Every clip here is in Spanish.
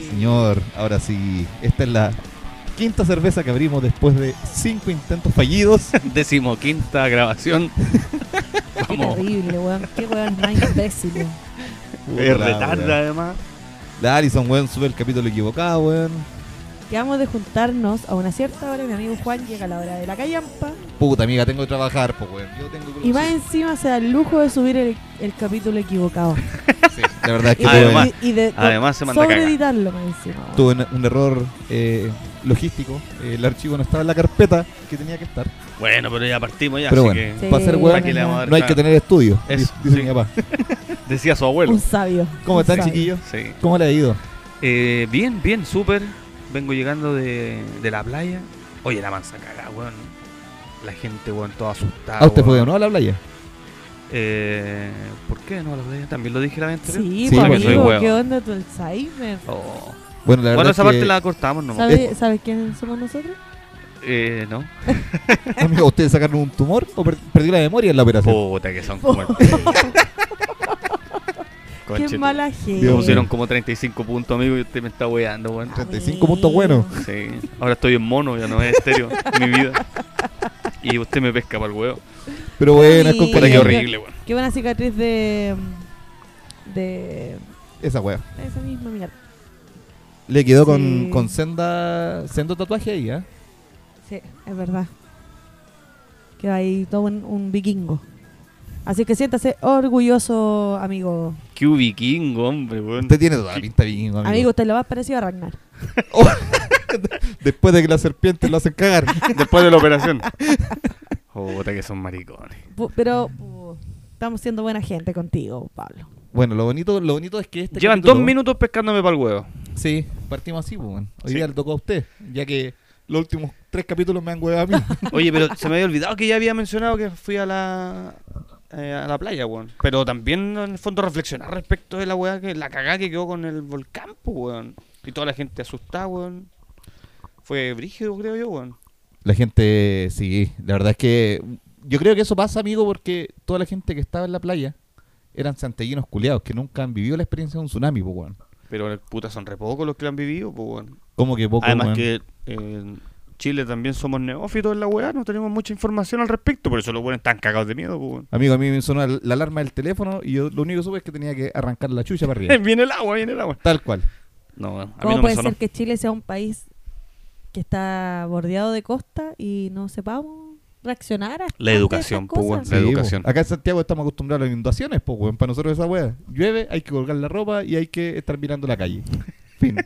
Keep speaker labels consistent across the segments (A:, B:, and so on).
A: señor. Ahora sí, esta es la quinta cerveza que abrimos después de cinco intentos fallidos.
B: Decimoquinta grabación.
C: Qué
B: Vamos.
C: terrible, weón. Qué weón más imbécil. weón.
B: Es
A: Puta,
B: retarda,
A: weón.
B: además.
A: La Alison, weón, sube el capítulo equivocado, weón.
C: Quedamos de juntarnos a una cierta hora y mi amigo Juan llega a la hora de la callampa
A: Puta, amiga, tengo que trabajar, pues, weón. Yo tengo
C: y más
A: producción.
C: encima se da el lujo de subir el, el capítulo equivocado.
A: Sí, La verdad es que
C: Y,
A: tuve-
B: Además-
C: y- y de,
B: además se manda caga.
C: sobre editarlo más encima. weón.
A: tuve un, un error eh, logístico. Eh, el archivo no estaba en la carpeta que tenía que estar.
B: Bueno, pero ya partimos ya,
A: Pero
B: así
A: bueno.
B: que
C: Sí,
A: para ser weón,
C: verdad.
B: ¿Para qué le vamos a dar?
A: No hay que tener estudio,
B: Eso,
A: dice
B: sí.
A: mi papá.
B: decía su abuelo.
C: Un sabio.
A: ¿Cómo
C: un
A: están,
C: sabio.
A: chiquillos?
B: Sí.
A: ¿Cómo le ha ido?
B: Eh, bien, bien, súper. Vengo llegando de, de la playa. Oye, la mansa cagada, weón. La gente, weón, toda asustada.
A: ¿A Ah, usted
B: weón.
A: fue o no a la playa?
B: Eh, ¿Por qué no a la playa? También lo dije la vez anterior.
C: Sí,
A: Sí,
C: pues,
A: pues, soy
C: amigo,
B: huevo.
C: ¿qué onda tu Alzheimer?
B: Oh.
A: Bueno, la verdad
B: Bueno,
A: es
B: esa parte
A: que-
B: la cortamos nomás.
C: ¿Sabes, ¿Sabes quiénes somos nosotros?
B: Eh, ¿no?
A: Amigo, ¿ustedes sacaron un tumor o per- perdió la memoria en la operación?
B: Puta, que son como... Conche
C: Qué
B: tu-
C: mala
B: Me
A: Dios.
C: gente.
B: pusieron como 35 puntos, amigo, y usted me está weando, weón.
A: 35 puntos buenos.
B: Sí, ahora estoy en mono, ya no es estéreo, mi vida. Y usted me pesca para el huevo.
A: Pero bueno, es
C: Y-
A: con
B: Puta, qué
C: yo-
A: cariño.
B: horrible, weón.
C: Qué buena cicatriz de. de.
A: Esa wea.
C: esa misma mierda.
A: Le quedó con,
C: Sí.
A: con senda, sendo tatuaje ahí, ¿eh?
C: Sí, es verdad. Queda ahí todo un, un vikingo. Así que siéntase orgulloso, amigo.
B: Qué vikingo, hombre, weón.
A: Usted tiene toda la pinta de vikingo,
C: Amigo,
A: amigo.
C: usted lo más parecido a Ragnar.
A: Después de que las serpientes lo hacen cagar.
B: Después de la operación. Puta, que son maricones.
C: Pu- Pero pu, estamos siendo buena gente contigo, Pablo.
A: bueno, lo bonito, lo bonito es que este
B: Llevan
A: capítulo-
B: dos minutos pescándome para el huevo.
A: Sí, partimos así, pues, bueno. Hoy
B: Sí.
A: día le tocó a usted, ya que los últimos tres capítulos me han huevado a mí.
B: Oye, pero se me había olvidado que ya había mencionado que fui a la, eh, a la playa, weón. Pero también en el fondo reflexionar respecto de la weá, que, la cagada que quedó con el volcán, po, weón. Y toda la gente asustada, weón. Fue brígido, creo yo, weón.
A: La gente, sí, la verdad es que yo creo que eso pasa, amigo, porque toda la gente que estaba en la playa eran santellinos culiados que nunca han vivido la experiencia de un tsunami, pues, weón.
B: Pero puta, son re pocos los que la han vivido, pues weón.
A: Como que poco,
B: Además
A: weón.
B: que eh, en Chile también somos neófitos en la weá, no tenemos mucha información al respecto, por eso los buenos están cagados de miedo, pues weón.
A: Amigo, a mí me sonó la la alarma del teléfono y yo lo único que supe es que tenía que arrancar la chucha para arriba.
B: viene el agua, viene el agua.
A: Tal cual.
B: No, a mí
C: ¿Cómo
B: no me
C: puede
B: sonó.
C: ser que Chile sea un país que está bordeado de costa y no sepamos reaccionar a
B: La
C: ante
B: educación,
C: estas
B: pues,
C: cosas?
B: La educación.
A: po. Acá en Santiago estamos acostumbrados a las inundaciones, pues, weón. Para nosotros esa weá. Llueve, hay que colgar la ropa y hay que estar mirando la calle. Fin.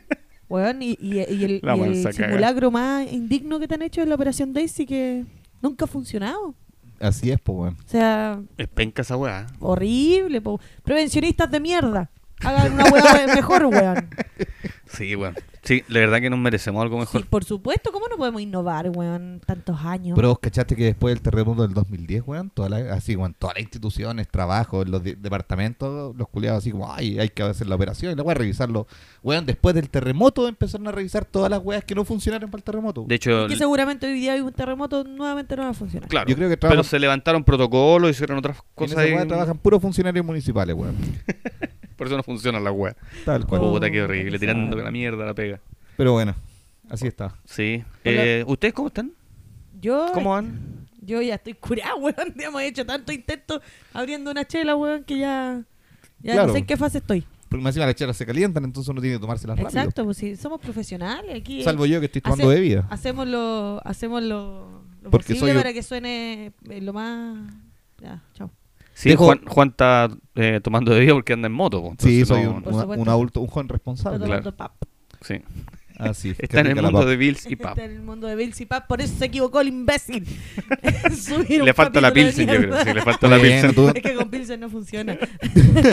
C: Weón, y, y- y el,
B: La
C: y el
B: mansa caga.
C: simulacro más indigno que te han hecho es la Operación Daisy que nunca ha funcionado.
A: Así es, pues, weón.
C: O sea,
B: Es penca esa weá.
C: horrible. po. Prevencionistas de mierda. Hagan una weá mejor, weón.
B: Sí, weón. Sí, la verdad que nos merecemos algo mejor.
C: Sí, por supuesto, ¿cómo no podemos innovar, weón? Tantos años.
A: Pero vos cachaste que después del terremoto del 2010, weón, toda la- así, weón, todas las instituciones, trabajos, los de- departamentos, los culiados así como, ay, hay que hacer la operación y la weá, revisarlo. Weón, después del terremoto empezaron a revisar todas las weas que no funcionaron para el terremoto.
B: De hecho,
C: que
B: el-
C: seguramente hoy día hay un terremoto, nuevamente no va a funcionar.
B: claro.
A: Yo creo que
B: pero
A: trabajan-
B: se levantaron protocolos, hicieron otras
A: en
B: cosas.
A: esa
B: y-
A: weá trabajan puros funcionarios municipales, weón.
B: Por eso no funciona la weá.
A: Tal cual.
C: Oh.
B: Puta, qué horrible.
C: qué
B: Tirando
C: sad.
B: la mierda la pega.
A: Pero bueno, así está.
B: Sí.
C: Hola.
B: Eh, ¿Ustedes cómo están?
C: Yo,
B: ¿Cómo van?
C: yo ya estoy curada, weón. Ya hemos hecho tantos intentos abriendo una chela, weón, que ya, ya
A: Claro.
C: no sé en qué fase estoy.
A: Porque más encima las chelas se calientan, entonces uno tiene que tomárselas rápido.
C: Exacto, pues si somos profesionales aquí. eh,
A: Salvo yo que estoy tomando
C: hace-
A: bebida.
C: Hacemos lo, hacemos lo, lo
A: Porque
C: posible
A: soy-
C: para que suene eh, lo más... Ya, chao.
B: Sí,
A: Dejo-
B: Juan, Juan está eh, tomando bebida porque anda en moto. po,
A: Sí,
B: entonces
A: soy
B: no-
A: un,
C: Por
A: una-
C: supuesto.
A: un adulto, un joven
C: Está
A: responsable.
B: Claro.
C: tomando pap.
B: Sí.
A: Así. qué
B: Está en el
A: rica la
B: mundo
A: papa.
B: de Bills y Pap.
C: Está en el mundo de Bills y Pap, por eso se equivocó el imbécil. Subir un
B: Le falta la
C: capítulo de
B: Pilsen, yo creo.
C: mierda.
B: Sí, le falta la
A: Bueno,
B: Pilsen.
A: tú-
C: Es que con Pilsen no funciona.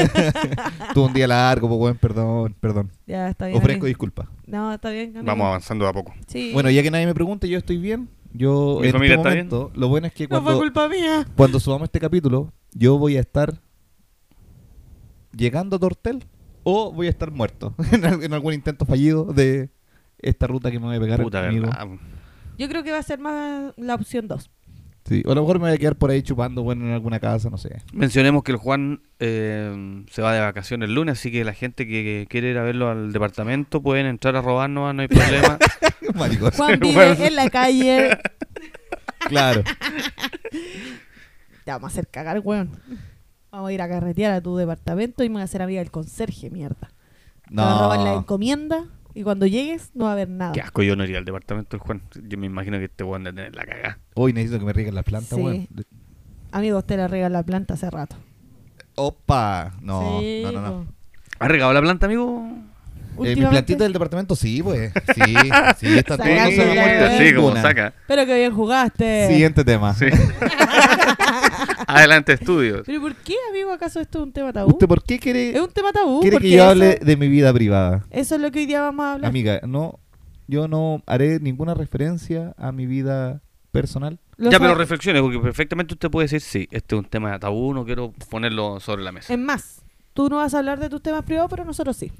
A: Tuve un día largo, pues, weón, perdón, perdón.
C: Ya, está bien.
A: Ofrezco
C: amigo.
A: disculpas.
C: No, está bien. amigo.
B: Vamos avanzando de a poco.
C: Sí.
A: Bueno, ya que nadie me pregunte, yo estoy bien. Yo,
B: Mi
A: en
B: familia
A: este
B: está
A: momento, lo bueno es que
C: no fue
A: cuando,
C: culpa mía.
A: cuando subamos este capítulo, yo voy a estar llegando a Tortel o voy a estar muerto en, al- en algún intento fallido de esta ruta que me voy a pegar.
B: Puta
A: amigo.
B: verdad.
C: Yo creo que va a ser más la opción 2.
A: Sí, o a lo mejor me voy a quedar por ahí chupando, bueno, en alguna casa, no sé.
B: Mencionemos que el Juan eh, se va de vacaciones el lunes, así que la gente que, que quiere ir a verlo al departamento pueden entrar a robarnos, no hay problema.
A: Maricón.
C: Juan vive
B: Bueno.
C: en la calle.
A: claro.
C: Te vamos a hacer cagar, weón. Vamos a ir a carretear a tu departamento y me voy a hacer amiga del conserje, mierda. Te va a robar la
A: No.
C: encomienda y cuando llegues no va a haber nada.
B: Qué asco, yo no iría al departamento del Juan. Yo me imagino que este Juan debe tener la cagada.
A: Hoy necesito que me rieguen las plantas,
C: Sí.
A: weón.
C: Amigo, usted le regala la planta hace rato.
A: Opa. No,
C: Sí,
A: no, no, no.
B: ¿Has regado la planta, amigo?
C: po.
A: Eh, mi
C: Últimamente-
A: plantita del departamento, sí, pues. Sí, sí, está todo. no
C: Sacando
A: se me
C: la
A: muestra
C: weá.
B: Sí, como
A: ninguna.
B: saca.
C: Pero que bien jugaste.
A: Siguiente tema.
B: Sí. Adelante, estudios.
C: ¿Pero por qué, amigo, acaso esto es un tema tabú?
A: ¿Usted por qué
C: Es
A: quiere,
C: un tema tabú.
A: quiere
C: porque
A: que yo
C: Uh, eso-
A: hable de mi vida privada?
C: Eso es lo que hoy día vamos a hablar.
A: Amiga, no, yo no haré ninguna referencia a mi vida personal.
C: Lo
B: ya,
C: sabe-
B: pero reflexiones, porque perfectamente usted puede decir, sí, este es un tema tabú, no quiero ponerlo sobre la mesa.
C: Es más, tú no vas a hablar de tus temas privados, pero nosotros sí.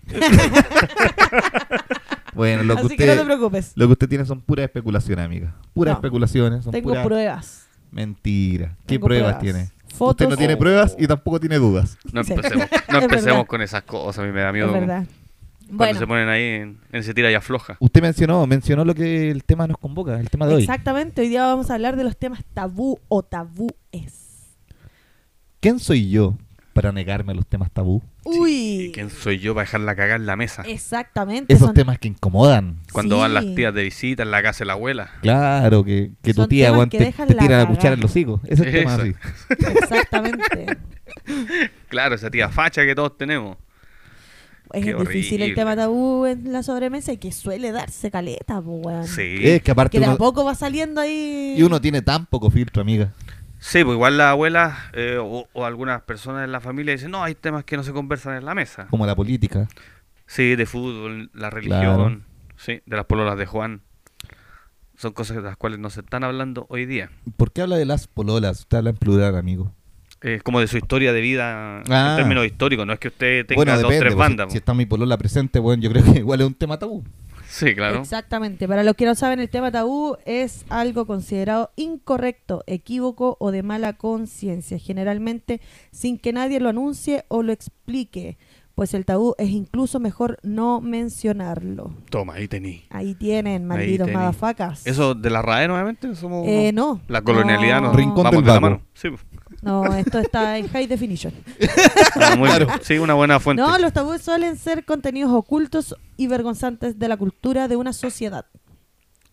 A: Bueno, lo que,
C: Así que no te
A: usted,
C: preocupes.
A: lo que usted tiene son puras especulaciones, amiga. Puras
C: No.
A: especulaciones, son
C: Tengo
A: puras
C: pruebas.
A: mentiras. ¿Qué
C: Tengo
A: pruebas,
C: pruebas.
A: tiene?
C: Fotos.
A: Usted no tiene
B: Oh.
A: pruebas y tampoco tiene dudas.
B: No
C: Sí.
B: empecemos, no
C: Es
B: empecemos
C: verdad.
B: con esas cosas, a mí me da miedo
C: Es verdad.
B: cuando
C: Bueno,
B: se ponen ahí en, en ese tira y afloja.
A: Usted mencionó, mencionó lo que el tema nos convoca, el tema de hoy.
C: exactamente. Hoy día vamos a hablar de los temas tabú o tabúes.
A: ¿Quién soy yo para negarme a los temas tabú?
C: Uy.
B: ¿Y quién soy yo para dejar la cagada en la mesa?
C: Exactamente.
A: Esos
C: son-
A: temas que incomodan.
B: Cuando
C: Sí.
B: van las tías de visita en la casa de la abuela.
A: Claro, que, que tu
C: Son
A: tía
C: temas
A: weón,
C: que
A: te,
C: dejan
A: te
C: la
A: tira la
C: cagada.
A: cuchara en los higos. Ese es el tema
B: Eso.
A: así.
C: Exactamente.
B: Claro, esa tía facha que todos tenemos.
C: es
B: Qué
C: difícil
B: horrible.
C: el tema tabú en la sobremesa y que suele darse caleta, po, weón.
B: Sí.
A: Es que aparte
C: Que de
A: uno-
C: a poco va saliendo ahí.
A: y uno tiene tan poco filtro, amiga.
B: Sí, pues igual las abuelas eh, o, o algunas personas en la familia dicen, no, hay temas que no se conversan en la mesa.
A: Como la política.
B: Sí, de fútbol, la religión, sí, de las pololas de Juan. Son cosas de las cuales no se están hablando hoy día.
A: ¿Por qué habla de las pololas? Usted habla en plural, amigo.
B: Es como de su historia de vida
A: Ah.
B: en términos históricos. No es que usted tenga dos tres
A: pues,
B: bandas. pues.
A: si, si está mi polola presente, bueno, yo creo que igual es un tema tabú.
B: Sí, claro.
C: Exactamente. Para los que no saben, el tema tabú es algo considerado incorrecto, equívoco o de mala conciencia, generalmente sin que nadie lo anuncie o lo explique, pues el tabú es incluso mejor no mencionarlo.
B: Toma, ahí tení.
C: Ahí tienen, malditos
B: tení.
C: madafacas.
B: ¿Eso de la RAE nuevamente? Somos
C: Eh, no.
B: la colonialidad.
C: no.
B: No.
A: Rincón
B: Vamos
A: del
B: de la
A: vago.
B: mano. Sí, pues.
C: No, esto está en high definition.
B: Ah, muy bien. Sí, una buena fuente.
C: No, los tabúes suelen ser contenidos ocultos y vergonzantes de la cultura de una sociedad.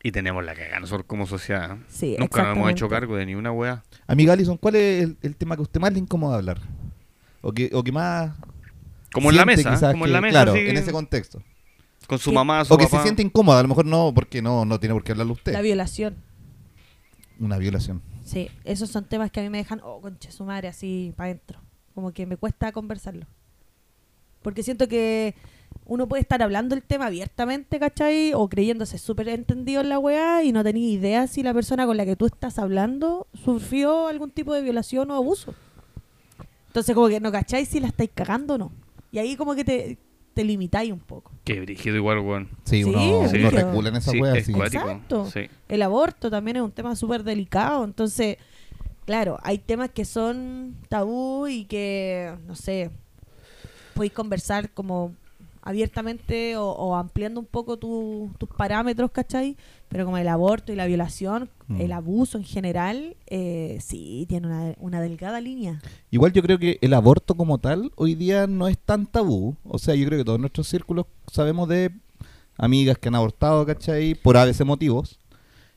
B: Y tenemos la cagada nosotros como sociedad. ¿eh?
C: Sí,
B: Nunca nos hemos
C: exactamente.
B: hecho cargo de ni una wea.
A: Amiga Alison, ¿cuál es el, el tema que a usted más le incomoda hablar? O que, o que más.
B: Como en la
A: siente
B: mesa,
A: quizás
B: ¿eh? como
A: que-
B: en la mesa.
A: Claro,
B: así,
A: en ese contexto.
B: con su
C: Que-
B: mamá, su
A: O que
B: papá.
A: se siente incómoda, a lo mejor no, porque no, no tiene por qué hablarlo usted.
C: La violación.
A: Una violación.
C: Sí, esos son temas que a mí me dejan, oh, conche su madre, así para adentro. Como que me cuesta conversarlo. Porque siento que uno puede estar hablando el tema abiertamente, ¿cachai? O creyéndose súper entendido en la weá y no tenés idea si la persona con la que tú estás hablando sufrió algún tipo de violación o abuso. Entonces, como que no cacháis si la estáis cagando o no. Y ahí, como que te, te limitáis un poco.
B: Qué brígido igual, weón.
A: Sí,
C: Sí,
A: uno,
B: sí.
A: uno recula en esa
B: Sí,
A: wea.
B: es
A: sí.
B: cuático,
C: Exacto.
B: sí.
C: El aborto también es un tema súper delicado. Entonces, claro, hay temas que son tabú y que, no sé, podéis conversar como abiertamente o, o ampliando un poco tu- tus parámetros, ¿cachai? Pero como el aborto y la violación,
A: Mm.
C: el abuso en general, eh, sí, tiene una, una delgada línea.
A: Igual yo creo que el aborto como tal hoy día no es tan tabú. O sea, yo creo que todos nuestros círculos sabemos de amigas que han abortado, ¿cachai? Por a veces motivos.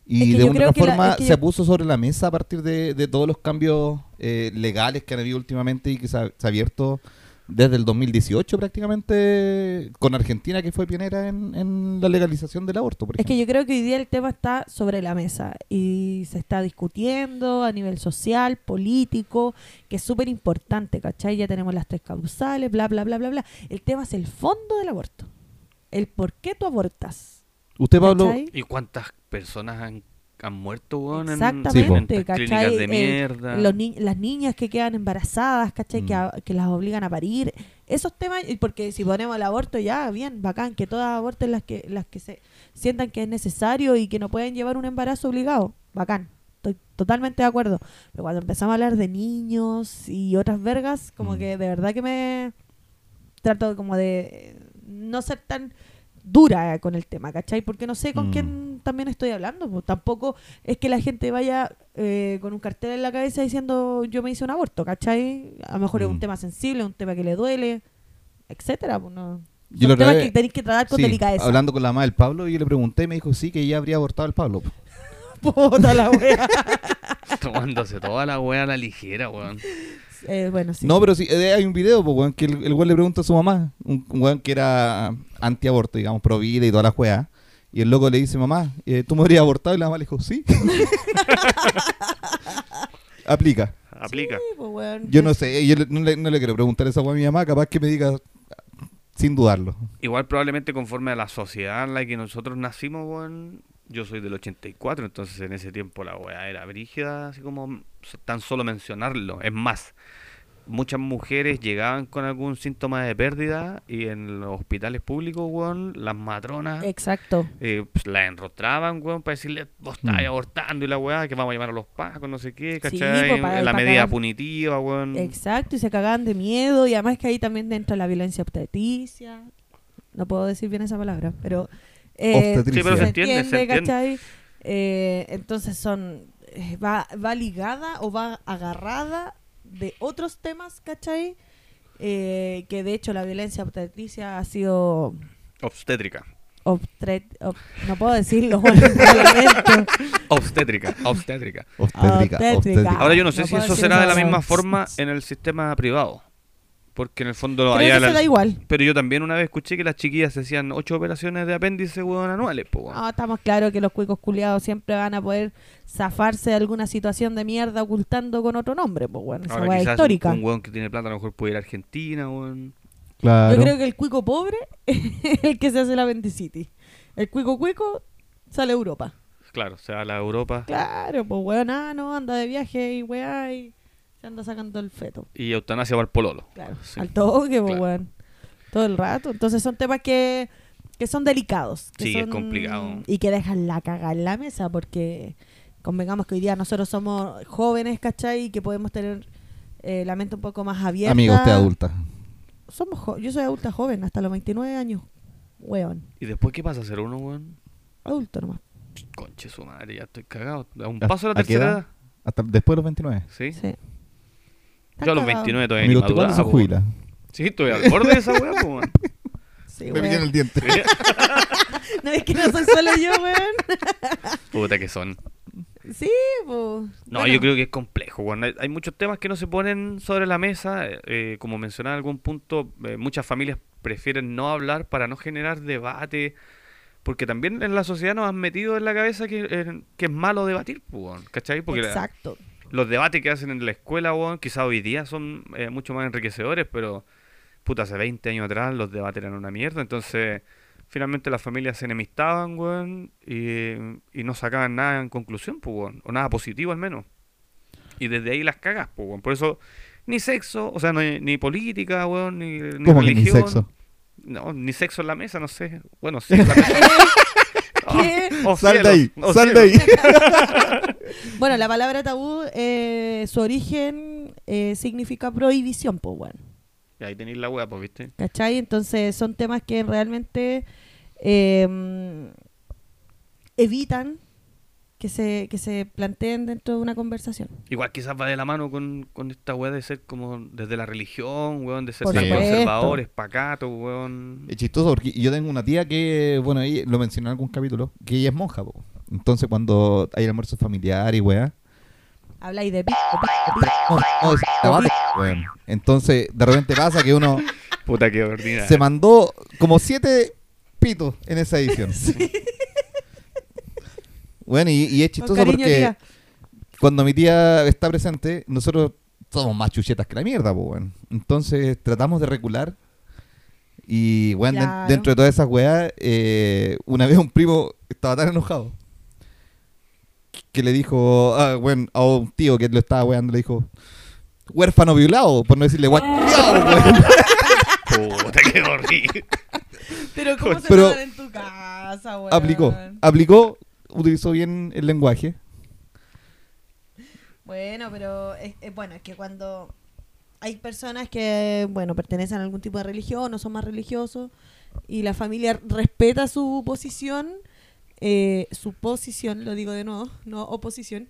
C: Es
A: Y de
C: que yo
A: una u
C: creo
A: otra
C: que la-
A: forma
C: es que
A: se
C: yo-
A: puso sobre la mesa a partir de, de todos los cambios eh, legales que han habido últimamente y que se ha, se ha abierto desde el 2018 prácticamente con Argentina que fue pionera en, en la legalización del aborto. Por
C: Es que
A: ejemplo.
C: yo creo que hoy día el tema está sobre la mesa y se está discutiendo a nivel social, político, que es súper importante, ¿cachai? Ya tenemos las tres causales, bla, bla, bla, bla, bla. El tema es el fondo del aborto. El por qué tú abortas.
A: Usted, Pablo,
C: ¿cachai?
B: ¿Y cuántas personas han, han muerto, weón? en-
A: Sí, po.
C: Exactamente,
B: en estas
C: ¿cachai?
B: clínicas de
C: Eh,
B: mierda.
C: los ni- las niñas que quedan embarazadas, ¿cachai? Que,
A: Mm.
C: a- que las obligan a parir. Esos temas, y porque si ponemos el aborto, ya, bien, bacán, que todas aborten las que, las que se sientan que es necesario y que no pueden llevar un embarazo obligado, bacán. estoy totalmente de acuerdo. Pero cuando empezamos a hablar de niños y otras vergas, como
A: Mm.
C: que de verdad que me trato como de eh, no ser tan dura con el tema, ¿cachai? Porque no sé con
A: Mm.
C: quién también estoy hablando. pues, tampoco es que la gente vaya eh, con un cartel en la cabeza diciendo yo me hice un aborto, ¿cachai? A lo mejor es un
A: Mm.
C: tema sensible, un tema que le duele, etcétera. Pues no.
A: Yo
C: Son
A: la otra
C: temas
A: vez-
C: que tenéis que tratar con
A: Sí,
C: delicadeza.
A: hablando con la mamá del Pablo, yo le pregunté y me dijo sí, que ella habría abortado al Pablo.
C: Puta la wea.
B: Tomándose toda la wea a la ligera, weón.
C: Eh, bueno, sí.
A: No, pero sí, eh, hay un video, pues, weón, que el, el weón le pregunta a su mamá, un, un weón que era antiaborto, digamos, pro vida y toda la juega. Y el loco le dice, mamá, eh, ¿tú me habrías abortado? Y la mamá le dijo, sí. Aplica.
B: Aplica.
C: Sí, pues, weón.
A: Yo no sé, yo le- no, le, no le quiero preguntar esa weón a mi mamá, capaz que me diga sin dudarlo.
B: Igual probablemente conforme a la sociedad en la que nosotros nacimos, weón. Yo soy del 84, entonces en ese tiempo la weá era brígida, así como so- tan solo mencionarlo. Es más, muchas mujeres llegaban con algún síntoma de pérdida y en los hospitales públicos, weón, las matronas
C: Exacto.
B: eh, pues, la enrostraban, weón, para decirle, vos estás
A: Mm.
B: abortando y la weá, que vamos a llamar a los pacos, no sé qué,
C: Sí,
B: ¿cachai?
C: po, pa-
B: la
C: pa'
B: medida
C: cagar.
B: punitiva, weón.
C: Exacto, y se cagaban de miedo. Y además que ahí también entra la violencia obstetricia. No puedo decir bien esa palabra, pero. eh,
A: Obstetricia. Sí, pero se
B: entiende, se entiende.
C: ¿cachai? Eh, entonces son. eh, Va, va ligada o va agarrada de otros temas, ¿cachai? Eh, que de hecho la violencia obstetricia ha sido
B: Obstétrica.
C: obstet- ob- no puedo decirlo, bueno, lamento.
B: Obstétrica, obstétrica.
A: Obstétrica,
C: Ah, Obstétrica.
A: obstétrica.
B: Ahora yo no sé
C: No
B: si
C: puedo
B: eso
C: decir
B: será de
C: esa
B: la
C: palabra.
B: misma forma en el sistema privado. Porque en el fondo
C: Pero
B: allá
C: eso
B: la-
C: se da igual.
B: Pero yo también una vez escuché que las chiquillas se hacían ocho operaciones de apéndice, weón, anuales, po, weón.
C: No, estamos claros que los cuicos culiados siempre van a poder zafarse de alguna situación de mierda ocultando con otro nombre, pues bueno, esa
B: Ahora
C: weá es
B: quizás
C: histórica.
B: un weón que tiene plata a lo mejor puede ir a Argentina, weón.
A: Claro.
C: Yo creo que el cuico pobre es el que se hace la Bendicity. El cuico cuico sale a Europa.
B: Claro, o sea, a la Europa
C: Claro, pues weón, ah, no, anda de viaje y weá y se anda sacando el feto.
B: y eutanasia para el pololo.
C: Claro,
B: Sí.
C: al toque, pues
B: Claro.
C: weón. Todo el rato. Entonces son temas que, que son delicados. que
B: Sí, es
C: son-
B: complicado.
C: Y que dejan la caga en la mesa porque convengamos que hoy día nosotros somos jóvenes, ¿cachai? Y que podemos tener eh, la mente un poco más abierta.
A: Amigo, usted es adulta.
C: Somos jo- Yo soy adulta joven, hasta los 29 años. Weón.
B: ¿Y después qué pasa a hacer uno, weón?
C: Adulto nomás.
B: Conche su madre, ya estoy cagado. A un
A: ¿A-
B: paso de la
A: a qué
B: tercera
A: edad?
B: edad.
A: Hasta después de los 29.
B: ¿Sí?
C: Sí.
B: Yo a los
C: Está cagado.
B: 29 todavía
A: Amigo,
B: ni
A: ¿usted cuándo se
B: maduraba, po,
A: jubila?
B: weón. Sí, estoy al borde de esa weá, po, weón.
C: Sí, weón.
A: diente.
C: No es que no soy solo yo, weón.
B: Puta que son.
C: Sí, pues.
B: No, yo creo que es complejo. weón. Hay, hay muchos temas que no se ponen sobre la mesa. eh, eh, como mencionaba en algún punto, eh, muchas familias prefieren no hablar para no generar debate. Porque también en la sociedad nos han metido en la cabeza que, eh, que es malo debatir, po, weón, ¿cachai? Porque la-
C: Exacto.
B: los debates que hacen en la escuela, weón, quizá hoy día son eh, mucho más enriquecedores, pero puta, hace 20 años atrás los debates eran una mierda, entonces finalmente las familias se enemistaban, weón, y, y no sacaban nada en conclusión, pues, weón, o nada positivo al menos. Y desde ahí las cagas, pues, weón. Por eso ni sexo, o sea, no hay- ni política, weón, ni, ni
A: ¿Cómo que
B: religión.
A: ni sexo?
B: No, ni sexo en la mesa, no sé. Bueno, sí, en la mesa. Oh,
C: ¿Qué?
B: oh,
A: sal de
B: cielo,
A: ahí,
B: oh,
A: sal
B: cielo.
A: de ahí.
C: Bueno, la palabra tabú, eh, su origen eh, significa prohibición, pues bueno,
B: Y ahí tenéis la weá, pues, viste.
C: ¿cachai? Entonces son temas que realmente eh, evitan que se, que se planteen dentro de una conversación.
B: Igual quizás va de la mano con, con esta weá de ser como desde la religión, weón, de ser
C: Por
B: tan
A: supuesto.
B: conservadores, pacatos, weón.
A: Es chistoso porque yo tengo una tía que, bueno, ahí lo mencioné en algún capítulo, que ella es monja, po. Entonces cuando hay el almuerzo familiar y weá,
C: Habláis de pico, pico, pico.
A: no, no, es tabate, weón. entonces de repente pasa que uno
B: Puta que ordinaria.
A: se mandó como siete pitos en esa edición. Bueno, y, y es
C: Con
A: chistoso
C: cariño,
A: porque
C: tía.
A: cuando mi tía está presente, nosotros somos más chuchetas que la mierda, pues, weón. Entonces tratamos de regular. Y, weón, den-
C: Claro.
A: dentro de todas esas weas, eh, una vez un primo estaba tan enojado que le dijo, ah, weón, a un tío que lo estaba weando, le dijo, huérfano violado, por no decirle guan culiao, weón.
B: Puta que horrible.
C: Pero ¿cómo se
A: Pero-
C: tratan en tu casa, weón?
A: Aplicó, aplicó, utilizó bien el lenguaje.
C: Bueno, pero es, es- bueno, es que cuando hay personas que, bueno, pertenecen a algún tipo de religión o son más religiosos y la familia respeta su posición, eh, su posición, lo digo de nuevo, no oposición.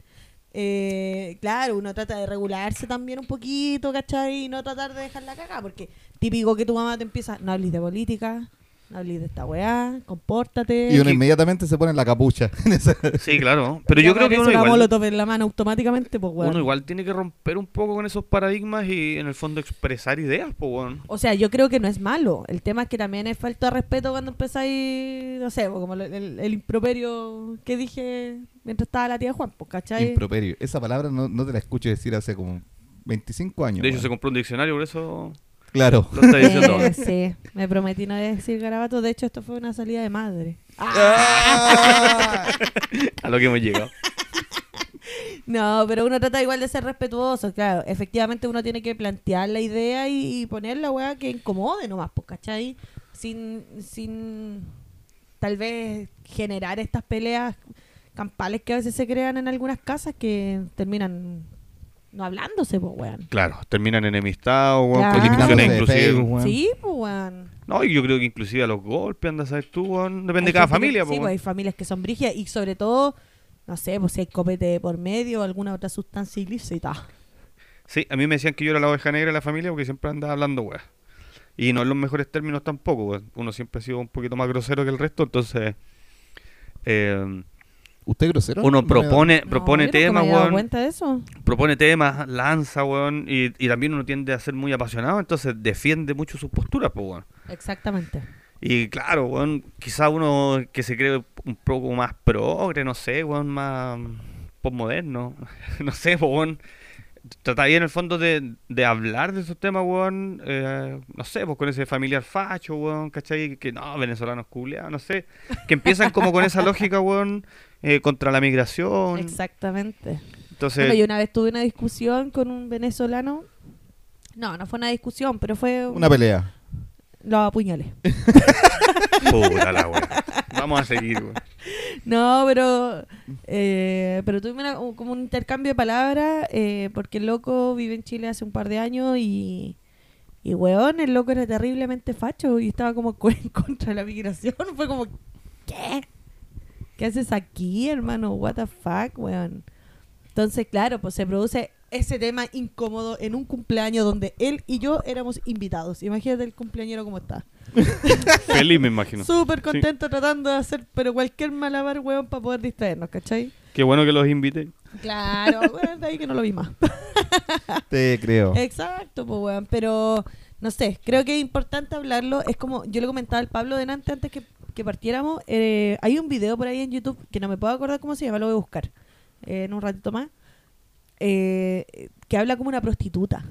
C: eh, claro, uno trata de regularse también un poquito, ¿cachai? Y no tratar de dejar la cagada, porque típico que tu mamá te empieza, no hables de política, no hables de esta weá, compórtate.
A: Y uno
B: que-
A: inmediatamente se pone la capucha. en esa-
B: Sí, claro. Pero yo
C: Ya
B: creo que
C: aparece
B: uno
C: la
B: igual,
C: molotov en la mano automáticamente, pues weón.
B: uno igual tiene que romper un poco con esos paradigmas y en el fondo expresar ideas, pues, weón.
C: O sea, yo creo que no es malo. El tema es que también es falta de respeto cuando empezáis, no sé, como el, el- el improperio que dije mientras estaba la tía Juan, pues, ¿cachai?
A: Improperio. Esa palabra no, no te la escucho decir hace como 25 años.
B: De hecho, se
A: weón.
B: compró un diccionario, por eso
A: Claro.
B: lo está
C: Eh,
B: diciendo. ahora.
C: sí, me prometí no decir garabato. De hecho, esto fue una salida de madre.
A: ¡Ah!
B: a lo que hemos llegado.
C: No, pero uno trata igual de ser respetuoso, claro. Efectivamente, uno tiene que plantear la idea y, y poner la weá que incomode nomás, pues, ¿cachai? Sin, sin tal vez generar estas peleas campales que a veces se crean en algunas casas que terminan no hablándose, pues, weón.
B: Claro, terminan enemistados, weón,
C: Claro.
B: con discusiones
A: Eliminándose de
B: inclusive.
A: Facebook, weón.
C: Sí, pues, weón.
B: No, y yo creo que inclusive a los golpes, andas a saber tú, weón. Depende de
C: Hay
B: cada
C: gente que-
B: familia,
C: Sí,
B: pues,
C: pues, hay
B: weón.
C: familias que son brigias y sobre todo, no sé, pues si hay copete de por medio o alguna otra sustancia ilícita.
B: Sí, a mí me decían que yo era la oveja negra de la familia porque siempre andaba hablando, weón. Y no en los mejores términos tampoco, weón. Uno siempre ha sido un poquito más grosero que el resto, entonces. eh,
A: ¿Usted es grosero?
B: uno
A: No,
B: propone,
C: No,
B: propone
C: yo nunca
B: temas,
C: me había dado
B: weón.
C: cuenta de eso?
B: propone temas, lanza, weón, y, y también uno tiende a ser muy apasionado, entonces defiende mucho sus posturas, pues, weón.
C: Exactamente.
B: Y claro, weón, quizá uno que se cree un poco más progre, no sé, weón, más postmoderno, no sé, pues, weón. Trataría en el fondo de, de hablar de esos temas, weón, eh, no sé, pues con ese familiar facho, weón, ¿cachai? Que no, venezolanos culeados, no sé. Que empiezan como con esa lógica, weón, eh, contra la migración.
C: Exactamente.
B: Entonces,
C: Bueno, yo una vez tuve una discusión con un venezolano. No, no fue una discusión, pero fue...
A: Una pelea.
C: Lo apuñalé.
B: Puta la wea. Vamos a seguir, weón.
C: No, pero... eh, pero tuvimos una- un- como un intercambio de palabras eh, porque el loco vive en Chile hace un par de años y... Y, weón, el loco era terriblemente facho y estaba como cu- en contra de la migración. Fue como, ¿qué? ¿Qué haces aquí, hermano? What the fuck, weón. Entonces, claro, pues se produce ese tema incómodo en un cumpleaños donde él y yo éramos invitados. Imagínate el cumpleañero como está.
B: Feliz, me imagino.
C: Súper contento tratando de hacer, pero cualquier malabar, weón, para poder distraernos, ¿cachai?
B: Qué bueno que los invité.
C: Claro, weón, de ahí que no lo vi más.
A: Te creo.
C: Exacto, pues, weón. Pero, no sé, creo que es importante hablarlo. Es como, yo le comentaba al Pablo delante antes que, que partiéramos. eh, hay un video por ahí en YouTube que no me puedo acordar cómo se llama, lo voy a buscar eh, en un ratito más. eh, que habla como una prostituta.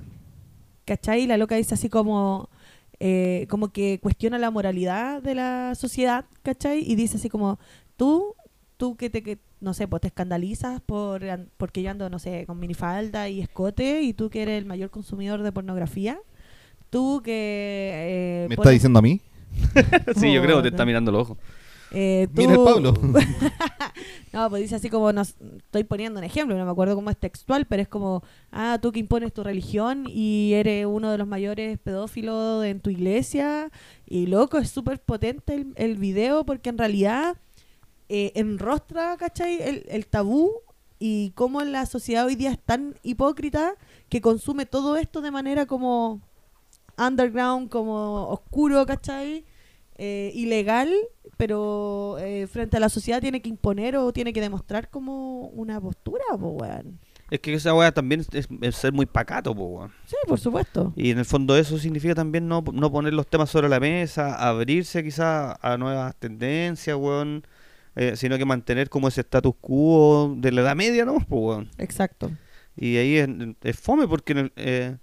C: ¿Cachai? Y la loca dice así como. eh, como que cuestiona la moralidad de la sociedad, ¿cachai? Y dice así como, tú, tú que te, que, no sé, pues te escandalizas por an- porque yo ando, no sé, con minifalda y escote y tú que eres el mayor consumidor de pornografía, tú que... eh,
A: ¿Me está
C: pones-
A: diciendo a mí?
B: Sí, yo creo que te está
C: Puta.
B: mirando los ojos.
C: eh, tú-
A: Mira el Pablo.
C: no, pues dice así como, nos, estoy poniendo un ejemplo, no me acuerdo cómo es textual, pero es como, ah, tú que impones tu religión y eres uno de los mayores pedófilos en tu iglesia, y loco, es súper potente el, el video porque en realidad eh, enrostra, ¿cachai? El, el tabú y cómo la sociedad hoy día es tan hipócrita que consume todo esto de manera como underground, como oscuro, ¿cachai? Eh, ilegal, pero eh, frente a la sociedad tiene que imponer o tiene que demostrar como una postura, po, weón.
B: Es que esa weá también es, es ser muy pacato, po, weón.
C: Sí, por supuesto.
B: Y en el fondo eso significa también no, no poner los temas sobre la mesa, abrirse quizás a nuevas tendencias, weón. eh, sino que mantener como ese status quo de la edad media, ¿no? Pues, weón.
C: Exacto.
B: Y ahí es, es fome porque eh,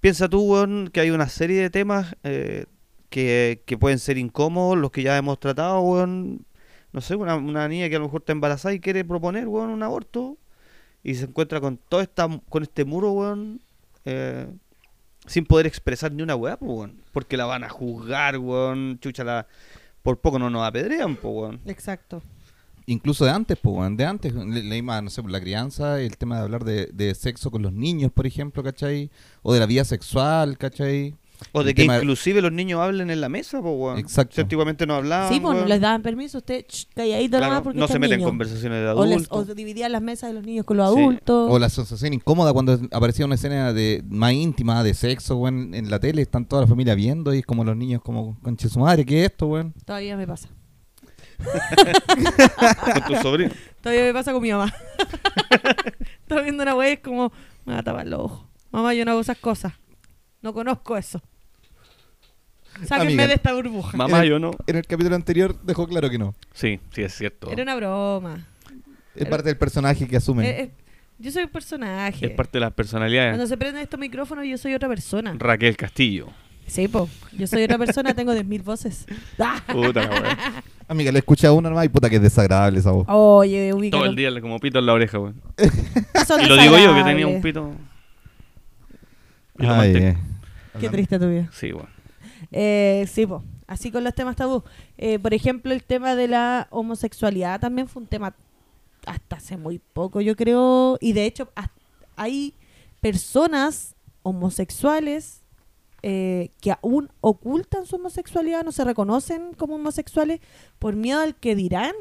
B: piensa tú, weón, que hay una serie de temas eh, que, que pueden ser incómodos, los que ya hemos tratado, weón. No sé, una, una niña que a lo mejor está embarazada y quiere proponer, weón, un aborto y se encuentra con todo esta, con este muro, weón, eh, sin poder expresar ni una weá, pues, weón. Porque la van a juzgar, weón, chucha, la, por poco no nos apedrean, pues, weón.
C: Exacto.
A: Incluso de antes, pues, weón, de antes, le- leímos, no sé, por la crianza, el tema de hablar de, de sexo con los niños, por ejemplo, ¿cachai? O de la vida sexual, ¿cachai?
B: O de
A: El
B: que
A: tema-
B: inclusive los niños hablen en la mesa, pues, weón.
A: Exacto.
B: Si antiguamente no hablaban.
C: Sí, pues no
B: weón.
C: les daban permiso, usted ch, calladito
B: Ah, Claro,
C: nomás porque
B: no
C: está
B: se
C: el
B: meten en
C: niño.
B: conversaciones de
C: O, les,
B: adultos.
C: o dividían las mesas de los niños con los
B: Sí.
C: adultos.
A: O la sensación incómoda cuando aparecía una escena de más íntima de sexo, weón, en la tele, están toda la familia viendo y es como los niños como, conche su madre, ¿qué es esto, weón?
C: Todavía me pasa.
B: Con tu sobrino.
C: Todavía me pasa con mi mamá. Está viendo una wea y es como, me va a tapar los ojos. Mamá, yo no hago esas cosas. No conozco eso. Sáquenme
A: Amiga.
C: de esta burbuja.
B: Mamá, yo no.
A: En el capítulo anterior dejó claro que no.
B: Sí, sí, es cierto.
C: Era una broma.
A: Es parte del personaje que asumen.
C: Eh, eh, yo soy un personaje.
B: Es parte de las personalidades.
C: Cuando se prenden estos micrófonos, yo soy otra persona.
B: Raquel Castillo.
C: Sí, po. Yo soy otra persona, tengo 10.000 voces.
B: Puta, la weá.
A: Amiga, le escuché a uno nomás y puta que es desagradable esa
C: Ah.
A: voz.
C: Oye, ubica.
B: Todo el día como pito en la oreja, weón.
C: Son
B: Y lo digo yo, que
C: desagradables.
B: tenía un pito. Y lo
A: Ay,
B: mantengo.
A: eh.
C: Qué triste tu vida.
B: Sí, weón.
C: Eh, sí, po. así con los temas tabú. Eh, por ejemplo, el tema de la homosexualidad también fue un tema hasta hace muy poco, yo creo. Y de hecho, has- hay personas homosexuales eh, que aún ocultan su homosexualidad, no se reconocen como homosexuales por miedo al que dirán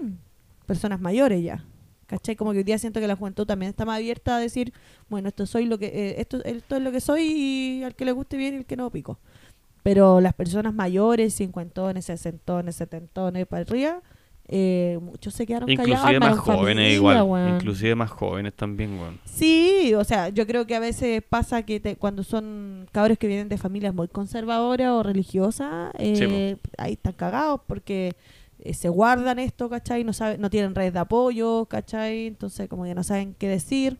C: personas mayores ya. ¿Cachai? Como que hoy día siento que la juventud también está más abierta a decir, bueno, esto soy lo que eh, esto, esto es lo que soy y al que le guste bien y al que no pico. Pero las personas mayores, cincuentones, sesentones, setentones, para arriba, eh, muchos se quedaron callados.
B: Inclusive más
C: armaron familia,
B: jóvenes igual.
C: weón.
B: Inclusive más jóvenes también, weón.
C: Sí, o sea, yo creo que a veces pasa que te- cuando son cabros que vienen de familias muy conservadoras o religiosas, eh, ahí están cagados porque eh, se guardan esto, ¿cachai? No, saben, no tienen redes de apoyo, ¿cachai? Entonces como que no saben qué decir,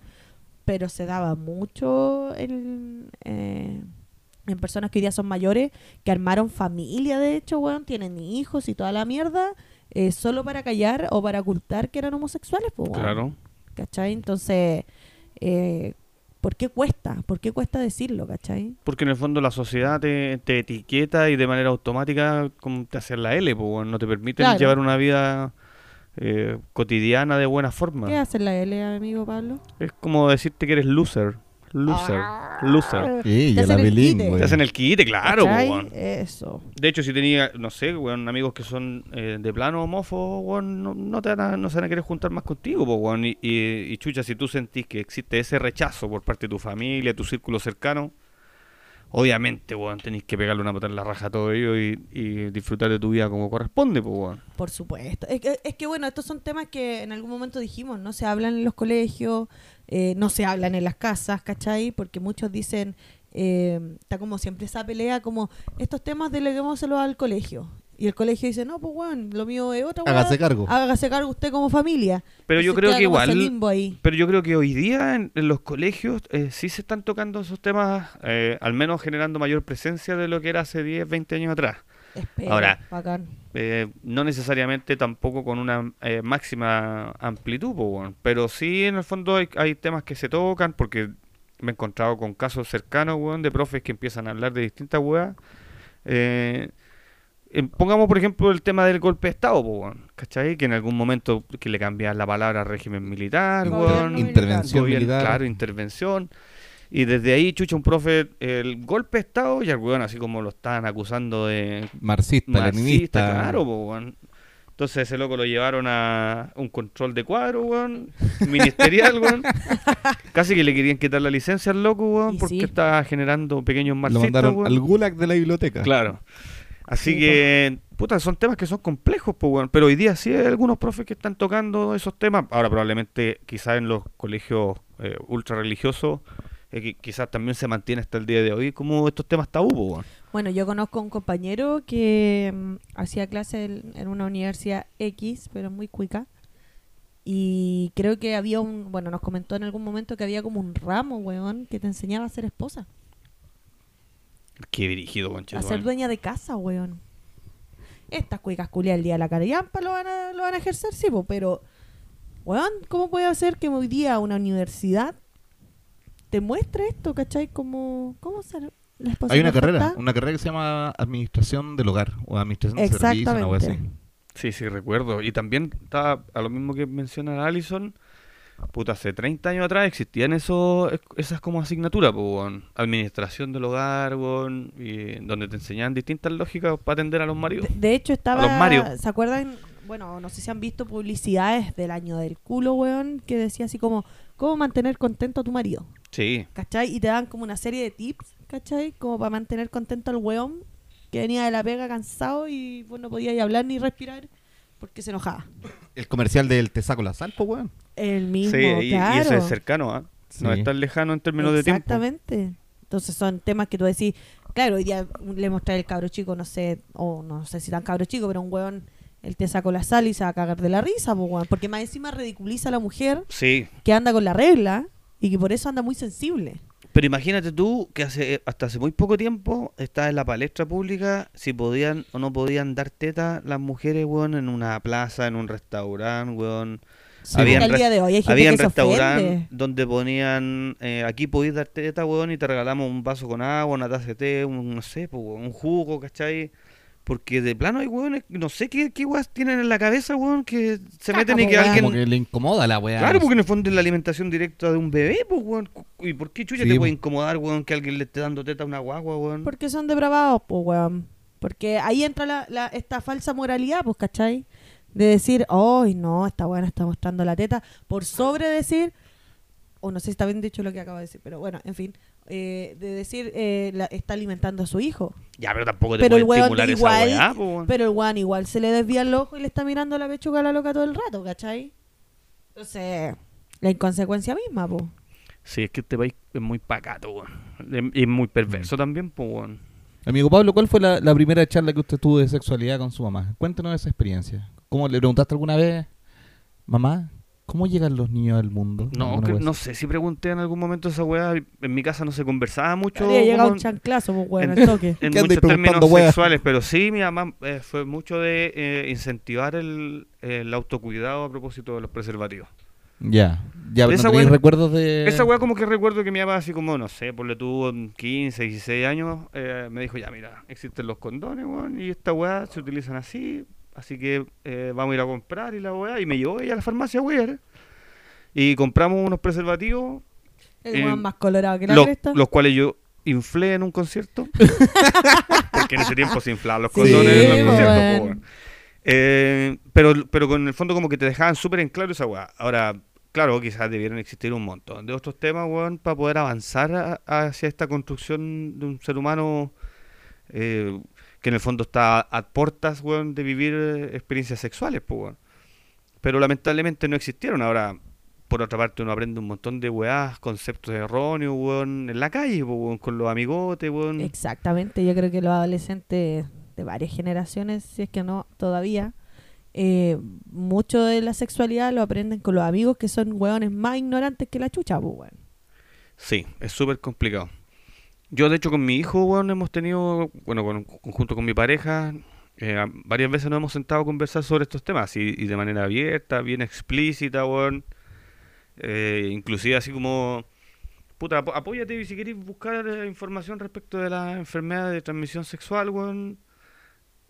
C: pero se daba mucho el, eh, en personas que hoy día son mayores, que armaron familia, de hecho, weón, tienen hijos y toda la mierda, eh, solo para callar o para ocultar que eran homosexuales, pues, weón.
B: Claro.
C: ¿cachai? Entonces, eh, ¿por qué cuesta? ¿Por qué cuesta decirlo, cachai?
B: Porque en el fondo la sociedad te, te etiqueta y de manera automática como te hacen la L, pues, weón. no te permiten
C: Claro.
B: llevar una vida eh, cotidiana de buena forma.
C: ¿Qué hace la L, amigo Pablo?
B: Es como decirte que eres loser. Loser. Loser.
A: Sí, ya
C: Te
A: la
C: hacen el
A: bilingüe.
C: quite.
B: Te hacen el quite, claro, pues,
C: ¿Cachai?
B: weón.
C: Eso.
B: De hecho, si tenía, no sé, weón, amigos que son eh, de plano homófobos, weón, no, no te van a, no se van a querer juntar más contigo, po, weón. Y, y- y chucha, si tú sentís que existe ese rechazo por parte de tu familia, tu círculo cercano, obviamente, weón, tenés que pegarle una patada en la raja a todo ello y, y disfrutar de tu vida como corresponde, pues, weón.
C: Por supuesto. Es que, es que, bueno, estos son temas que en algún momento dijimos, no se hablan en los colegios, eh, no se hablan en las casas, ¿cachai? Porque muchos dicen, eh, está como siempre esa pelea, como estos temas deleguémoselo al colegio. Y el colegio dice, no, pues, weón, lo mío es otra, weá.
A: Hágase cargo.
C: Hágase cargo usted como familia.
B: Pero yo
C: Entonces
B: creo
C: queda
B: que
C: como ese
B: igual-
C: limbo ahí.
B: Pero yo creo que hoy día en, en los colegios eh, sí se están tocando esos temas, eh, al menos generando mayor presencia de lo que era hace 10, 20 años atrás.
C: Espero,
B: Ahora,
C: bacán.
B: eh, no necesariamente tampoco con una eh, máxima amplitud, po, weón. pero sí en el fondo hay, hay temas que se tocan porque me he encontrado con casos cercanos weón, de profes que empiezan a hablar de distintas weas. Eh, eh, pongamos por ejemplo el tema del golpe de Estado, po, weón, ¿cachai? Que en algún momento que le cambian la palabra a régimen militar,
C: Gobierno
B: weón,
C: militar.
A: Intervención
B: gobierno,
A: militar.
B: Claro, intervención. Y desde ahí, chucha, un profe, el golpe de Estado, y al weón, así como lo están acusando de
A: Marxista, leninista.
B: Marxista, claro, po, weón. Entonces ese loco lo llevaron a un control de cuadro, weón, ministerial, weón. Casi que le querían quitar la licencia al loco, weón,
C: Y
B: porque
C: sí.
B: estaba generando pequeños
A: Lo
B: marxistas,
A: mandaron
B: weón.
A: al gulag de la biblioteca.
B: Claro. Así
C: Sí,
B: que, puta, son temas que son complejos, pues, weón. Pero hoy día sí hay algunos profes que están tocando esos temas. Ahora, probablemente, quizás en los colegios eh, ultra religiosos, quizás también se mantiene hasta el día de hoy como estos temas tabú, po, weón.
C: Bueno, yo conozco a un compañero que mm, hacía clase en, en una universidad X, pero muy cuica. Y creo que había un, bueno, nos comentó en algún momento que había como un ramo, weón, que te enseñaba a ser esposa,
B: Qué dirigido,
C: a ser dueña de casa, weón. Estas cuicas culias el día de la carillampa lo van a, lo van a ejercer, sí, po, pero, weón, ¿cómo puede ser que hoy día una universidad te muestre esto, cachai? Como, ¿cómo ser la esposa
A: Hay una
C: perfecta?
A: carrera, una carrera que se llama Administración del Hogar o Administración de Servicios, una
C: Exactamente.
A: wea así.
B: Sí, sí, recuerdo. Y también estaba, a lo mismo que menciona Allison, puta, hace 30 años atrás existían esos, esas como asignaturas, pues, weón. Administración del hogar, weón, y donde te enseñaban distintas lógicas para atender a los maridos.
C: De, de hecho, estaba.
B: los Mario.
C: ¿Se acuerdan? Bueno, no sé si han visto publicidades del año del culo, weón, que decía así como: ¿Cómo mantener contento a tu marido?
B: Sí,
C: ¿Cachai? Y te dan como una serie de tips, ¿cachai? Como para mantener contento al weón que venía de la pega cansado y pues no podía ni hablar ni respirar porque se enojaba.
A: El comercial del Te saco la sal, pues, weón.
C: El mismo,
B: sí, y, y
C: claro.
B: ese es cercano, ¿ah? No
A: Sí.
B: es tan lejano en términos de tiempo.
C: Exactamente. Entonces son temas que tú decís, claro, hoy día le mostré al cabro chico, no sé, o no sé si tan cabro chico, pero un weón, él te sacó la sal y se va a cagar de la risa, po, weón. porque más encima ridiculiza a la mujer
B: Sí,
C: que anda con la regla y que por eso anda muy sensible.
B: pero imagínate tú que hace hasta hace muy poco tiempo estaba en la palestra pública si podían o no podían dar teta las mujeres, weón, en una plaza, en un restaurante, weón.
A: Habían
C: Hasta el
B: res-
C: día de hoy hay gente
B: Había
C: que
B: un
C: se
B: restaurante
C: ofende.
B: donde ponían, eh, aquí podéis dar teta, weón, y te regalamos un vaso con agua, una taza de té, un, no sé, pues, weón, un jugo, ¿cachai? Porque de plano hay weones, no sé qué, qué weas tienen en la cabeza, weón, que se
C: Caca,
B: meten y
C: po,
B: que
C: weón.
A: Como
B: alguien...
A: que le incomoda la weá.
B: Claro, porque en el fondo es la alimentación directa de un bebé, pues, weón. Cu- ¿Y por qué chucha
A: Sí,
B: te
A: po.
B: puede incomodar, weón, que alguien le esté dando teta a una guagua, weón?
C: Porque son depravados, pues, weón. Porque ahí entra la, la- esta falsa moralidad, pues, ¿cachai? De decir, ay, no, esta buena está mostrando la teta. Por sobre decir, o no sé si está bien dicho lo que acabo de decir, pero bueno, en fin, eh, de decir, eh, la- está alimentando a su hijo.
B: Ya, pero tampoco te
C: Pero el
B: puede
C: weón
B: estimular
C: igual-
B: esa weá, po, weón.
C: Pero el weón igual se le desvía el ojo y le está mirando la pechuga a la loca todo el rato, ¿cachai? Entonces, la inconsecuencia misma, pues.
B: Sí, es que este país es muy pacato, weón. Y es muy
A: Mm.
B: perverso también, pues, weón.
A: Amigo Pablo, ¿cuál fue la, la primera charla que usted tuvo de sexualidad con su mamá? Cuéntenos esa experiencia. ¿Cómo le preguntaste alguna vez, mamá, cómo llegan los niños al mundo?
B: No,
A: Alguna
B: que-
A: cosa
B: no
A: así.
B: sé si pregunté en algún momento esa weá. En mi casa no se conversaba mucho.
C: Habría llegado
B: como
C: un chanclazo, pues, weón,
B: en-
C: al toque.
B: en
A: ¿Qué andáis
B: muchos términos
A: preguntando, weá?
B: sexuales, pero sí, mi mamá eh, fue mucho de eh, incentivar el, el autocuidado a propósito de los preservativos.
A: Ya, ya, pero
B: Esa
A: no tenéis
B: weá-
A: recuerdos de...
B: Esa weá como que recuerdo que mi papá así como, no sé, pues le tuvo en 15, 16 años, eh, me dijo, ya mira, existen los condones, weón, y esta weá se utilizan así, así que eh, vamos a ir a comprar y la weá, y me llevó ella a la farmacia, weón, y compramos unos preservativos,
C: El
B: Eh,
C: weón más colorado que la
B: lo-
C: cresta.
B: los cuales yo inflé en un concierto, porque en ese tiempo se inflaban los
C: Sí,
B: condones en los
A: weón.
B: conciertos, po, weón. Eh, pero, pero con el fondo como que te dejaban súper en claro esa weá. Ahora, claro, quizás debieron existir un montón de otros temas, weón, para poder avanzar a- hacia esta construcción de un ser humano eh, que en el fondo está a puertas, weón, de vivir eh, experiencias sexuales, pues, weón. Pero lamentablemente no existieron. Ahora, por otra parte, uno aprende un montón de weás, conceptos erróneos, weón, en la calle, po, weón, con los amigotes, weón.
C: Exactamente, yo creo que los adolescentes de varias generaciones, si es que no todavía, eh, mucho de la sexualidad lo aprenden con los amigos que son hueones más ignorantes que la chucha, pues, weón.
B: Sí, es súper complicado. Yo, de hecho, con mi hijo, weón, hemos tenido, bueno, con, junto con mi pareja, eh, a- varias veces nos hemos sentado a conversar sobre estos temas y, y de manera abierta, bien explícita, weón. Eh, inclusive así como, puta, apo- apóyate si querés buscar eh, información respecto de la enfermedad de transmisión sexual, weón.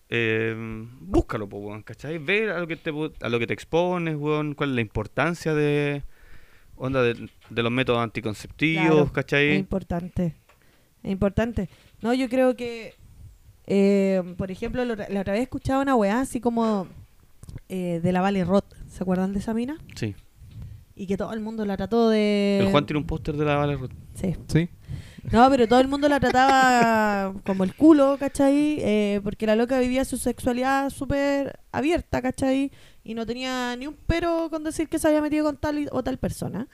B: Eh, búscalo, po, weón, ¿cachai? Ver a lo, que te, po- a lo que te expones, weón, cuál es la importancia de, onda, de, de los métodos anticonceptivos,
C: Claro,
B: ¿cachai?
C: Es importante. Es importante. No, yo creo que, eh, por ejemplo, lo- la otra vez escuchaba una weá así como eh, de la Vale Roth, ¿se acuerdan de esa mina?
B: Sí.
C: Y que todo el mundo la trató de...
B: El Juan tiene un póster de la Vale Roth.
C: Sí.
A: Sí,
C: No, pero todo el mundo la trataba como el culo, ¿cachai? Eh, porque la loca vivía su sexualidad súper abierta, ¿cachai? Y no tenía ni un pero con decir que se había metido con tal y- o tal persona.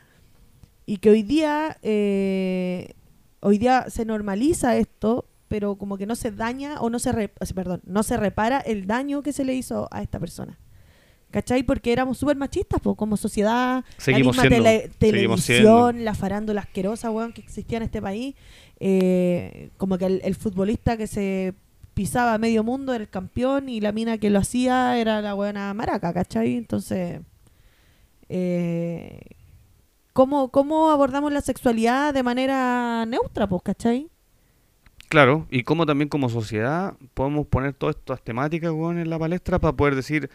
C: Y que hoy día, eh, hoy día se normaliza esto, pero como que no se daña o no se, re- o sea, perdón, no se repara el daño que se le hizo a esta persona. ¿Cachai? Porque éramos súper machistas, po, como sociedad,
B: Seguimos
C: la misma
B: siendo,
C: tele-
B: seguimos
C: televisión,
B: siendo.
C: la farándula asquerosa, weón, que existía en este país. Eh, como que el, el futbolista que se pisaba a medio mundo era el campeón y la mina que lo hacía era la buena maraca, ¿cachai? Entonces, eh, ¿cómo, ¿cómo abordamos la sexualidad de manera neutra, pues, cachai?
B: Claro, y cómo también como sociedad podemos poner todas estas temáticas weón, en la palestra para poder decir,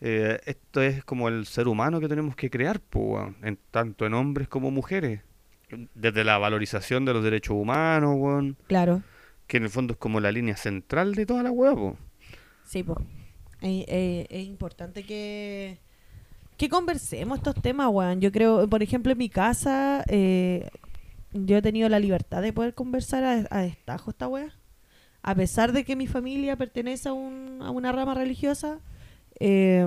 B: eh, esto es como el ser humano que tenemos que crear, po, weón, en, tanto en hombres como mujeres. Desde la valorización de los derechos humanos, weón,
C: Claro.
B: que en el fondo es como la línea central de toda la huevo.
C: Sí, pues. Es, es- es importante que, que conversemos estos temas, weón. Yo creo, por ejemplo, en mi casa, eh, yo he tenido la libertad de poder conversar a, a destajo esta weá. A pesar de que mi familia pertenece a, un- a una rama religiosa, eh,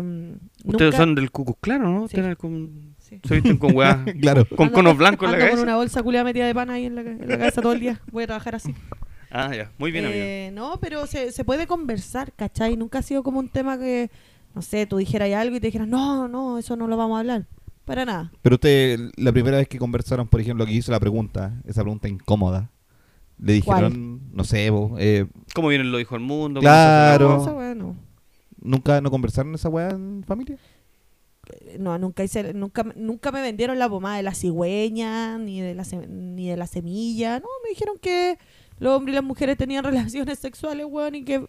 B: Ustedes
C: nunca-
B: son del Cucus, claro, ¿no?
C: Sí.
B: Tienen con-
C: Sí.
B: Se visten con weas,
A: Claro.
B: con
C: Ando
B: conos
C: con-
B: blancos en la
C: ando con
B: cabeza.
C: una bolsa culiada metida de pan ahí en la, ca- en la cabeza todo el día. Voy a trabajar así.
B: Ah, ya, muy bien, amigo.
C: Eh, no, pero se, se puede conversar, ¿cachai? Nunca ha sido como un tema que, no sé, tú dijeras algo y te dijeras, no, no, eso no lo vamos a hablar. Para nada.
A: Pero usted, la primera vez que conversaron, por ejemplo, que hizo la pregunta, esa pregunta incómoda, le
C: ¿Cuál?
A: dijeron, no sé, vos, eh,
B: ¿Cómo vienen los hijos del mundo? ¿Cómo se hace la
A: Claro.
C: No, esa weá no.
A: ¿nunca no conversaron esa weá en familia?
C: Eh, No, nunca hice, nunca, nunca me vendieron la pomada de la cigüeña, ni de la, se- ni de la semilla. No, me dijeron que los hombres y las mujeres tenían relaciones sexuales, weón, y que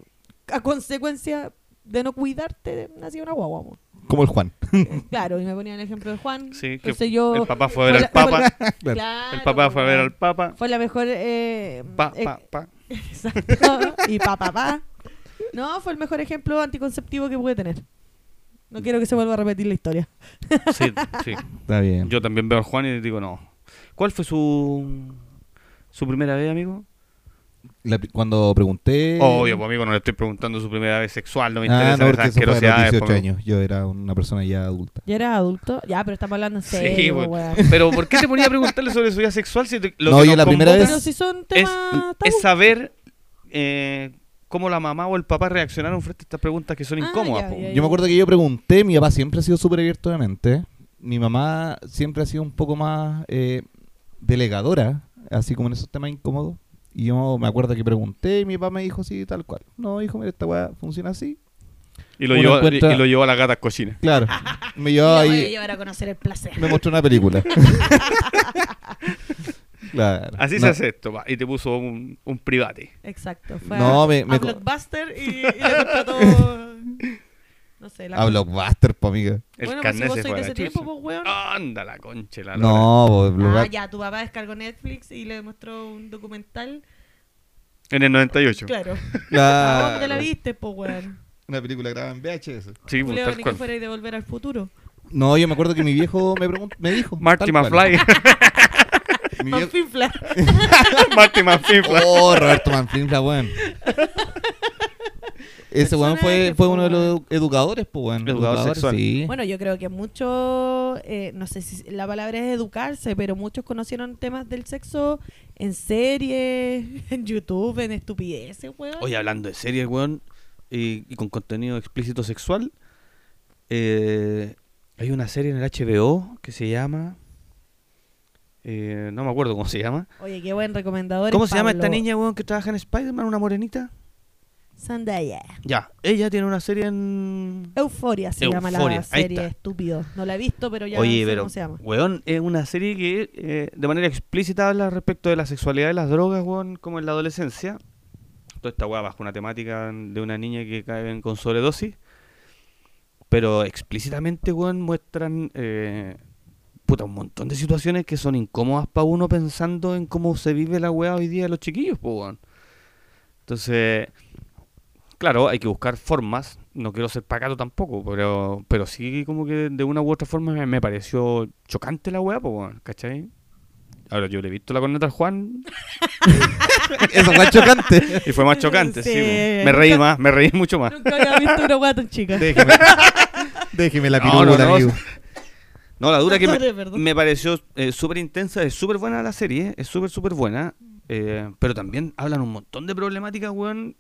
C: a consecuencia de no cuidarte nacía una guagua, weón.
A: Como el Juan.
C: Eh, Claro, y me ponían el ejemplo de Juan.
B: Sí, que
C: Entonces yo...
B: El papá fue a ver
C: fue
B: al papa.
A: Claro.
B: El papá fue a ver al papa.
C: Fue la mejor. eh,
B: Pa,
C: eh,
B: pa, pa.
C: exacto, y pa, pa, pa. No, fue el mejor ejemplo anticonceptivo que pude tener. No quiero que se vuelva a repetir la historia.
B: Sí, sí.
A: Está bien.
B: Yo también veo a Juan y digo, no. ¿Cuál fue su su primera vez, amigo?
A: La pri- cuando pregunté...
B: Obvio, pues amigo, no le estoy preguntando su primera vez sexual, no me
A: Ah,
B: interesa
A: no, porque eso
B: esas
A: fue a los
B: asquerosidades,
A: 18
B: pues, amigo.
A: años. Yo era una persona ya adulta.
C: Ya era adulto. Ya, pero estamos hablando en serio,
B: Sí, pues.
C: weón.
B: Pero ¿por qué te ponía a preguntarle sobre su vida sexual si te- lo
A: No,
B: que
A: yo
B: nos
A: la primera
B: convoca
A: vez-
C: Pero si son
B: es,
C: temas.
B: es
C: tabú.
B: saber eh, cómo la mamá o el papá reaccionaron frente a estas preguntas que son
C: Ah,
B: incómodas.
C: ya,
B: po.
C: ya, ya.
A: Yo me acuerdo que yo pregunté, mi papá siempre ha sido súper abierto de mente. Mi mamá siempre ha sido un poco más eh, delegadora, así como en esos temas incómodos. Y yo me acuerdo que pregunté y mi papá me dijo, sí, tal cual. No, hijo, mira, esta weá funciona así.
B: Y, lo
A: Uno
B: llevó,
A: encuentra-
B: y lo llevó a las gatas cocinas.
A: Claro. Me
C: Ya
A: llevaba
C: voy a
A: ahí,
C: llevar a conocer el placer.
A: me mostró una película. claro.
B: Así
A: No,
B: se hace esto, pa, y te puso un, un private.
C: Exacto. Fue
A: No,
C: a,
A: me-
C: a
A: me co-
C: Blockbuster y, y le contrató. No sé, la.
A: A Blockbuster, po, amiga.
B: El
C: bueno, pues si
B: carnet
C: vos
B: se
C: sois
B: fue
C: de
B: a
C: ese
B: la
C: tiempo,
B: chucha.
C: pues, weón.
B: Anda la concha, la lora.
A: No, po,
C: Ah,
A: Blockbuster.
C: ya, tu papá descargó Netflix y le mostró un documental.
B: En el 98.
C: Claro.
A: Claro.
C: ¿Dónde la viste, po, weón?
A: Una película grabada en VHS.
B: Sí, pues,
C: Julio,
B: tal
C: ni
B: cual.
C: que fuera y de volver al futuro.
A: No, yo me acuerdo que mi viejo me, preguntó, me dijo.
B: Marty
A: tal cual.
B: McFly.
A: Mi viejo-
C: Manfinfla.
B: Marty McFly.
A: Oh, Roberto Manflin, la weón. Ese weón fue,
C: Personaje,
A: fue
C: po,
A: uno de los
C: weón.
A: edu- educadores, pues weón.
B: Educador sexual.
A: Sí.
C: Bueno, yo creo que muchos, eh, no sé si la palabra es educarse, pero muchos conocieron temas del sexo en series, en YouTube, en estupideces, weón.
B: Oye, hablando de series, weón, y, y con contenido explícito sexual, eh, hay una serie en el HBO que se llama... eh, no me acuerdo cómo se llama.
C: Oye, qué buen recomendador.
B: ¿Cómo
C: es
B: se llama esta
C: Pablo
B: niña, weón, que trabaja en Spider-Man, una morenita?
C: Zendaya.
B: Ya, ella tiene una serie en...
C: Euforia se llama
B: Euforia,
C: la
B: ahí
C: serie,
B: está.
C: estúpido. No la he visto, pero ya
B: Oye,
C: sé
B: pero,
C: cómo se llama.
B: weón, es una serie que eh, de manera explícita habla respecto de la sexualidad y las drogas, weón, como en la adolescencia. Toda esta weá bajo una temática de una niña que cae en- con sobredosis. Pero explícitamente, weón, muestran eh, puta, un montón de situaciones que son incómodas para uno pensando en cómo se vive la weá hoy día de los chiquillos, po, weón. Entonces, claro, hay que buscar formas. No quiero ser pacato tampoco, pero, pero sí como que de una u otra forma me, me pareció chocante la weá, po, weón, ¿cachai? Ahora, yo le he visto la corneta al Juan
A: Eso fue chocante.
B: y fue más chocante, sí.
C: Sí.
B: weón. Me reí más, me reí mucho más.
C: Nunca había visto una guata chica.
A: Déjeme. Déjeme la
B: No,
A: pirula,
B: no, no.
A: amigo.
B: No, la dura que
C: Sorry,
B: me,
C: perdón.
B: me pareció eh, súper intensa, es súper buena la serie, es súper, súper buena, eh, pero también hablan un montón de problemáticas, weón,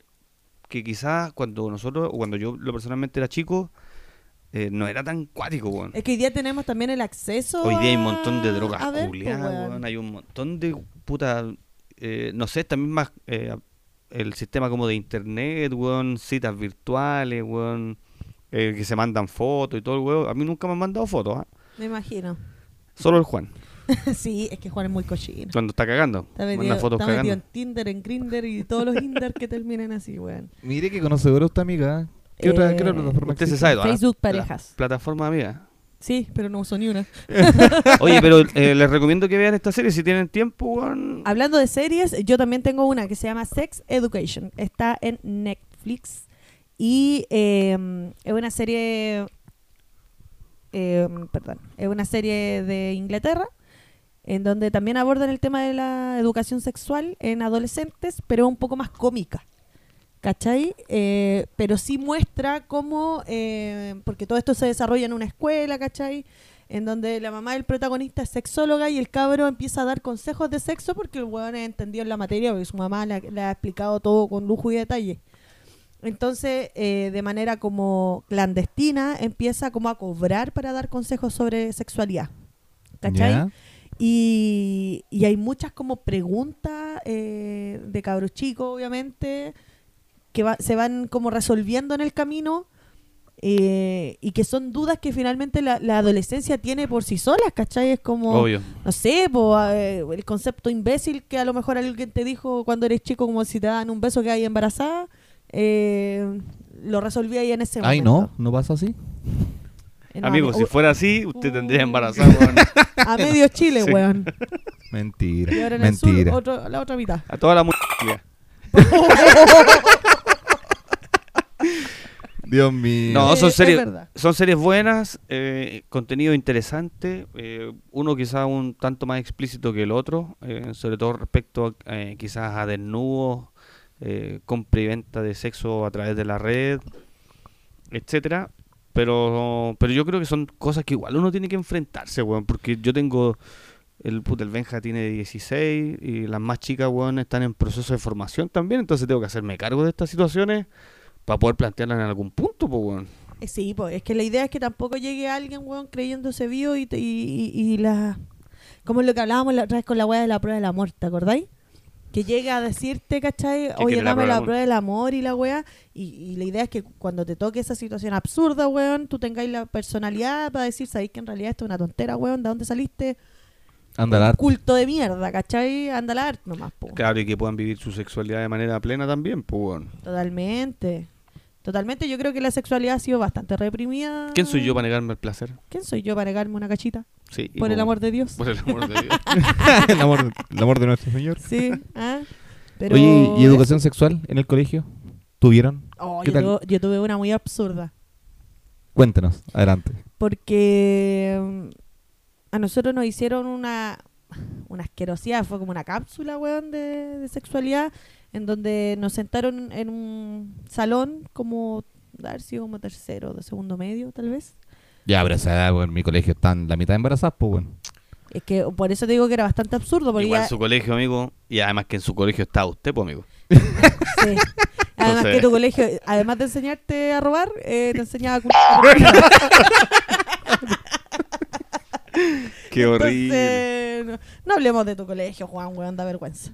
B: que quizás cuando nosotros, o cuando yo lo personalmente era chico, eh, no era tan cuático, weón.
C: Es que hoy día tenemos también el acceso.
B: Hoy día hay un
C: a-
B: montón de drogas
C: a ver, po,
B: culiadas,
C: weón.
B: weón, hay un montón de puta, eh, no sé, también más eh, el sistema como de internet, weón, citas virtuales, weón, eh, que se mandan fotos y todo el weón. A mí nunca me han mandado fotos, ¿ah?
C: Me imagino.
B: solo el Juan.
C: sí, es que Juan es muy cochino.
B: Cuando está cagando.
C: Está
B: Manda
C: metido,
B: fotos
C: está metido en
B: cagando.
C: Tinder, en Grindr y todos los Inders que terminen así, weón.
A: Mire que conocedora usted, amiga. ¿Qué otra,
C: Eh,
A: qué otra plataforma
B: Usted se
A: existe?
B: sabe todas las-
C: Facebook
B: las
C: parejas.
B: Plataforma amiga.
C: Sí, pero no uso ni una.
B: Oye, pero eh, les recomiendo que vean esta serie si tienen tiempo, weón.
C: Hablando de series, yo también tengo una que se llama Sex Education. Está en Netflix y eh, es una serie, eh, perdón, es una serie de Inglaterra en donde también abordan el tema de la educación sexual en adolescentes, pero un poco más cómica. ¿Cachai? Eh, pero sí muestra cómo, eh, porque todo esto se desarrolla en una escuela, ¿cachai? En donde la mamá del protagonista es sexóloga y el cabro empieza a dar consejos de sexo porque el weón es entendido en la materia, porque su mamá le ha- le ha explicado todo con lujo y detalle. Entonces, eh, de manera como clandestina, empieza como a cobrar para dar consejos sobre sexualidad. ¿Cachai?
A: Ya.
C: Y, y hay muchas como preguntas eh, de cabros chicos, obviamente, que va- se van como resolviendo en el camino eh, y que son dudas que finalmente la, la adolescencia tiene por sí solas, ¿cachai? Es como,
B: Obvio.
C: no sé, po, eh, el concepto imbécil que a lo mejor alguien te dijo cuando eres chico, como si te dan un beso que hay embarazada, eh, lo resolví ahí en ese
A: Ay, no,
C: momento.
A: no pasa así.
C: Eh, no, a
B: Amigo,
C: me-
B: si
C: uh,
B: fuera así, usted tendría
C: uh.
B: embarazada, weón.
C: A medio Chile,
B: Sí.
C: weón.
A: Mentira.
C: Y ahora en el sur,
A: mentira.
C: otro- la otra mitad.
B: A toda la mu- mira.
A: Dios mío.
B: No,
C: Eh,
B: son
C: es
B: series,
C: verdad.
B: son series buenas, eh, contenido interesante, eh, uno quizás un tanto más explícito que el otro, eh, sobre todo respecto a, eh, quizás a desnudos, eh, compra y venta de sexo a través de la red, etcétera. Pero, pero yo creo que son cosas que igual uno tiene que enfrentarse, weón, porque yo tengo el puto, el Benja tiene 16 y las más chicas, weón, están en proceso de formación también, entonces tengo que hacerme cargo de estas situaciones para poder plantearlas en algún punto, pues, weón.
C: Eh, Sí, pues es que la idea es que tampoco llegue alguien, weón, creyéndose vivo y, te- y, y- y la... Como lo que hablábamos la otra vez con la weá de la prueba del amor, ¿te acordáis? Que llega a decirte, ¿cachai? Oye,
B: quiere la prueba
C: dame
B: del
C: la
B: amor?"
C: prueba del amor y la weá. Y, y la idea es que cuando te toque esa situación absurda, weón, tú tengáis la personalidad para decir, sabéis que en realidad esto es una tontera, weón, ¿de dónde saliste?
B: Ah.
A: Andalar.
C: Culto de mierda, ¿cachai? Anda la arte nomás, po.
B: Claro, y que puedan vivir su sexualidad de manera plena también, pues, weón.
C: Totalmente. Totalmente, yo creo que la sexualidad ha sido bastante reprimida.
B: ¿Quién soy yo para negarme el placer?
C: ¿Quién soy yo para negarme una cachita?
B: Sí.
C: Por el
B: po,
C: amor de Dios.
B: Por el amor de Dios.
A: el, amor, el amor de nuestro Señor.
C: Sí, ah, pero eh,
A: Oye, ¿y educación sexual en el colegio? ¿Tuvieron?
C: Oh,
A: ¿Qué
C: yo,
A: tal?
C: tuve, yo tuve una muy absurda.
A: Cuéntanos, adelante.
C: Porque mm, a nosotros nos hicieron una, una asquerosidad, fue como una cápsula, weón, de, de sexualidad, en donde nos sentaron en un salón como, de haber sido como tercero, de segundo medio, tal vez.
A: Ya, pero o sea, bueno, en mi colegio están la mitad embarazadas, pues bueno.
C: Es que por eso te digo que era bastante absurdo, porque
B: Igual
C: ya-
B: en su colegio, amigo. Y además que en su colegio está usted, pues, amigo.
C: Sí. Además
B: Entonces-
C: que tu colegio, además de enseñarte a robar, eh, te enseñaba a
B: Qué
C: Entonces, no, no hablemos de tu colegio, Juan, weón, da vergüenza.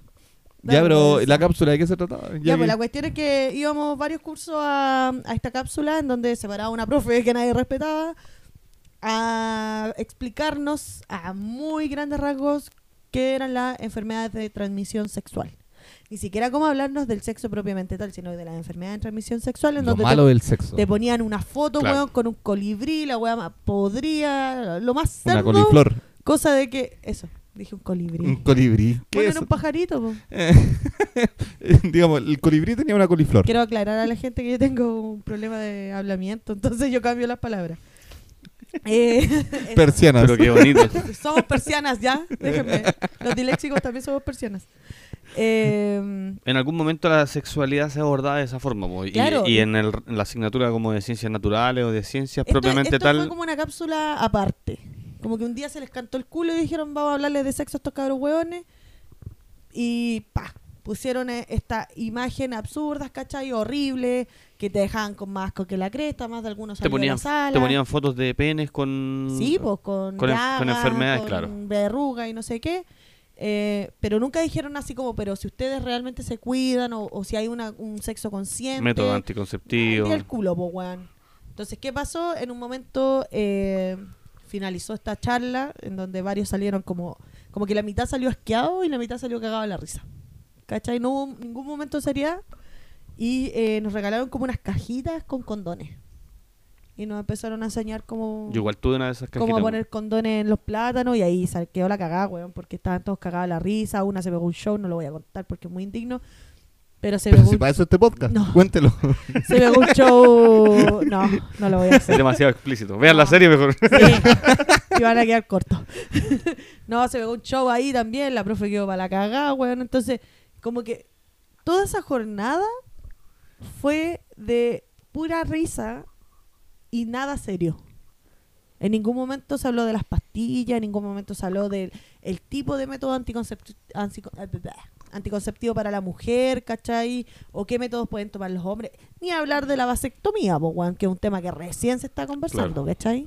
C: Da
A: Ya, pero
C: vergüenza.
A: ¿la cápsula de qué se trataba?
C: Ya, pues la cuestión es que íbamos varios cursos a, a esta cápsula en donde se paraba una profe que nadie respetaba a explicarnos a muy grandes rasgos qué eran las enfermedades de transmisión sexual. Ni siquiera cómo hablarnos del sexo propiamente tal, sino de las enfermedades de transmisión sexual en
A: Lo
C: donde te-
A: malo del sexo.
C: te ponían una foto,
B: Claro.
C: weón, con un colibrí, la weá más podría, lo más cerdo.
A: Una coliflor.
C: Cosa de que, eso, dije un
A: Un
C: colibrí.
A: colibrí. ¿Qué
C: Bueno,
A: es?
C: era un pajarito, po.
A: Digamos, el colibrí tenía una coliflor.
C: Quiero aclarar a la gente que yo tengo un problema de hablamiento, entonces yo cambio las palabras. Eh, eso.
A: Persianas.
B: Pero qué bonito.
C: somos persianas ya, déjenme. Los diléxicos también somos persianas. Eh,
B: En algún momento la sexualidad se abordaba de esa forma, pues. Y-
C: Claro.
B: Y, en, el- en la asignatura como de ciencias naturales o de ciencias
C: esto,
B: propiamente
C: esto fue
B: tal.
C: como una cápsula aparte. Como que un día se les cantó el culo y dijeron, vamos a hablarles de sexo a estos cabros hueones. Y pa, pusieron eh, esta imagen absurda, ¿cachai? Horrible, que te dejaban con más asco que la cresta, más de algunos
B: Te
C: salieron de
B: ponían,
C: la sala.
B: te ponían fotos de penes con.
C: Sí, pues con,
B: Mm, Con en-
C: llagas,
B: con enfermedades,
C: con
B: claro.
C: verruga y no sé qué. Eh, pero nunca dijeron así como, pero si ustedes realmente se cuidan o, o si hay una- un sexo consciente.
B: Método
C: Al
B: anticonceptivo.
C: pues, día el culo, po, weón. Entonces, ¿qué pasó? En un momento eh, finalizó esta charla en donde varios salieron como, como que la mitad salió asqueado y la mitad salió cagado de la risa. ¿Cachai? No hubo ningún momento de seriedad y eh, nos regalaron como unas cajitas con condones. Y nos empezaron a enseñar cómo,
B: Yo igual tuve una de esas cajitas.
C: cómo
B: weón.
C: poner condones en los plátanos y ahí se quedó la cagada, weón, porque estaban todos cagados de la risa. Una se pegó un show, no lo voy a contar porque es muy indigno. Pero se
A: Pero
C: pegó
A: si
C: un
A: para eso este podcast,
C: No.
A: cuéntelo.
C: se pegó un show. No, no lo voy a
B: pues. Es
C: hacer.
B: demasiado explícito. Vean la
C: No.
B: serie mejor.
C: Sí. Y van a quedar cortos. no, se pegó un show ahí también. La profe quedó para la cagada, weón. Entonces, como que toda esa jornada fue de pura risa y nada serio. En ningún momento se habló de las pastillas, en ningún momento se habló del el tipo de método anticoncepti- antico- anticonceptivo para la mujer, ¿cachai? O qué métodos pueden tomar los hombres. Ni hablar de la vasectomía, po, weón, que es un tema que recién se está conversando, ¿cachai?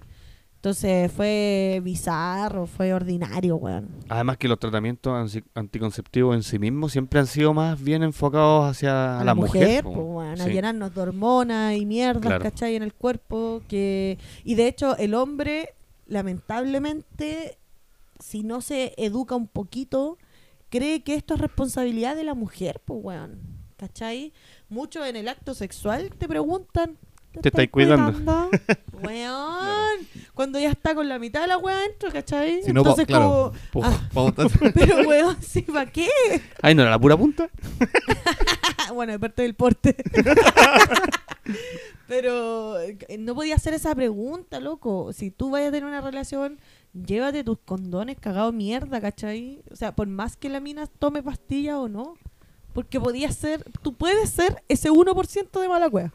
C: Entonces fue bizarro, fue ordinario, weón.
B: Además que los tratamientos ansi- anticonceptivos en sí mismos siempre han sido más bien enfocados hacia
C: a
B: la, mujer.
C: po,
B: po.
C: weón, a
B: Sí.
C: llenarnos de hormonas y mierdas,
B: Claro.
C: ¿cachai? En el cuerpo. que Y de hecho, el hombre, lamentablemente, si no se educa un poquito, cree que esto es responsabilidad de la mujer, pues, weón. ¿Cachai? Muchos en el acto sexual te preguntan.
B: Te estáis cuidando".
C: cuidando? Weón. Cuando ya está con la mitad de la weá adentro, ¿cachai?
A: Si no, po- claro.
B: Po-
C: como, ah,
A: Pauta-
C: pero weón, ¿sí, ¿para qué?
B: Ay, no era la pura punta.
C: Ah, bueno, de parte del porte. Pero eh, no podía hacer esa pregunta, loco. Si tú vayas a tener una relación, llévate tus condones cagado mierda, ¿cachai? O sea, por más que la mina tome pastillas o no. Porque podía ser, tú puedes ser ese 1% de mala cueva.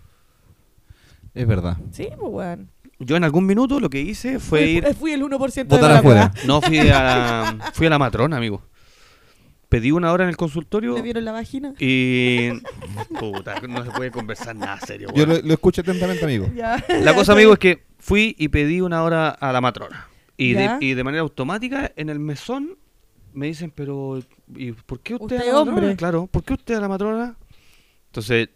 A: es verdad.
C: Sí, pues weón.
B: Yo en algún minuto lo que hice fue ir.
C: Fui, fui el 1% de
A: Botar
C: mala
A: afuera.
C: cueva.
B: No fui a la, fui a la matrona, amigo. Pedí una hora en el consultorio
C: ¿Le vieron la vagina?
B: y. Puta, no se puede conversar nada serio.
A: Yo
B: weón.
A: lo, lo escucho atentamente, amigo.
C: Ya.
B: La cosa, amigo, es que fui y pedí una hora a la matrona. Y, de,
C: ¿Ya?
B: y de manera automática, en el mesón, me dicen, pero ¿y por qué usted,
C: Usted
B: a
C: es
B: la matrona?"
C: hombre.
B: Claro, ¿por qué usted a la matrona? Entonces,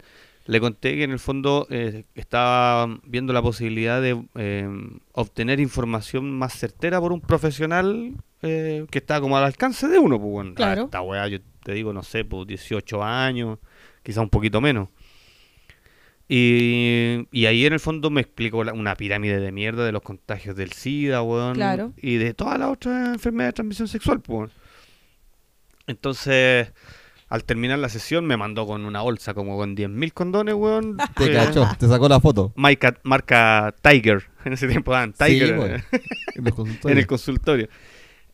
B: le conté que en el fondo eh, estaba viendo la posibilidad de eh, obtener información más certera por un profesional eh, que estaba como al alcance de uno. Pues, bueno,
C: Claro.
B: Esta weá, yo te digo, no sé, pues 18 años, quizá un poquito menos. Y, y ahí en el fondo me explicó la- una pirámide de mierda de los contagios del SIDA, weón.
C: Claro.
B: Y de todas las otras enfermedades de transmisión sexual, pues, weón. Entonces, al terminar la sesión me mandó con una bolsa como con 10.000 condones, weón.
A: Te
B: Eh,
A: cachó, te sacó la foto.
B: marca, marca Tiger. En ese tiempo daban Tiger
A: Sí,
B: eh,
A: weón. En los consultorios.
B: en el consultorio.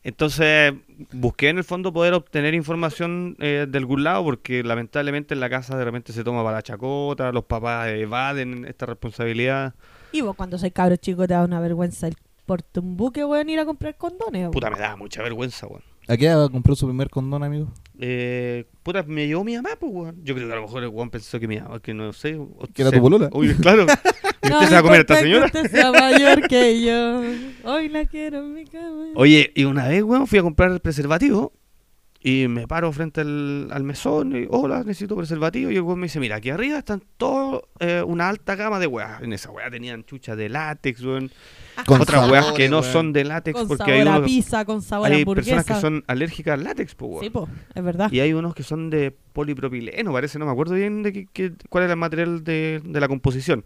B: Entonces, busqué en el fondo poder obtener información eh, de algún lado, porque lamentablemente en la casa de repente se toma para la chacota, los papás evaden esta responsabilidad.
C: Y vos cuando soy cabro chico te da una vergüenza el porte un buque, weón, ir a comprar condones. weón.
B: Puta, me da mucha vergüenza, weón.
A: ¿A qué edad compró su primer condón, amigo?
B: Eh, puta, me llevó mi mamá, pues, weón. Yo creo que a lo mejor el weón pensó que mi mamá, que no sé. o-
A: Que era
B: sea-
A: tu polola.
B: Uy, claro. ¿Y
C: No
B: usted se
C: me
B: va a comer a esta señora?
C: importa Que usted sea mayor que yo. Hoy la quiero en mi cama.
B: Oye, y una vez, weón, fui a comprar preservativo y me paro frente al, al mesón y, hola, necesito preservativo. Y el weón me dice, mira, aquí arriba están todos eh, una alta gama de weas. En esa wea tenían chuchas de látex, weón.
A: Con
B: Otras weas que
A: sabores,
B: no
A: weón.
B: son de látex
C: con
B: porque
C: sabor
B: hay,
C: a
B: unos-
C: pizza, con sabor a
B: hay
C: hamburguesa.
B: personas que son alérgicas al látex, pues, weón.
C: Sí, po, es verdad.
B: Y hay unos que son de polipropileno, parece, no me acuerdo bien de qué- qué- cuál era el material de, de la composición.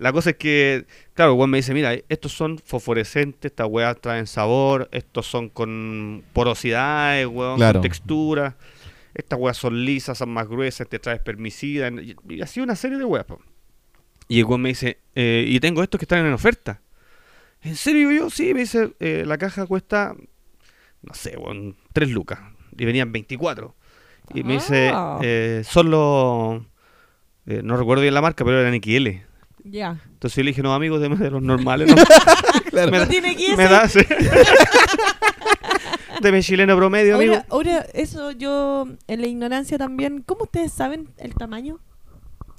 B: La cosa es que, claro, Juan me dice, mira, estos son fosforescentes, estas weas traen sabor, estos son con porosidades, weón,
A: Claro.
B: con textura, estas weas son lisas, son más gruesas, te traes permicida, y, y así una serie de weas. po. Y el weón me dice, eh, y tengo estos que están en oferta. ¿En serio yo? Sí, me dice, eh, la caja cuesta, no sé, weón, 3 lucas. Y venían 24. Y me dice,
C: Ah.
B: eh, son los... eh, no recuerdo bien la marca, pero eran XL.
C: Ya.
B: Entonces yo le dije, no, amigos, deme de los normales. ¿no?
A: Claro.
B: Me
C: No
B: da-
C: tiene que
B: me da, sí. Deme chileno promedio, amigo.
C: Ahora, ahora, eso yo, en la ignorancia también, ¿cómo ustedes saben el tamaño?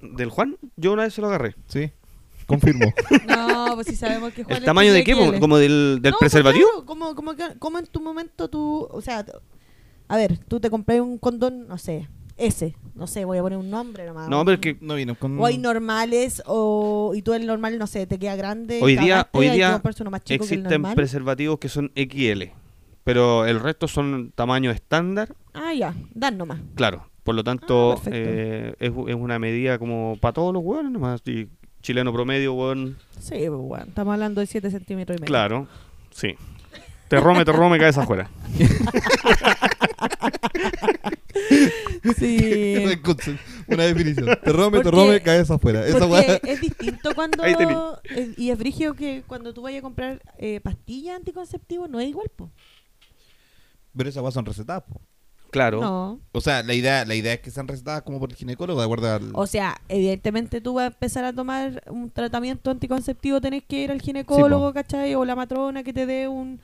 B: ¿Del Juan? Yo una vez se lo agarré.
A: Sí, confirmo.
C: No, pues si sabemos que Juan
B: ¿El
C: es
B: tamaño de qué?
C: chilequiele.
B: po? ¿Como del, del
C: No, pues
B: preservativo?
C: claro, como, como, que- como en tu momento tú, o sea, t- a ver, tú te compré un condón, no sé, ese. No sé, voy a poner un nombre nomás.
B: No, pero es que
A: No vino con.
C: O
B: Mm.
C: hay normales, o, y tú el normal, no sé, te queda grande.
B: hoy día,
C: cagaste,
B: hoy
C: hay que
B: día
C: comprarse uno más chico que el
B: existen
C: normal.
B: preservativos que son XL, pero el resto son tamaño estándar,
C: Ah, ya, dan nomás.
B: claro. Por lo tanto,
C: Ah, perfecto.
B: eh, es, u- es una medida como para todos los hueones nomás. Y chileno promedio, hueón,
C: Sí, pues, weón, estamos hablando de 7 centímetros y medio.
B: claro, sí. Te rome, te rome, caes afuera.
C: Sí.
A: Una definición. Te rome, te
C: Porque-
A: rome, cabeza afuera. Esa weá.
C: Porque es distinto cuando.
B: Ahí tení.
C: es- y es brigio que cuando tú vayas a comprar eh, pastillas anticonceptivas no es igual, po.
A: Pero esas weas son recetadas, po.
B: Claro.
C: No.
A: O sea, la idea, la idea es que sean recetadas como por el ginecólogo, de acuerdo al.
C: O sea, evidentemente tú vas a empezar a tomar un tratamiento anticonceptivo, tenés que ir al ginecólogo,
A: po.
C: ¿cachai? O la matrona que te dé un.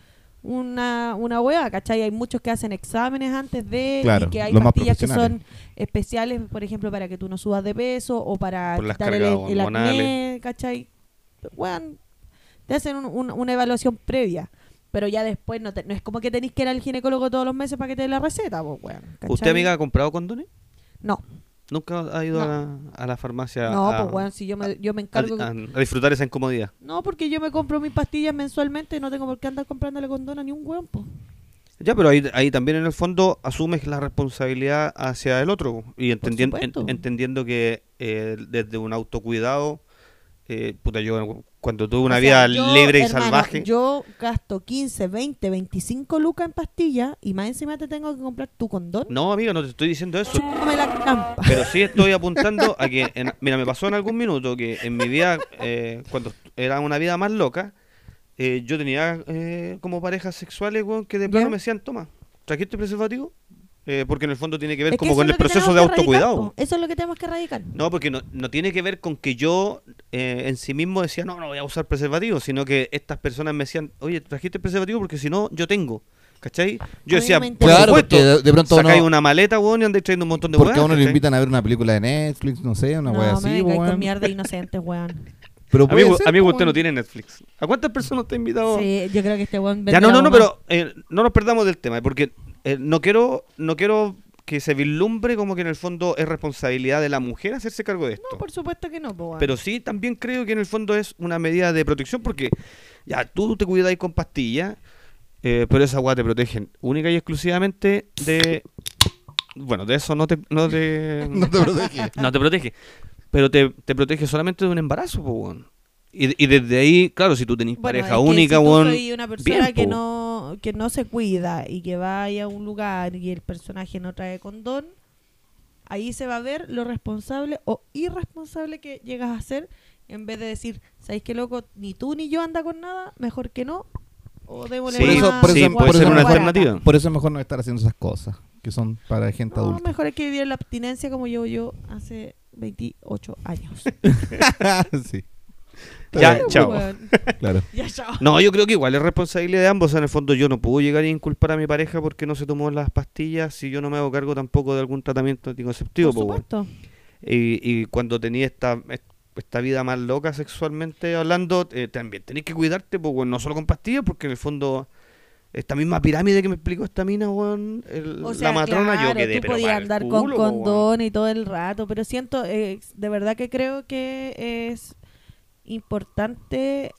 C: Una, una hueá, ¿cachai? Hay muchos que hacen exámenes antes de
A: Claro,
C: y que hay
A: los más
C: pastillas que son
A: profesionales.
C: especiales, por ejemplo, para que tú no subas de peso o para
B: Por las
C: quitar el,
B: cargas
C: el acné,
B: hormonales.
C: ¿cachai? Weón, te hacen un- un- una evaluación previa, pero ya después no, te- no es como que tenés que ir al ginecólogo todos los meses para que te dé la receta, pues, weón.
B: ¿Usted,
C: ¿cachai?
B: amiga, ha comprado condones?
C: No,
B: ¿Nunca ha ido a, la, a la farmacia
C: no,
B: a,
C: pues, weón, si yo me, yo me
B: a-
C: encargo...
B: a- a disfrutar esa incomodidad?
C: No, porque yo me compro mis pastillas mensualmente y no tengo por qué andar comprándole condón a ni un hueón, po.
B: Ya, pero ahí, ahí también en el fondo asumes la responsabilidad hacia el otro y entendiendo,
C: supuesto.
B: entendiendo que eh, desde un autocuidado, eh, puta, yo cuando tuve una
C: O sea,
B: vida
C: yo,
B: libre y
C: hermano,
B: salvaje,
C: Yo gasto 15, 20, 25 lucas en pastillas y más encima te tengo que comprar tu condón.
B: no, amiga, no te estoy diciendo eso,
C: Chúpame la trampa.
B: pero sí estoy apuntando a que, en- mira, me pasó en algún minuto que en mi vida, eh, cuando era una vida más loca, eh, yo tenía eh, como parejas sexuales weón, que de
C: Ya.
B: plano me decían, toma, ¿trajiste preservativo? Eh, porque en el fondo tiene que ver
C: Es que
B: como
C: eso
B: con
C: es
B: el
C: lo que
B: proceso de
C: tenemos que erradicar,
B: autocuidado.
C: po. Eso es lo que tenemos que erradicar.
B: No, porque no, no tiene que ver con que yo eh, en sí mismo decía, no, no voy a usar preservativo, sino que estas personas me decían, oye, trajiste preservativo porque si no, yo tengo. ¿Cachai? Yo
C: A mí
B: decía,
C: no me
B: por
C: interesa.
A: Claro,
B: supuesto,
A: porque de- de pronto
B: sacáis
A: uno-
B: una maleta, weón, y andáis trayendo un montón de
A: Porque a
B: weas,
A: uno le
B: ¿cachai?
A: invitan a ver una película de Netflix, no sé, una
C: No,
A: wea
C: me
A: así,
C: vengáis
A: weón.
C: con mierda de inocentes, weón.
A: Pero puede
B: Amigo,
A: ser,
B: amigo,
A: po,
B: usted no
A: weón.
B: tiene Netflix. ¿A cuántas personas te ha invitado?
C: Sí, yo creo que este weón...
B: Ya, no, no, no, pero eh, no nos perdamos del tema, porque eh, no quiero no quiero que se vislumbre como que en el fondo es responsabilidad de la mujer hacerse cargo de esto.
C: No, por supuesto que no, po, weón.
B: Pero sí, también creo que en el fondo es una medida de protección porque ya tú te cuidáis con pastillas, eh, pero esa agua te protegen única y exclusivamente de. Bueno, de eso no te. No te,
A: No te protege.
B: no te protege. Pero te, te protege solamente de un embarazo, po, weón. Y, y desde ahí, claro, si tú tenés
C: Bueno,
B: pareja
C: es que
B: única,
C: si tú
B: weón.
C: soy una persona
B: bien,
C: que
B: po.
C: no que no se cuida y que vaya a un lugar y el personaje no trae condón, ahí se va a ver lo responsable o irresponsable que llegas a ser en vez de decir, ¿sabéis qué loco? Ni tú ni yo anda con nada, mejor que no. O démosle
B: Sí,
A: Por eso-
C: más-
A: por eso-
B: sí,
A: por
B: puede
A: eso
B: ser
A: no
B: una
A: guarda.
B: alternativa.
A: Por eso es mejor no estar haciendo esas cosas que son para gente
C: No,
A: adulta.
C: mejor hay que vivir la abstinencia como llevo yo hace 28 años.
A: sí.
B: Ya,
A: Eh,
B: chao.
C: Weón,
A: Claro.
C: ya, chao.
B: No, yo creo que igual es responsabilidad de ambos. O sea, en el fondo yo no puedo llegar a inculpar a mi pareja porque no se tomó las pastillas si yo no me hago cargo tampoco de algún tratamiento anticonceptivo.
C: Por
B: po, weón.
C: supuesto.
B: y, y cuando tenía esta, esta vida más loca sexualmente hablando, eh, también tenés que cuidarte, pues, weón, no solo con pastillas, porque en el fondo esta misma pirámide que me explicó esta mina, weón, el-
C: O sea,
B: la matrona,
C: claro,
B: yo quedé
C: tú
B: pero
C: podías
B: pa'l
C: andar
B: culo,
C: con
B: po, weón.
C: condón y todo el rato, pero siento, eh, de verdad que creo que es importante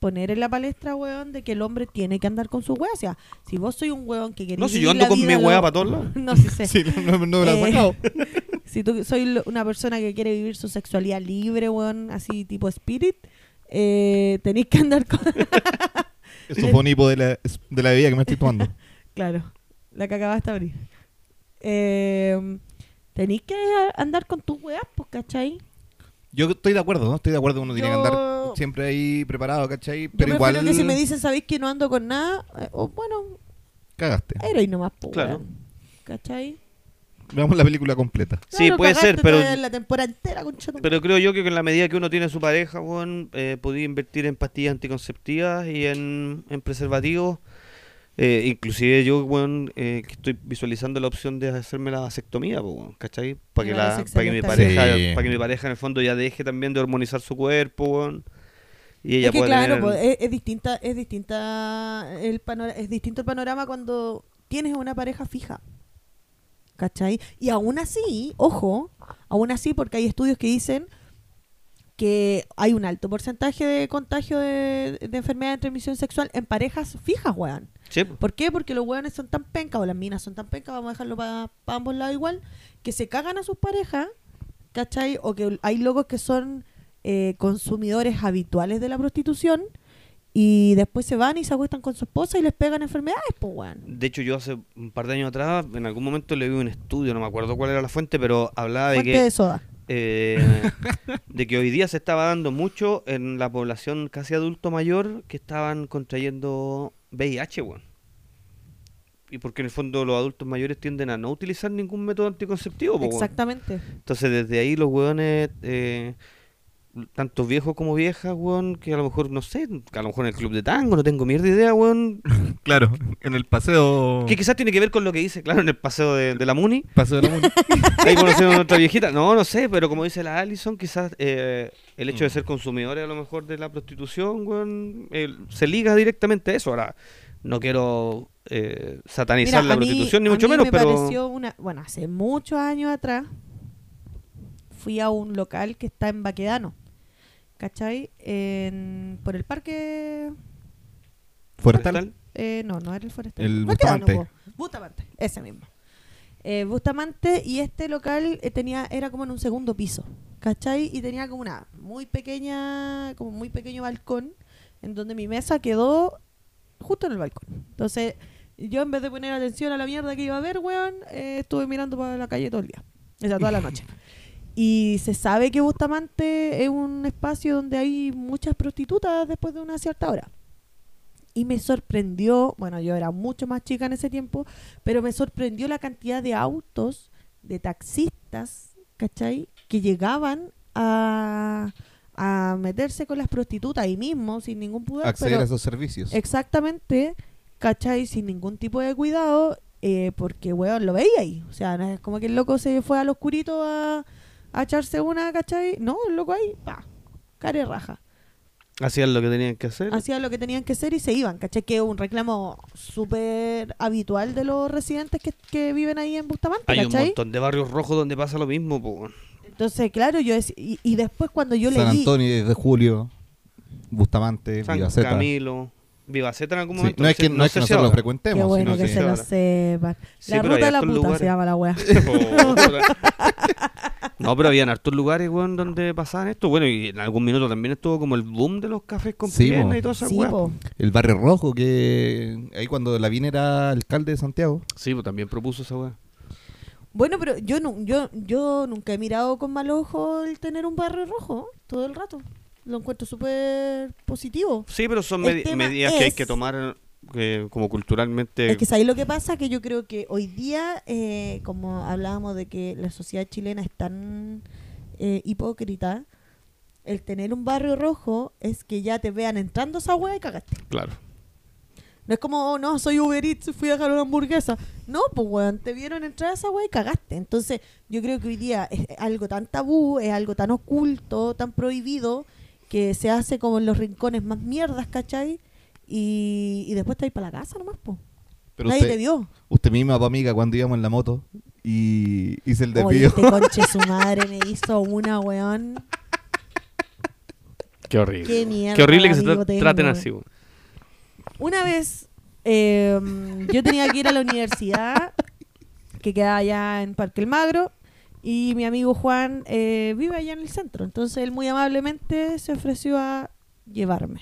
C: poner en la palestra, weón, de que el hombre tiene que andar con su weá. O sea, si vos soy un weón que querés
B: No, si
C: vivir
B: yo ando
C: la
B: con mi
C: vida,
B: weá
C: lo-
B: para todos lados.
C: No, si sé.
A: Sí, no, no- no me la
C: Eh,
A: has sacado.
B: pues,
C: si tú soy lo- una persona que quiere vivir su sexualidad libre, weón, así tipo spirit, eh, tenéis que andar con...
A: Eso fue un hipo de la, de la bebida que me estoy tomando.
C: Claro, la que acabaste de abrir. Eh, tenéis que a- andar con tus weas, pues, ¿cachai?
A: Yo estoy de acuerdo, ¿no? Estoy de acuerdo, uno tiene que
C: Yo-
A: andar siempre ahí preparado, ¿cachai?
C: Yo
A: Pero
C: prefiero
A: igual
C: que si me dicen, sabéis que no ando con nada, eh, o bueno,
A: cagaste.
C: era y nomás, pues,
B: Claro.
C: weón. ¿cachai?
A: Veamos la película completa.
B: Sí,
C: Claro,
B: puede
C: cagaste
B: ser, pero-
C: todavía en la temporada entera, conchetum-
B: Pero creo yo que en la medida que uno tiene su pareja, weón, eh, podía invertir en pastillas anticonceptivas y en, en preservativos. Eh, inclusive yo, weón, eh, que estoy visualizando la opción de hacerme la vasectomía, po, weón, ¿cachai? Para que,
C: Claro,
B: la,
C: sexual
B: para que mi
C: está
B: pareja,
A: bien.
B: para que mi pareja en el fondo ya deje también de hormonizar su cuerpo, weón. Y ella
C: es que
B: pueda
C: claro,
B: tener-
C: pues, es, es distinta, es distinta el panora- es distinto el panorama cuando tienes una pareja fija. ¿cachai? Y aún así, ojo, aún así, porque hay estudios que dicen que hay un alto porcentaje de contagio de, de enfermedad de transmisión sexual en parejas fijas, weón.
B: Sí, po.
C: ¿Por qué? Porque los hueones son tan pencas, o las minas son tan pencas, vamos a dejarlo para ambos lados igual, que se cagan a sus parejas, ¿cachai? O que hay locos que son eh, consumidores habituales de la prostitución y después se van y se acuestan con su esposa y les pegan enfermedades, pues, weón.
B: De hecho, yo hace un par de años atrás, en algún momento le vi un estudio, no me acuerdo cuál era la fuente, pero hablaba Ah, de
C: Fuente
B: que
C: de soda.
B: eh, de que hoy día se estaba dando mucho en la población casi adulto mayor que estaban contrayendo VIH, weón. Y porque en el fondo los adultos mayores tienden a no utilizar ningún método anticonceptivo, po, weón.
C: Exactamente.
B: Entonces desde ahí los weones, eh, tanto viejos como viejas, weón, que a lo mejor, no sé, que a lo mejor en el club de tango, no tengo mierda idea, weón.
A: Claro, en el paseo.
B: Que quizás tiene que ver con lo que dice, claro, en el paseo de, de la Muni.
A: Paseo de la Muni.
B: Ahí conocemos a nuestra viejita. No, no sé, pero como dice la Allison, quizás eh, el hecho de
A: Mm.
B: ser consumidores a lo mejor de la prostitución, weón, eh, se liga directamente a eso. Ahora, no quiero eh, satanizar
C: Mira,
B: la
C: a mí-
B: prostitución, ni
C: a
B: mucho
C: mí
B: menos,
C: me
B: pero...
C: pareció una, bueno, hace muchos años atrás fui a un local que está en Baquedano, ¿cachai? En- por el parque...
A: Forestal.
C: eh, no, no era el Forestal.
A: El
C: Baquedano,
A: Bustamante.
C: po. Bustamante, ese mismo. Eh, Bustamante y este local eh, tenía era como en un segundo piso, ¿cachai? Y tenía como una muy pequeña, como muy pequeño balcón en donde mi mesa quedó justo en el balcón. Entonces, yo en vez de poner atención a la mierda que iba a ver, weón, eh, estuve mirando para la calle todo el día. O sea, toda la noche. Y se sabe que Bustamante es un espacio donde hay muchas prostitutas después de una cierta hora. Y me sorprendió, bueno, yo era mucho más chica en ese tiempo, pero me sorprendió la cantidad de autos, de taxistas, ¿cachai? Que llegaban a, a meterse con las prostitutas ahí mismo, sin ningún pudor.
A: Acceder
C: pero-
A: a esos servicios.
C: Exactamente, ¿cachai? Sin ningún tipo de cuidado, eh, porque, weón, lo veía ahí. O sea, no es como que el loco se fue al oscurito a, a echarse una, ¿cachai? No, el loco ahí, pa, cara y raja.
B: Hacían lo que tenían que hacer.
C: Hacían lo que tenían que hacer y se iban, ¿cachai? Que es un reclamo súper habitual de los residentes que, que viven ahí en Bustamante,
B: Hay un
C: ¿cachai?
B: montón de barrios rojos donde pasa lo mismo, po, weón.
C: Entonces, claro, yo decía, y, y después cuando yo
A: San
C: leí...
A: Antonio desde Julio. Bustamante,
B: San
A: Vivaceta.
B: Camilo, Vivaceta en algún
A: Sí,
B: momento.
A: No es que,
B: sé-
A: no es que
B: sé si
A: nosotros lo
B: ahora.
A: frecuentemos.
C: Qué bueno
A: sino
C: que
A: que-
C: se lo
B: ahora.
C: sepan.
B: Sí,
C: La
B: pero hay
C: ruta de la puta
B: hartos lugares.
C: se llama la wea.
B: No, pero habían hartos lugares, weón, donde pasaban esto. Bueno, y en algún minuto también estuvo como el boom de los cafés con
A: Sí,
B: piernas
A: po.
B: y todas esas
C: Sí,
B: weas.
C: po.
A: El Barrio Rojo, que ahí cuando Lavín era alcalde de Santiago.
B: Sí, pues también propuso esa weá.
C: Bueno, pero yo, nu- yo, yo nunca he mirado con mal ojo el tener un barrio rojo ¿eh? todo el rato. Lo encuentro súper positivo.
B: Sí, pero son
C: El
B: medi-
C: tema
B: medidas que hay
C: es-
B: que tomar eh, como culturalmente.
C: Es que ahí lo que pasa, que yo creo que hoy día, eh, como hablábamos de que la sociedad chilena es tan eh, hipócrita, el tener un barrio rojo es que ya te vean entrando esa hueá y cagaste.
B: Claro.
C: No es como, oh, no, soy Uber Eats, fui a dejar una hamburguesa. No, pues, weón, te vieron entrar a esa weá y cagaste. Entonces, yo creo que hoy día es algo tan tabú, es algo tan oculto, tan prohibido, que se hace como en los rincones más mierdas, ¿cachai? Y, y después te vas para la casa nomás, pues.
A: Pero
C: Nadie
A: usted,
C: te vio.
A: usted misma, pa' amiga, cuando íbamos en la moto y hice el
C: Oye,
A: desvío.
C: este conche su madre me hizo una, weón.
B: Qué horrible.
C: Qué mierda.
B: Qué horrible que se
C: amigo
B: tra-
C: tengo,
B: traten
C: weón.
B: así, weón.
C: Una vez eh, yo tenía que ir a la universidad, que quedaba allá en Parque El Magro, y mi amigo Juan eh, vive allá en el centro. Entonces él muy amablemente se ofreció a llevarme.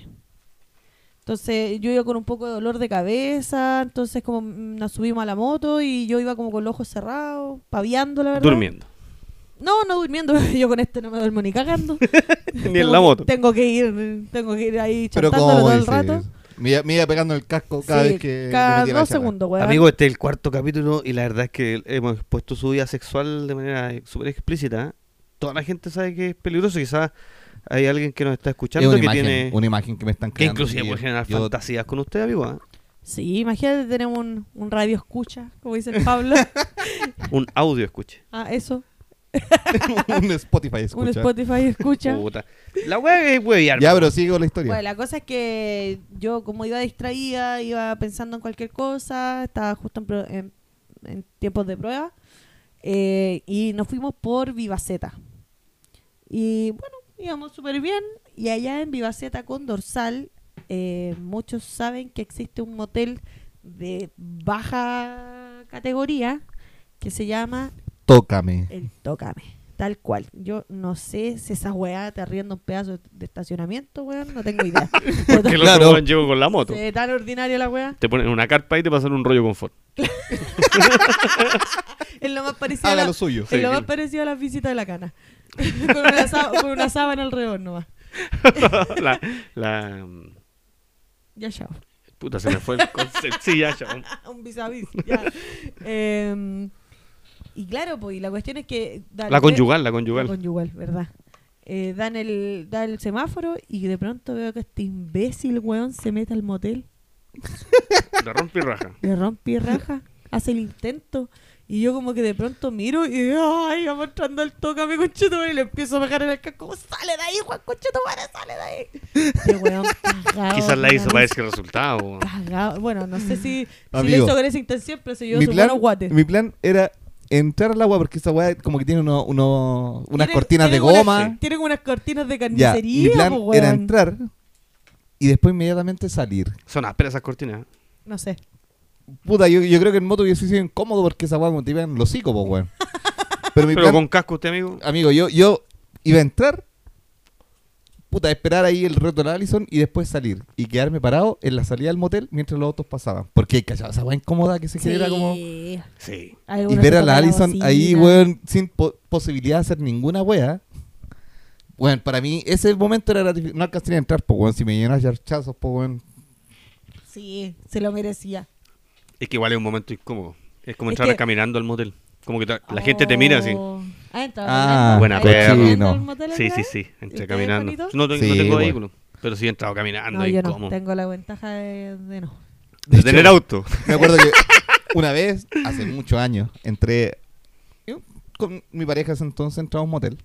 C: Entonces yo iba con un poco de dolor de cabeza, entonces como mm, nos subimos a la moto y yo iba como con los ojos cerrados, paviando la verdad.
B: Durmiendo.
C: No, no durmiendo, yo con este no me duermo ni cagando.
B: Ni en la moto.
C: Tengo que ir, tengo que ir ahí
A: Pero
C: chantándolo
A: como
C: todo el
A: dice,
C: rato.
A: me iba, me iba pegando el casco cada
C: Sí,
A: vez que
C: cada
A: me metía la
C: dos
A: charla.
C: segundos, weón.
B: Amigo, este es el cuarto capítulo y la verdad es que hemos expuesto su vida sexual de manera eh, súper explícita. ¿eh? Toda la gente sabe que es peligroso. Quizás hay alguien que nos está
A: Es
B: escuchando
A: una
B: que
A: imagen,
B: tiene.
A: una imagen que me están
B: Que
A: creando.
B: inclusive
A: y
B: puede generar
A: yo-
B: fantasías con usted, amigo. ¿eh?
C: Sí, imagínate tener un, un radio escucha, como dice el Pablo.
B: Un audio escuche.
C: ah, eso.
A: un Spotify
C: Un
A: escucha.
C: Spotify escucha.
B: Puta. La wea es hueviar.
A: ya, pero sigo la historia.
C: Bueno, la cosa es que yo como iba distraída, iba pensando en cualquier cosa, estaba justo en, pro- en- en tiempos de prueba. eh, y nos fuimos por Vivaceta. Y bueno, íbamos súper bien. Y allá en Vivaceta con Dorsal, eh, muchos saben que existe un motel de baja categoría que se llama
A: Tócame.
C: el Tócame. Tal cual. Yo no sé si esa weá te arriendo un pedazo de estacionamiento, weón. No tengo idea. Pero
D: Que el
A: Claro.
D: otro weón llegó con la moto.
C: eh, tan ordinaria la weá.
D: Te ponen una carpa y te pasan un rollo confort.
C: Es lo más
D: Ah,
C: parecido, a
A: Haga
C: la,
A: lo suyo.
D: Sí,
C: es lo más
D: claro.
C: parecido a las visitas de la cana. con, una sá- con una sábana alrededor nomás.
D: la, la.
C: Ya chao.
D: Puta, se me fue el concepto. Sí, ya, ya.
C: Un vis a vis. ya. Em, y claro, pues, y la cuestión es que. dan-
D: La conyugal, la
C: La
D: conyugal.
C: conyugal, verdad. Eh, dan el, da el semáforo y de pronto veo que este imbécil, weón, se mete al motel,
D: La rompe y raja.
C: le rompe y raja, hace el intento. Y yo como que de pronto miro y ay, va mostrando el toque a mi conchetumare y le empiezo a pegar en el casco. como, Sale de ahí, Juan conchetumare, sale de ahí. Este weón cagado,
D: Quizás la hizo
C: una
D: para ese resultado. weón.
C: cagado. Bueno, no sé si, si lo
A: Amigo,
C: hizo con esa intención, pero se llevó
A: mi
C: su
A: plan,
C: buenos guates.
A: mi plan era entrar al agua porque esa weá como que tiene uno, uno- unas
C: Tienen-
A: cortinas de
C: tienen unas-
A: goma.
C: tienen unas cortinas de
A: Ya,
C: carnicería,
A: mi plan
C: po, weón.
A: era entrar y después inmediatamente salir.
D: Son ásperas esas cortinas.
C: No sé.
A: Puta, yo, yo creo que en moto hubiese sido incómodo porque esa weá como te iban los hocico, po, weón. Pero mi
D: Pero
A: plan,
D: con casco, usted, amigo.
A: amigo, yo, yo iba a entrar, puta, esperar ahí el reto de la Allison y después salir. Y quedarme parado en la salida del motel mientras los autos pasaban. Porque, cachado, esa weá incómoda que se genera como...
C: Sí.
D: Sí.
A: Y
C: Algunos
A: ver
C: se
A: a la
C: tocan
A: Allison
C: bocina.
A: ahí, weón, sin po- posibilidad de hacer ninguna wea. Weón, para mí ese momento era gratificante. No alcanzaría a entrar, po, weón. Si me llenas yarchazos, po, weón.
C: Sí, se lo merecía.
D: Es que igual es un momento incómodo. Es como
C: Es
D: entrar
C: que-
D: caminando al motel. Como que ta- la gente te mira así.
C: Oh. Ah, entraba
A: Ah,
C: caminando.
D: buena
C: ¿Ahí
D: perra.
C: caminando al
A: Sí, no.
C: motel
D: Sí,
C: alguna
D: sí,
C: vez?
D: sí.
C: ¿Ustedes,
D: Entre caminando.
C: Juanito?
D: No, te- no
A: Sí,
D: tengo
A: bueno.
D: vehículo. Pero sí he entrado caminando.
C: No, yo no.
D: incómodo.
C: Tengo la ventaja de, de no.
D: De tener auto.
A: Me acuerdo que una vez, hace muchos años, entré. Yo con mi pareja ese entonces entramos a un motel.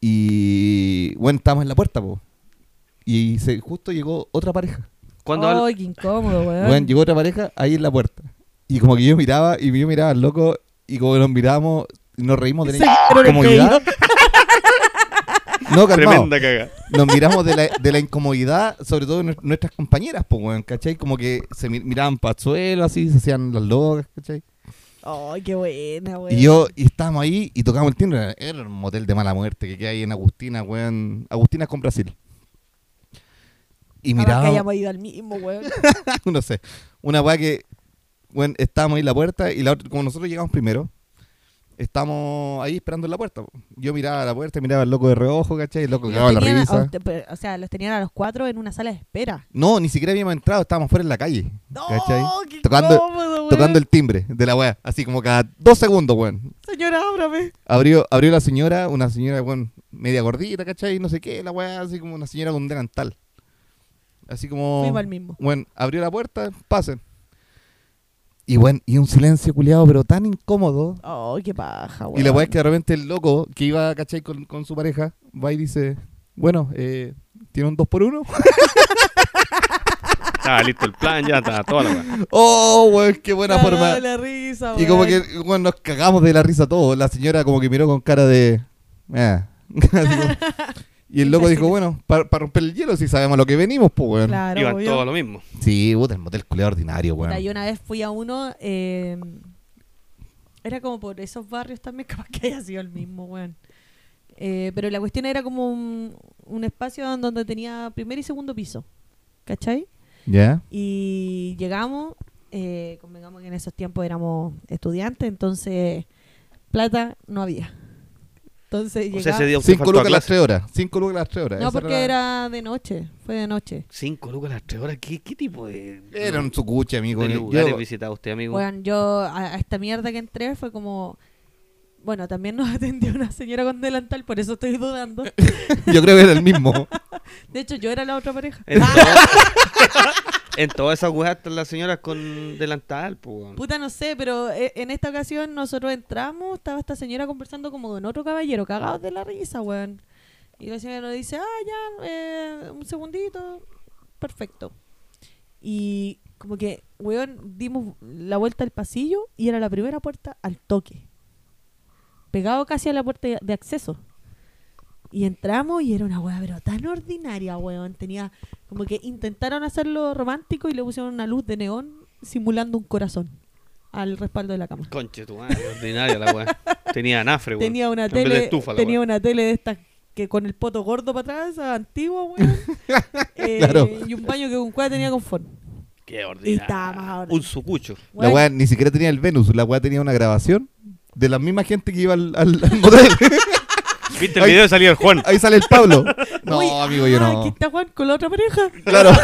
A: Y. Bueno, estábamos en la puerta, po. Y se, justo llegó otra pareja.
D: ¿Cuándo al-
C: Ay, qué incómodo, weón.
A: Bueno, llegó otra pareja ahí en la puerta. Y como que yo miraba, y yo miraba al loco, y como nos miramos, nos reímos de
C: Sí,
A: la
C: pero lo
A: incomodidad. No, calmado.
D: Tremenda caga.
A: Nos miramos de la, de la incomodidad, sobre todo nues- nuestras compañeras, pues, weón, ¿cachai? Como que se mi- miraban para el suelo, así, se hacían las locas, ¿cachai?
C: Ay, qué buena, weón.
A: Y yo, y estábamos ahí y tocamos el timbre. Era- Era un motel de mala muerte que queda ahí en Agustina, weón. Agustina con Brasil. Y
C: Capaz Ah, que
A: mirábamos,
C: hayamos ido al mismo, weón.
A: no sé, una weá que, weón, estábamos ahí en la puerta y la otra, como nosotros llegamos primero, estábamos ahí esperando en la puerta. po. Yo miraba a la puerta, miraba al loco de reojo, ¿cachai? El loco
C: Los
A: cagaba la
C: tenían a-
A: risa.
C: o te- pero, o sea, los tenían a los cuatro en una sala de espera.
A: No, ni siquiera habíamos entrado, estábamos fuera en la calle.
C: No,
A: ¿Cachai?
C: qué
A: Tocando-
C: incómodo, weón.
A: Tocando el timbre de la weá, así como cada dos segundos, weón.
C: Señora, ábrame.
A: Abrió, abrió la señora, una señora, weón, media gordita, ¿cachai? No sé qué, la weá, así como una señora con un delantal. Así como.
C: Fuimos al mismo.
A: Bueno, abrió la puerta, pasen. Y bueno, y un silencio culiado, pero tan incómodo.
C: Ay, qué paja, weón.
A: Y la weá es que de repente el loco que iba, ¿cachai? Con, con su pareja, va y dice, bueno, eh, ¿tiene un 2 por 1
D: Estaba listo el plan, ya estaba toda la weá.
A: ¡Oh, weón, qué buena
C: Cagado
A: forma!
C: de la risa,
A: Y
C: weón.
A: como que bueno, nos cagamos de la risa todos. La señora como que miró con cara de... "Ah". Así como- y el loco dijo, bueno, para romper el hielo si sabemos lo que venimos, pues, weón.
C: Claro,
D: Iban
C: obvio.
D: todos lo mismo.
A: Sí, puta, el motel culiao ordinario,
C: Puta, Yo
A: weón.
C: una vez fui a uno, eh, era como por esos barrios también, capaz que haya sido el mismo, weón. Eh, pero la cuestión era como un, un espacio en donde tenía primer y segundo piso, ¿cachai?
A: ¿Ya?
C: Y llegamos, eh, convengamos que en esos tiempos éramos estudiantes, entonces plata no había.
D: O
C: Entonces
D: sea, ese
C: llegamos...
D: día usted
A: Cinco
D: faltó a
A: lucas las
D: clase.
A: tres horas. Cinco lucas las tres horas.
C: No,
A: Esa
C: porque era de noche, fue de noche.
D: Cinco lucas las tres horas. ¿Qué, qué tipo de,
A: Era un sucuche, amigo.
D: de
A: Yo-
D: lugares visitaba usted, amigo?
C: Bueno, yo a, a esta mierda que entré fue como... Bueno, también nos atendió una señora con delantal, por eso estoy dudando.
A: yo creo que era el mismo.
C: De hecho, yo era la otra pareja.
D: En, todo- en todas esas weas están las señoras con delantal, pues. weón.
C: Ah, Puta, no sé, pero eh, en esta ocasión nosotros entramos, estaba esta señora conversando como con otro caballero, cagados de la risa, weón. Y la señora nos dice, ah, ya, eh, un segundito, perfecto. Y como que, weón, dimos la vuelta al pasillo y era la primera puerta al toque. Pegado casi a la puerta de- de acceso. Y entramos y era una weá, pero tan ordinaria, weón. Tenía como que intentaron hacerlo romántico y le pusieron una luz de neón simulando un corazón al respaldo de la cama.
B: Conche tu madre, ordinaria la weá. Tenía anafre, weón.
C: Tenía una
B: En vez de
C: tele,
B: estufa, la
C: tenía
B: weá.
C: una tele de estas que con el poto gordo para atrás, esa antigua, weón. Eh,
A: Claro.
C: Y un baño que con cuál tenía confort.
B: Qué ordinaria.
C: estaba más ordinaria.
B: Un sucucho.
A: La weá ni siquiera tenía el Venus, la weá tenía una grabación de la misma gente que iba al, al- al motel.
E: ¿Viste
A: el video
E: de salir el Juan?
A: Ahí sale el Pablo. No,
C: Uy,
A: amigo, yo
C: ah,
A: no.
C: Aquí está Juan con la otra pareja.
A: Claro.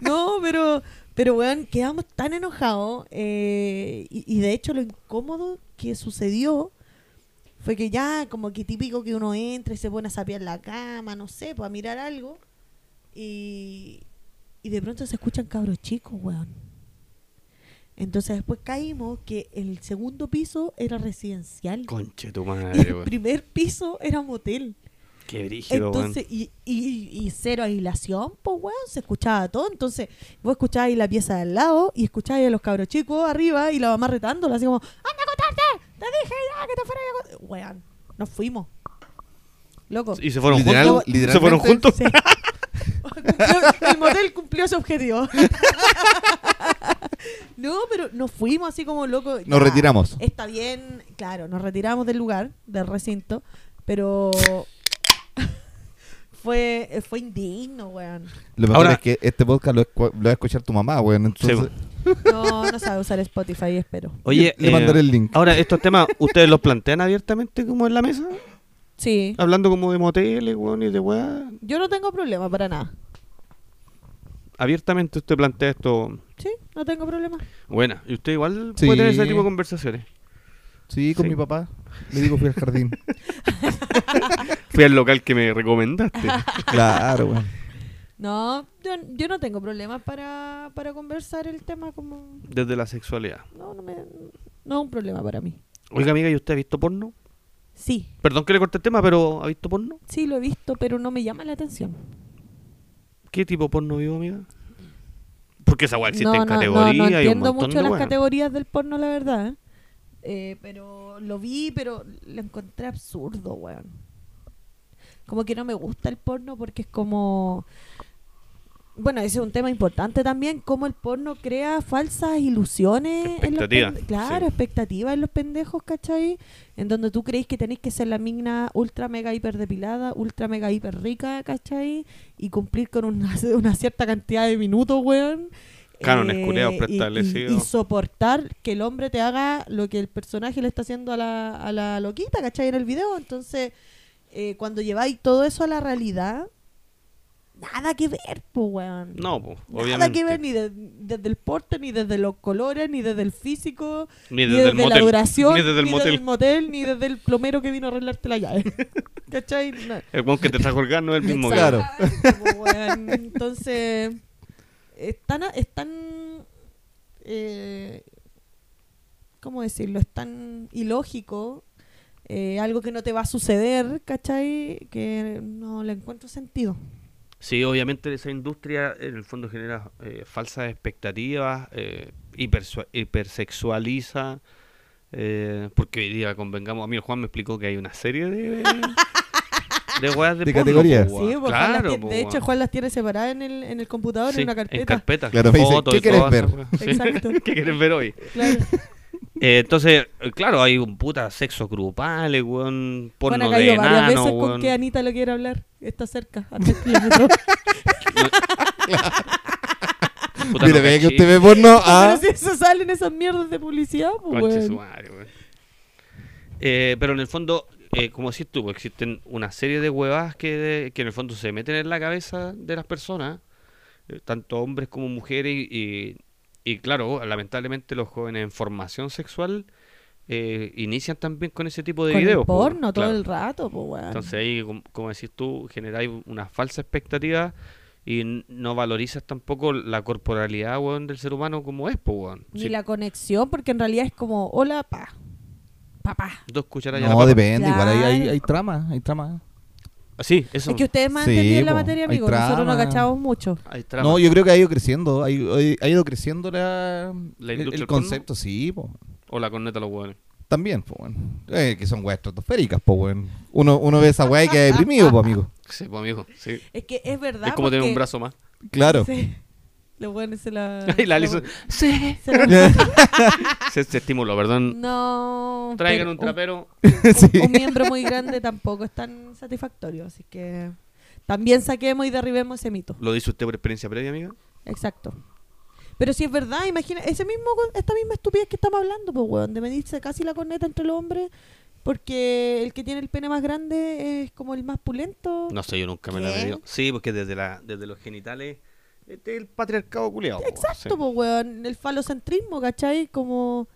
C: No, pero, pero weón, quedamos tan enojados. eh, y, y de hecho, lo incómodo que sucedió fue que ya, como que típico que uno entra y se pone a sapear la cama, no sé, pues a mirar algo. Y, y de pronto se escuchan cabros chicos, weón. Entonces después caímos que el segundo piso era residencial.
B: Conche tu
C: Y
B: madre,
C: el
B: weón.
C: primer piso era motel.
B: Qué brígido, weón.
C: Entonces, y, y, y cero aislación, pues, weón, se escuchaba todo. Entonces, vos escuchabas ahí la pieza del lado y escuchabas ahí a los cabros chicos arriba y la mamá retándola, así como, anda a contarte, te dije ya que te fuera a acostar". Weón, nos fuimos. Loco.
B: Y se fueron
A: Literal-
B: juntos. Se fueron
A: literalmente-
B: juntos.
C: Sí. Cumplió- el motel cumplió su objetivo. no, pero nos fuimos así como locos.
A: Nos
C: ya,
A: retiramos.
C: Está bien, claro, nos retiramos del lugar, del recinto, pero fue, fue indigno, weón.
A: Lo mejor
B: Ahora-
A: es que este podcast lo, escu- lo va a escuchar tu mamá, weón. Entonces,
B: Sí,
C: No, no sabe usar Spotify, espero.
B: Oye,
A: le
B: eh,
A: mandaré el link.
B: ahora estos temas, ¿ustedes los plantean abiertamente como en la mesa?
C: Sí.
B: Hablando como de moteles, weón, y de weá.
C: Yo no tengo problema para nada.
B: Abiertamente usted plantea esto.
C: Sí, no tengo problema.
B: Buena. Y usted igual
A: Sí.
B: puede tener ese tipo de conversaciones.
A: Sí, con
B: Sí.
A: mi papá. Le digo, fui al jardín.
B: Fui al local que me recomendaste.
A: claro, weón.
C: No, yo, yo no tengo problemas para, para conversar el tema como...
B: Desde la sexualidad.
C: No, no, me, no es un problema para mí.
B: Oiga, amiga, ¿y usted ha visto porno?
C: Sí,
B: Perdón que le corte el tema, pero ¿ha visto porno?
C: sí lo he visto, pero no me llama la atención.
B: ¿Qué tipo de porno vio, amiga? Porque esa weá existe
C: no,
B: en categoría
C: no, no
B: y un
C: entiendo
B: montón
C: mucho
B: de
C: las
B: weá.
C: categorías del porno, la verdad. ¿eh? Eh, pero lo vi, pero lo encontré absurdo, weón. Como que no me gusta el porno porque es como... Bueno, ese es un tema importante también, cómo el porno crea falsas ilusiones. en los
B: Expectativas,
C: pende- Claro,
B: sí.
C: expectativas en los pendejos, ¿cachai? En donde tú crees que tenéis que ser la mina ultra mega hiper depilada, ultra mega hiper rica, ¿cachai? Y cumplir con una, una cierta cantidad de minutos, weón. Eh,
B: Cánones cureados
C: y- y-
B: preestablecidos.
C: Y, soportar que el hombre te haga lo que el personaje le está haciendo a la, a la loquita, ¿cachai? En el video. Entonces, eh, cuando lleváis todo eso a la realidad, nada que ver, pues, weón.
B: No, pues,
C: Nada
B: obviamente.
C: que ver ni de- desde el porte, ni desde los colores, ni desde el físico,
B: Ni
C: ni
B: desde,
C: desde,
B: el
C: la
B: motel.
C: duración,
B: Ni desde el motel.
C: motel, ni desde el plomero que vino a arreglarte la llave. ¿Cachai? No.
B: El weón que te está colgando es el mismo.
A: Exacto.
B: weón.
C: Exacto, po, weón. Entonces, están, están eh, ¿cómo decirlo? Es tan ilógico, eh, algo que no te va a suceder, ¿cachai? Que no le encuentro sentido.
B: Sí, obviamente esa industria en el fondo genera eh, falsas expectativas, eh, hipersua- hipersexualiza, eh, porque hoy día, convengamos, a mí el Juan me explicó que hay una serie de... De weas de,
A: De
B: porno,
A: categorías.
B: po, weón.
C: Sí, pues, Juan las
B: claro,
C: tie-
B: po,
C: de hecho
B: weón.
C: Juan las tiene separadas en el, en el computador,
B: Sí,
C: en una
B: En
C: carpeta.
B: carpetas,
A: Claro, me dice,
B: fotos
A: ¿qué
B: y
A: quieres
B: todas esas
A: ver?
B: weas. Sí.
C: Exacto.
B: ¿Qué quieres ver hoy?
C: Claro.
B: Eh, entonces, eh, claro, hay un puta sexo grupal, weón,
C: Juan
B: porno
C: ha
B: de
C: caído varias
B: enano,
C: veces
B: weón.
C: con que Anita lo quiere hablar. Está cerca, a tres kilómetros.
B: Puta,
A: Mira,
B: no
A: vea que
B: caché.
A: usted ve porno. Ah,
C: Pero si eso salen esas mierdas de publicidad, pues,
B: Conche
C: weón.
B: su madre, weón. Eh, pero en el fondo, eh, como decís tú, pues, existen una serie de huevas que, que en el fondo se meten en la cabeza de las personas, eh, tanto hombres como mujeres, y, y claro, lamentablemente los jóvenes en formación sexual eh, inician también con ese tipo de
C: con
B: videos.
C: el
B: po,
C: porno todo
B: claro.
C: el rato, pues, weón.
B: Entonces ahí, com- como decís tú, generáis una falsa expectativa y n- no valorizas tampoco la corporalidad, weón, del ser humano como es, po, weón.
C: Ni
B: Si
C: la conexión, porque en realidad es como, hola, pa, papá.
B: Dos cucharadas y a la
A: no,
B: papa. Ah,
A: depende. Igual hay, hay,
C: Claro.
A: hay trama. Hay trama.
B: Sí, eso.
C: Es que ustedes más
A: Sí,
C: entendido en la
A: po,
C: materia,
A: hay
C: amigo. Nosotros no
A: trama.
C: cachamos mucho.
B: Hay trama.
A: No, yo creo que ha ido creciendo. Ha ido, ha ido creciendo la,
B: ¿La
A: el- el,
B: industria del
A: concepto, sí, po.
B: O la corneta de los hueones.
A: También, pues, weón. Eh, que son weas estratosféricas, pues, weón. Uno, uno ve esa wea y queda deprimido, pues, amigo.
B: Sí, pues amigo. Sí.
C: Es que es verdad.
B: Es como tener
C: porque-
B: un brazo más.
A: Claro.
C: Sí. Los buenos se la.
B: Y la
C: se
B: Alison. Sí.
C: se la-
B: Se, se estimuló, este perdón.
C: No.
B: Traigan
C: pero Oh.
B: un trapero.
C: Un,
A: Sí.
C: un miembro muy grande tampoco es tan satisfactorio. Así que también saquemos y derribemos ese mito.
B: ¿Lo dice usted por experiencia previa, amiga?
C: Exacto. Pero si es verdad, imagina, ese mismo, con- esta misma estupidez que estamos hablando, pues, weón, de medirse casi la corneta entre los hombres, porque el que tiene el pene más grande es como el más pulento.
B: No sé, yo nunca me la
C: ¿Qué?
B: he medido. Sí, porque desde, la, desde los genitales. Este es el patriarcado culiado.
C: Exacto, pues, weón, el falocentrismo, ¿cachai? Como,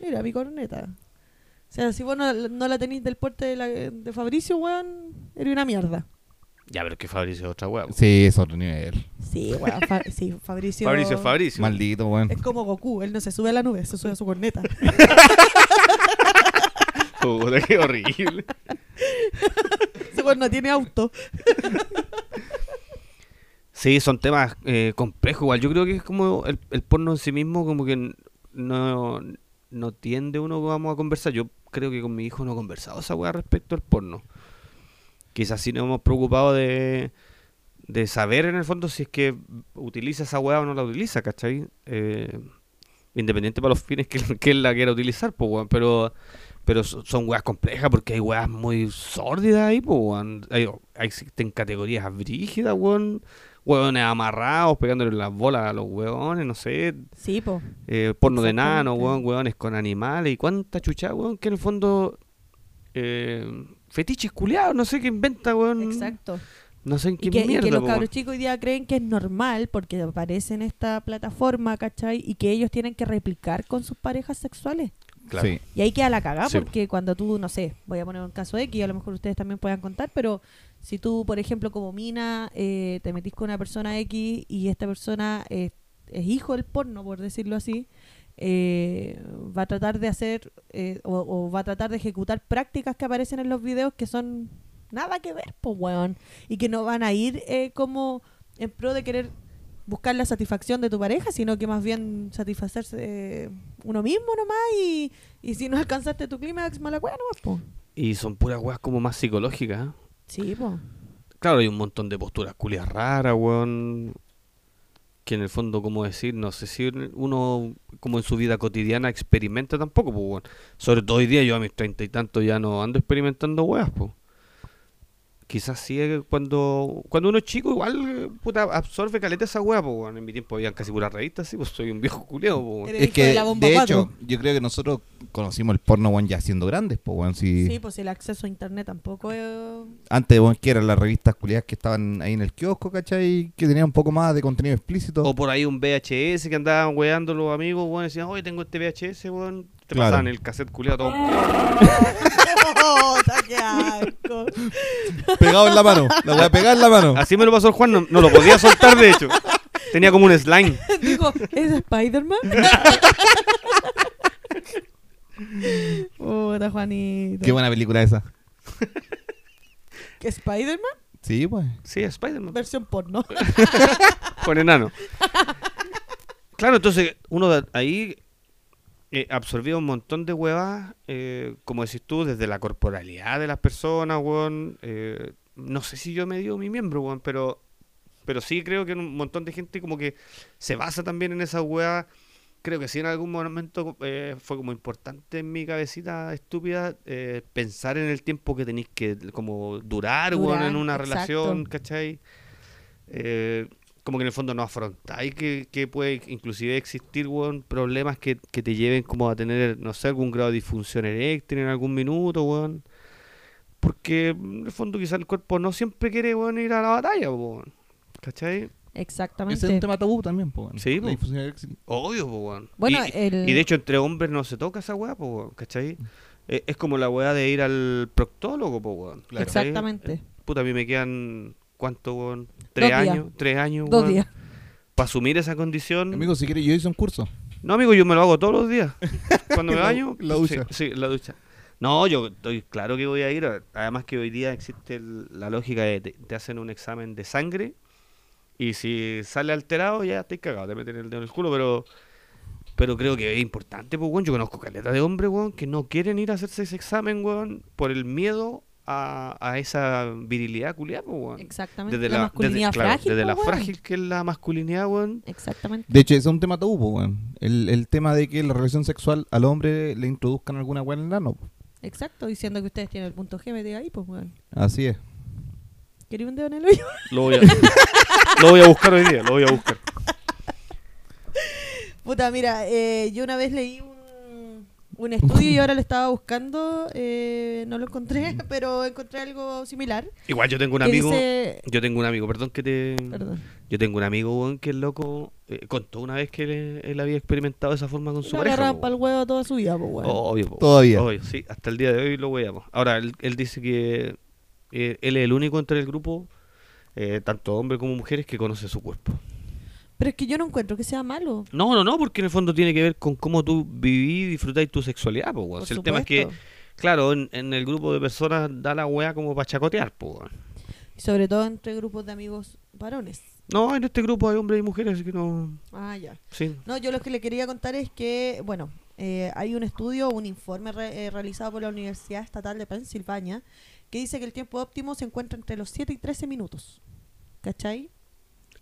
C: mira, mi corneta. O sea, si vos no, no la tenís del porte de, la- de Fabricio, weón, eres una mierda.
B: Ya, pero es que Fabricio es otra hueá. po.
A: Sí, es otro nivel.
C: Sí, weón, Fa- sí, Fabricio.
B: Fabricio es Fabricio.
A: Maldito, weón.
C: Es como Goku, él no se sube a la nube, se sube a su corneta.
B: Puta, qué horrible.
C: Ese weón no tiene auto.
B: Sí, son temas eh, complejos igual. Yo creo que es como el, el porno en sí mismo, como que n- no, no tiende uno vamos a conversar. Yo creo que con mi hijo no he conversado esa weá respecto al porno. Quizás sí nos hemos preocupado de, de saber en el fondo si es que utiliza esa weá o no la utiliza, ¿cachai? Eh, independiente para los fines que, que él la quiera utilizar, pues weón. Pero, pero so- son weas complejas porque hay weas muy sórdidas ahí, pues weón. Hay- existen categorías brígidas, weón hueones amarrados, pegándole las bolas a los hueones, no sé,
C: Sí, pues.
B: eh, porno de
C: Exactamente.
B: nano, hueón, hueones con animales, y cuánta chucha, hueón, que en el fondo eh, fetiches culiados, no sé qué inventa, hueón.
C: Exacto.
B: No sé en qué
C: Y que, y que
B: mierda,
C: los
B: po,
C: cabros chicos hoy día creen que es normal porque aparecen en esta plataforma, ¿cachai? Y que ellos tienen que replicar con sus parejas sexuales.
B: hueón. Claro.
A: Sí.
C: Y ahí queda la cagada
B: Sí, po.
C: porque cuando tú, no sé, voy a poner un caso X y a lo mejor ustedes también puedan contar, pero si tú, por ejemplo, como mina, eh, te metís con una persona X y esta persona eh, es hijo del porno, por decirlo así, eh, va a tratar de hacer eh, o, o va a tratar de ejecutar prácticas que aparecen en los videos que son nada que ver, pues, weón. Y que no van a ir eh, como en pro de querer buscar la satisfacción de tu pareja, sino que más bien satisfacerse eh, uno mismo nomás y, y si no alcanzaste tu clímax, mala cueva nomás, po.
B: Y son puras weas como más psicológicas. ¿eh?
C: Sí, po.
B: Claro, hay un montón de posturas culias raras, hueón. Que en el fondo, como decir, no sé si uno, como en su vida cotidiana, experimenta tampoco, pues, hueón. Sobre todo hoy día, yo a mis treinta y tantos ya no ando experimentando weas, pues. Quizás sí, eh, cuando, cuando uno es chico, igual, eh, puta, absorbe caleta esa wea, pues, En mi tiempo habían casi puras revistas, sí, pues soy un viejo culiao, pues, po, hueón.
C: Eres-
A: Es
C: hijo
A: que,
C: de
A: de,
C: la bomba cuatro.
A: hecho, yo creo que nosotros conocimos el porno, weón, ya siendo grandes, pues, weón. Si
C: Sí, pues el acceso a internet tampoco es...
A: Antes, weón, que eran las revistas culiadas que estaban ahí en el kiosco, ¿cachai? Que tenían un poco más de contenido explícito.
B: O por ahí un VHS que andaban weando los amigos, weón, decían, oye, tengo este VHS, weón. Te
A: Claro.
B: pasaban el cassette culiao todo.
C: ¡Puta, qué asco!
A: Pegado en la mano. La voy a pegar en la mano.
B: Así me lo pasó el Juan, no, no lo podía soltar de hecho. Tenía como un slime.
C: Digo, ¿es Spider-Man? Puta, Juanito.
A: Qué buena película esa.
C: ¿Que ¿Spider-Man?
A: Sí, pues.
B: Sí, Spider-Man.
C: Versión porno.
B: Con enano. Claro, entonces uno de ahí eh, absorbió un montón de huevas, eh, como decís tú, desde la corporalidad de las personas, weón. eh, no sé si yo me dio mi miembro, weón, pero, pero sí creo que un montón de gente como que se basa también en esa huevas. Creo que sí en algún momento eh, fue como importante en mi cabecita estúpida eh, pensar en el tiempo que tenéis que como durar, weón,
C: Durar,
B: en una
C: exacto.
B: relación, ¿cachai? Eh, como que en el fondo no afrontáis que, que puede inclusive existir weón, problemas que, que te lleven como a tener, no sé, algún grado de disfunción eréctil en algún minuto, weón. Porque en el fondo quizás el cuerpo no siempre quiere weón, ir a la batalla, weón. ¿Cachai?
C: Exactamente.
A: tema tabú también, pues. weón.
B: Sí,
A: La
B: pues.
A: difusión eréctil.
B: Obvio, po, weón.
C: Bueno,
B: y,
C: el-
B: y de hecho, entre hombres no se toca esa weá, po, weón, ¿cachai? Eh, Es como la weá de ir al proctólogo, po, weón.
A: Claro.
B: ¿cachai?
C: Exactamente.
B: Eh, Puta, a mí me quedan, ¿cuánto, weón? ¿Tres
C: días.
B: años? ¿Tres años,
C: Dos días.
B: Para asumir esa condición.
A: Amigo, si quieres, yo hice un curso.
B: No, amigo, yo me lo hago todos los días. Cuando me
A: La-
B: baño.
A: la ducha.
B: Sí, sí, la ducha. No, yo estoy claro que voy a ir. Además que hoy día existe el- la lógica de te, te hacen un examen de sangre y si sale alterado ya estoy cagado, te meten el dedo en el culo, pero pero creo que es importante, pues, weón. Yo conozco caleta de hombres, weón, que no quieren ir a hacerse ese examen, weón, por el miedo a, a esa virilidad culiada, pues, weón.
C: Exactamente.
B: Desde
C: la,
B: la,
C: masculinidad
B: desde, claro,
C: frágil.
B: desde
C: po,
B: la
C: weón.
B: frágil que es la masculinidad, weón.
C: Exactamente.
A: De hecho, ese es un tema tabú, po, weón. El, el tema de que la relación sexual al hombre le introduzcan alguna weá en el ano. pues. po.
C: Exacto, diciendo que ustedes tienen el punto G, me diga ahí, pues, weón.
A: Así es.
C: ¿Quería un dedo en el hoyo?
B: Lo voy a, lo voy a buscar hoy día, lo voy a buscar.
C: Puta, mira, eh, yo una vez leí un, un estudio y ahora lo estaba buscando, eh, no lo encontré, pero encontré algo similar.
B: Igual yo tengo Mm. un
C: que
B: amigo.
C: dice-
B: Yo tengo un amigo, perdón que te.
C: Perdón.
B: Yo tengo un amigo, weón, que el loco eh, contó una vez que él, él había experimentado esa forma con su
C: Lo
B: pareja.
C: agarraban
B: po, Oh.
C: para el
B: weón.
C: huevo toda su vida, pues, weón.
B: Obvio, po,
A: Todavía.
B: Obvio, sí, hasta el día de hoy lo weamos. Ahora, él, él dice que eh, él es el único entre el grupo, eh, tanto hombres como mujeres, que conoce su cuerpo.
C: Pero es que yo no encuentro que sea malo.
B: No, no, no, porque en el fondo tiene que ver con cómo tú vivís y disfrutáis tu sexualidad, po, weón.
C: Por
B: Si Pues el tema es que,
C: supuesto.
B: claro, en, en el grupo de personas da la wea como para chacotear, po, weón.
C: Y sobre todo entre grupos de amigos varones.
B: No, en este grupo hay hombres y mujeres, así que no.
C: Ah, ya.
B: Sí.
C: No, yo lo que le quería contar es que, bueno, eh, hay un estudio, un informe re- eh, realizado por la Universidad Estatal de Pensilvania que dice que el tiempo óptimo se encuentra entre los 7 y 13 minutos. ¿Cachai?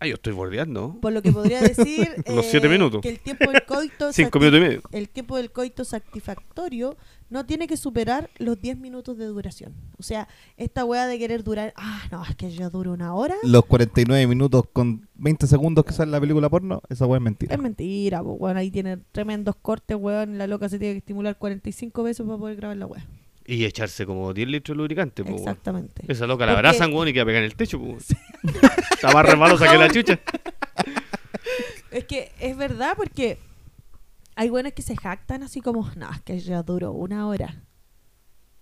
B: Ah, yo estoy bordeando.
C: Por lo que podría decir eh,
B: Los siete minutos.
C: que el tiempo del coito
B: Cinco
C: sati-
B: minutos y medio.
C: el tiempo del coito satisfactorio no tiene que superar los 10 minutos de duración. O sea, esta weá de querer durar, ah, no, es que yo duro una hora.
A: Los 49 minutos con 20 segundos que sale la película porno, esa weá es mentira.
C: Es mentira, po, weón. Ahí tiene tremendos cortes, weón. La loca se tiene que estimular 45 veces para poder grabar la weá.
B: Y echarse como 10 litros de lubricante, po, weón.
C: Exactamente.
B: Esa loca la
C: Porque-
B: abrazan, weón, y queda pegada en el techo, po, weón. Está más remalosa que la chucha.
C: Es que es verdad porque hay buenas que se jactan así como, no, es que ya duró una hora.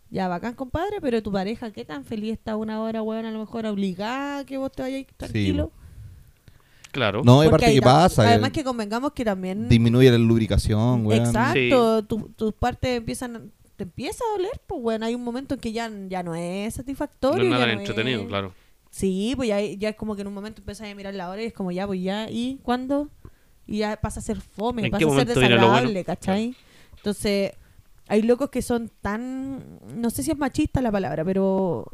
C: Ya bacán, compadre, pero tu pareja, qué tan feliz está una hora, weón, a lo mejor obligada a que vos te vayas tranquilo.
B: Claro.
A: No, es
C: Porque
A: parte
C: hay
A: que
C: tam-
A: pasa.
C: Además
A: eh,
C: que convengamos que también...
A: Disminuye la lubricación, weón.
C: Exacto, tu- tus partes empiezan... Te empieza a doler, pues, bueno, hay un momento en que ya, ya no es
B: No
C: satisfactorio.
B: es nada
C: ya no
B: entretenido,
C: es-
B: claro.
C: Sí, pues ya, ya es como que en un momento empiezas a mirar la hora y es como ya, pues ya, ¿y cuándo? Y ya pasa a ser fome,
B: ¿En
C: pasa
B: qué
C: a ser
B: momento viene lo
C: desagradable,
B: bueno?
C: ¿cachai? Entonces, hay locos que son tan, no sé si es machista la palabra, pero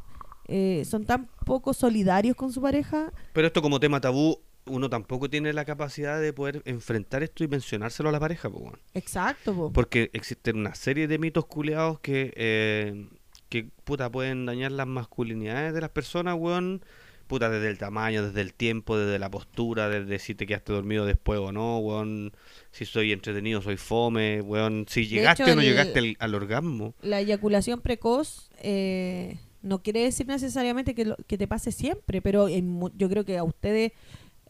C: eh, son tan poco solidarios con su pareja.
B: Pero esto como tema tabú, uno tampoco tiene la capacidad de poder enfrentar esto y mencionárselo a la pareja, po, weón.
C: Exacto, po.
B: Porque existen una serie de mitos culeados que, eh, que puta, pueden dañar las masculinidades de las personas, weón. Puta, desde el tamaño, desde el tiempo, desde la postura, desde si te quedaste dormido después o no, weón. Si soy entretenido, soy fome, weón. Si llegaste
C: hecho,
B: o no
C: el-
B: llegaste al, al orgasmo.
C: La eyaculación precoz eh, no quiere decir necesariamente que, lo- que te pase siempre, pero en mu- yo creo que a ustedes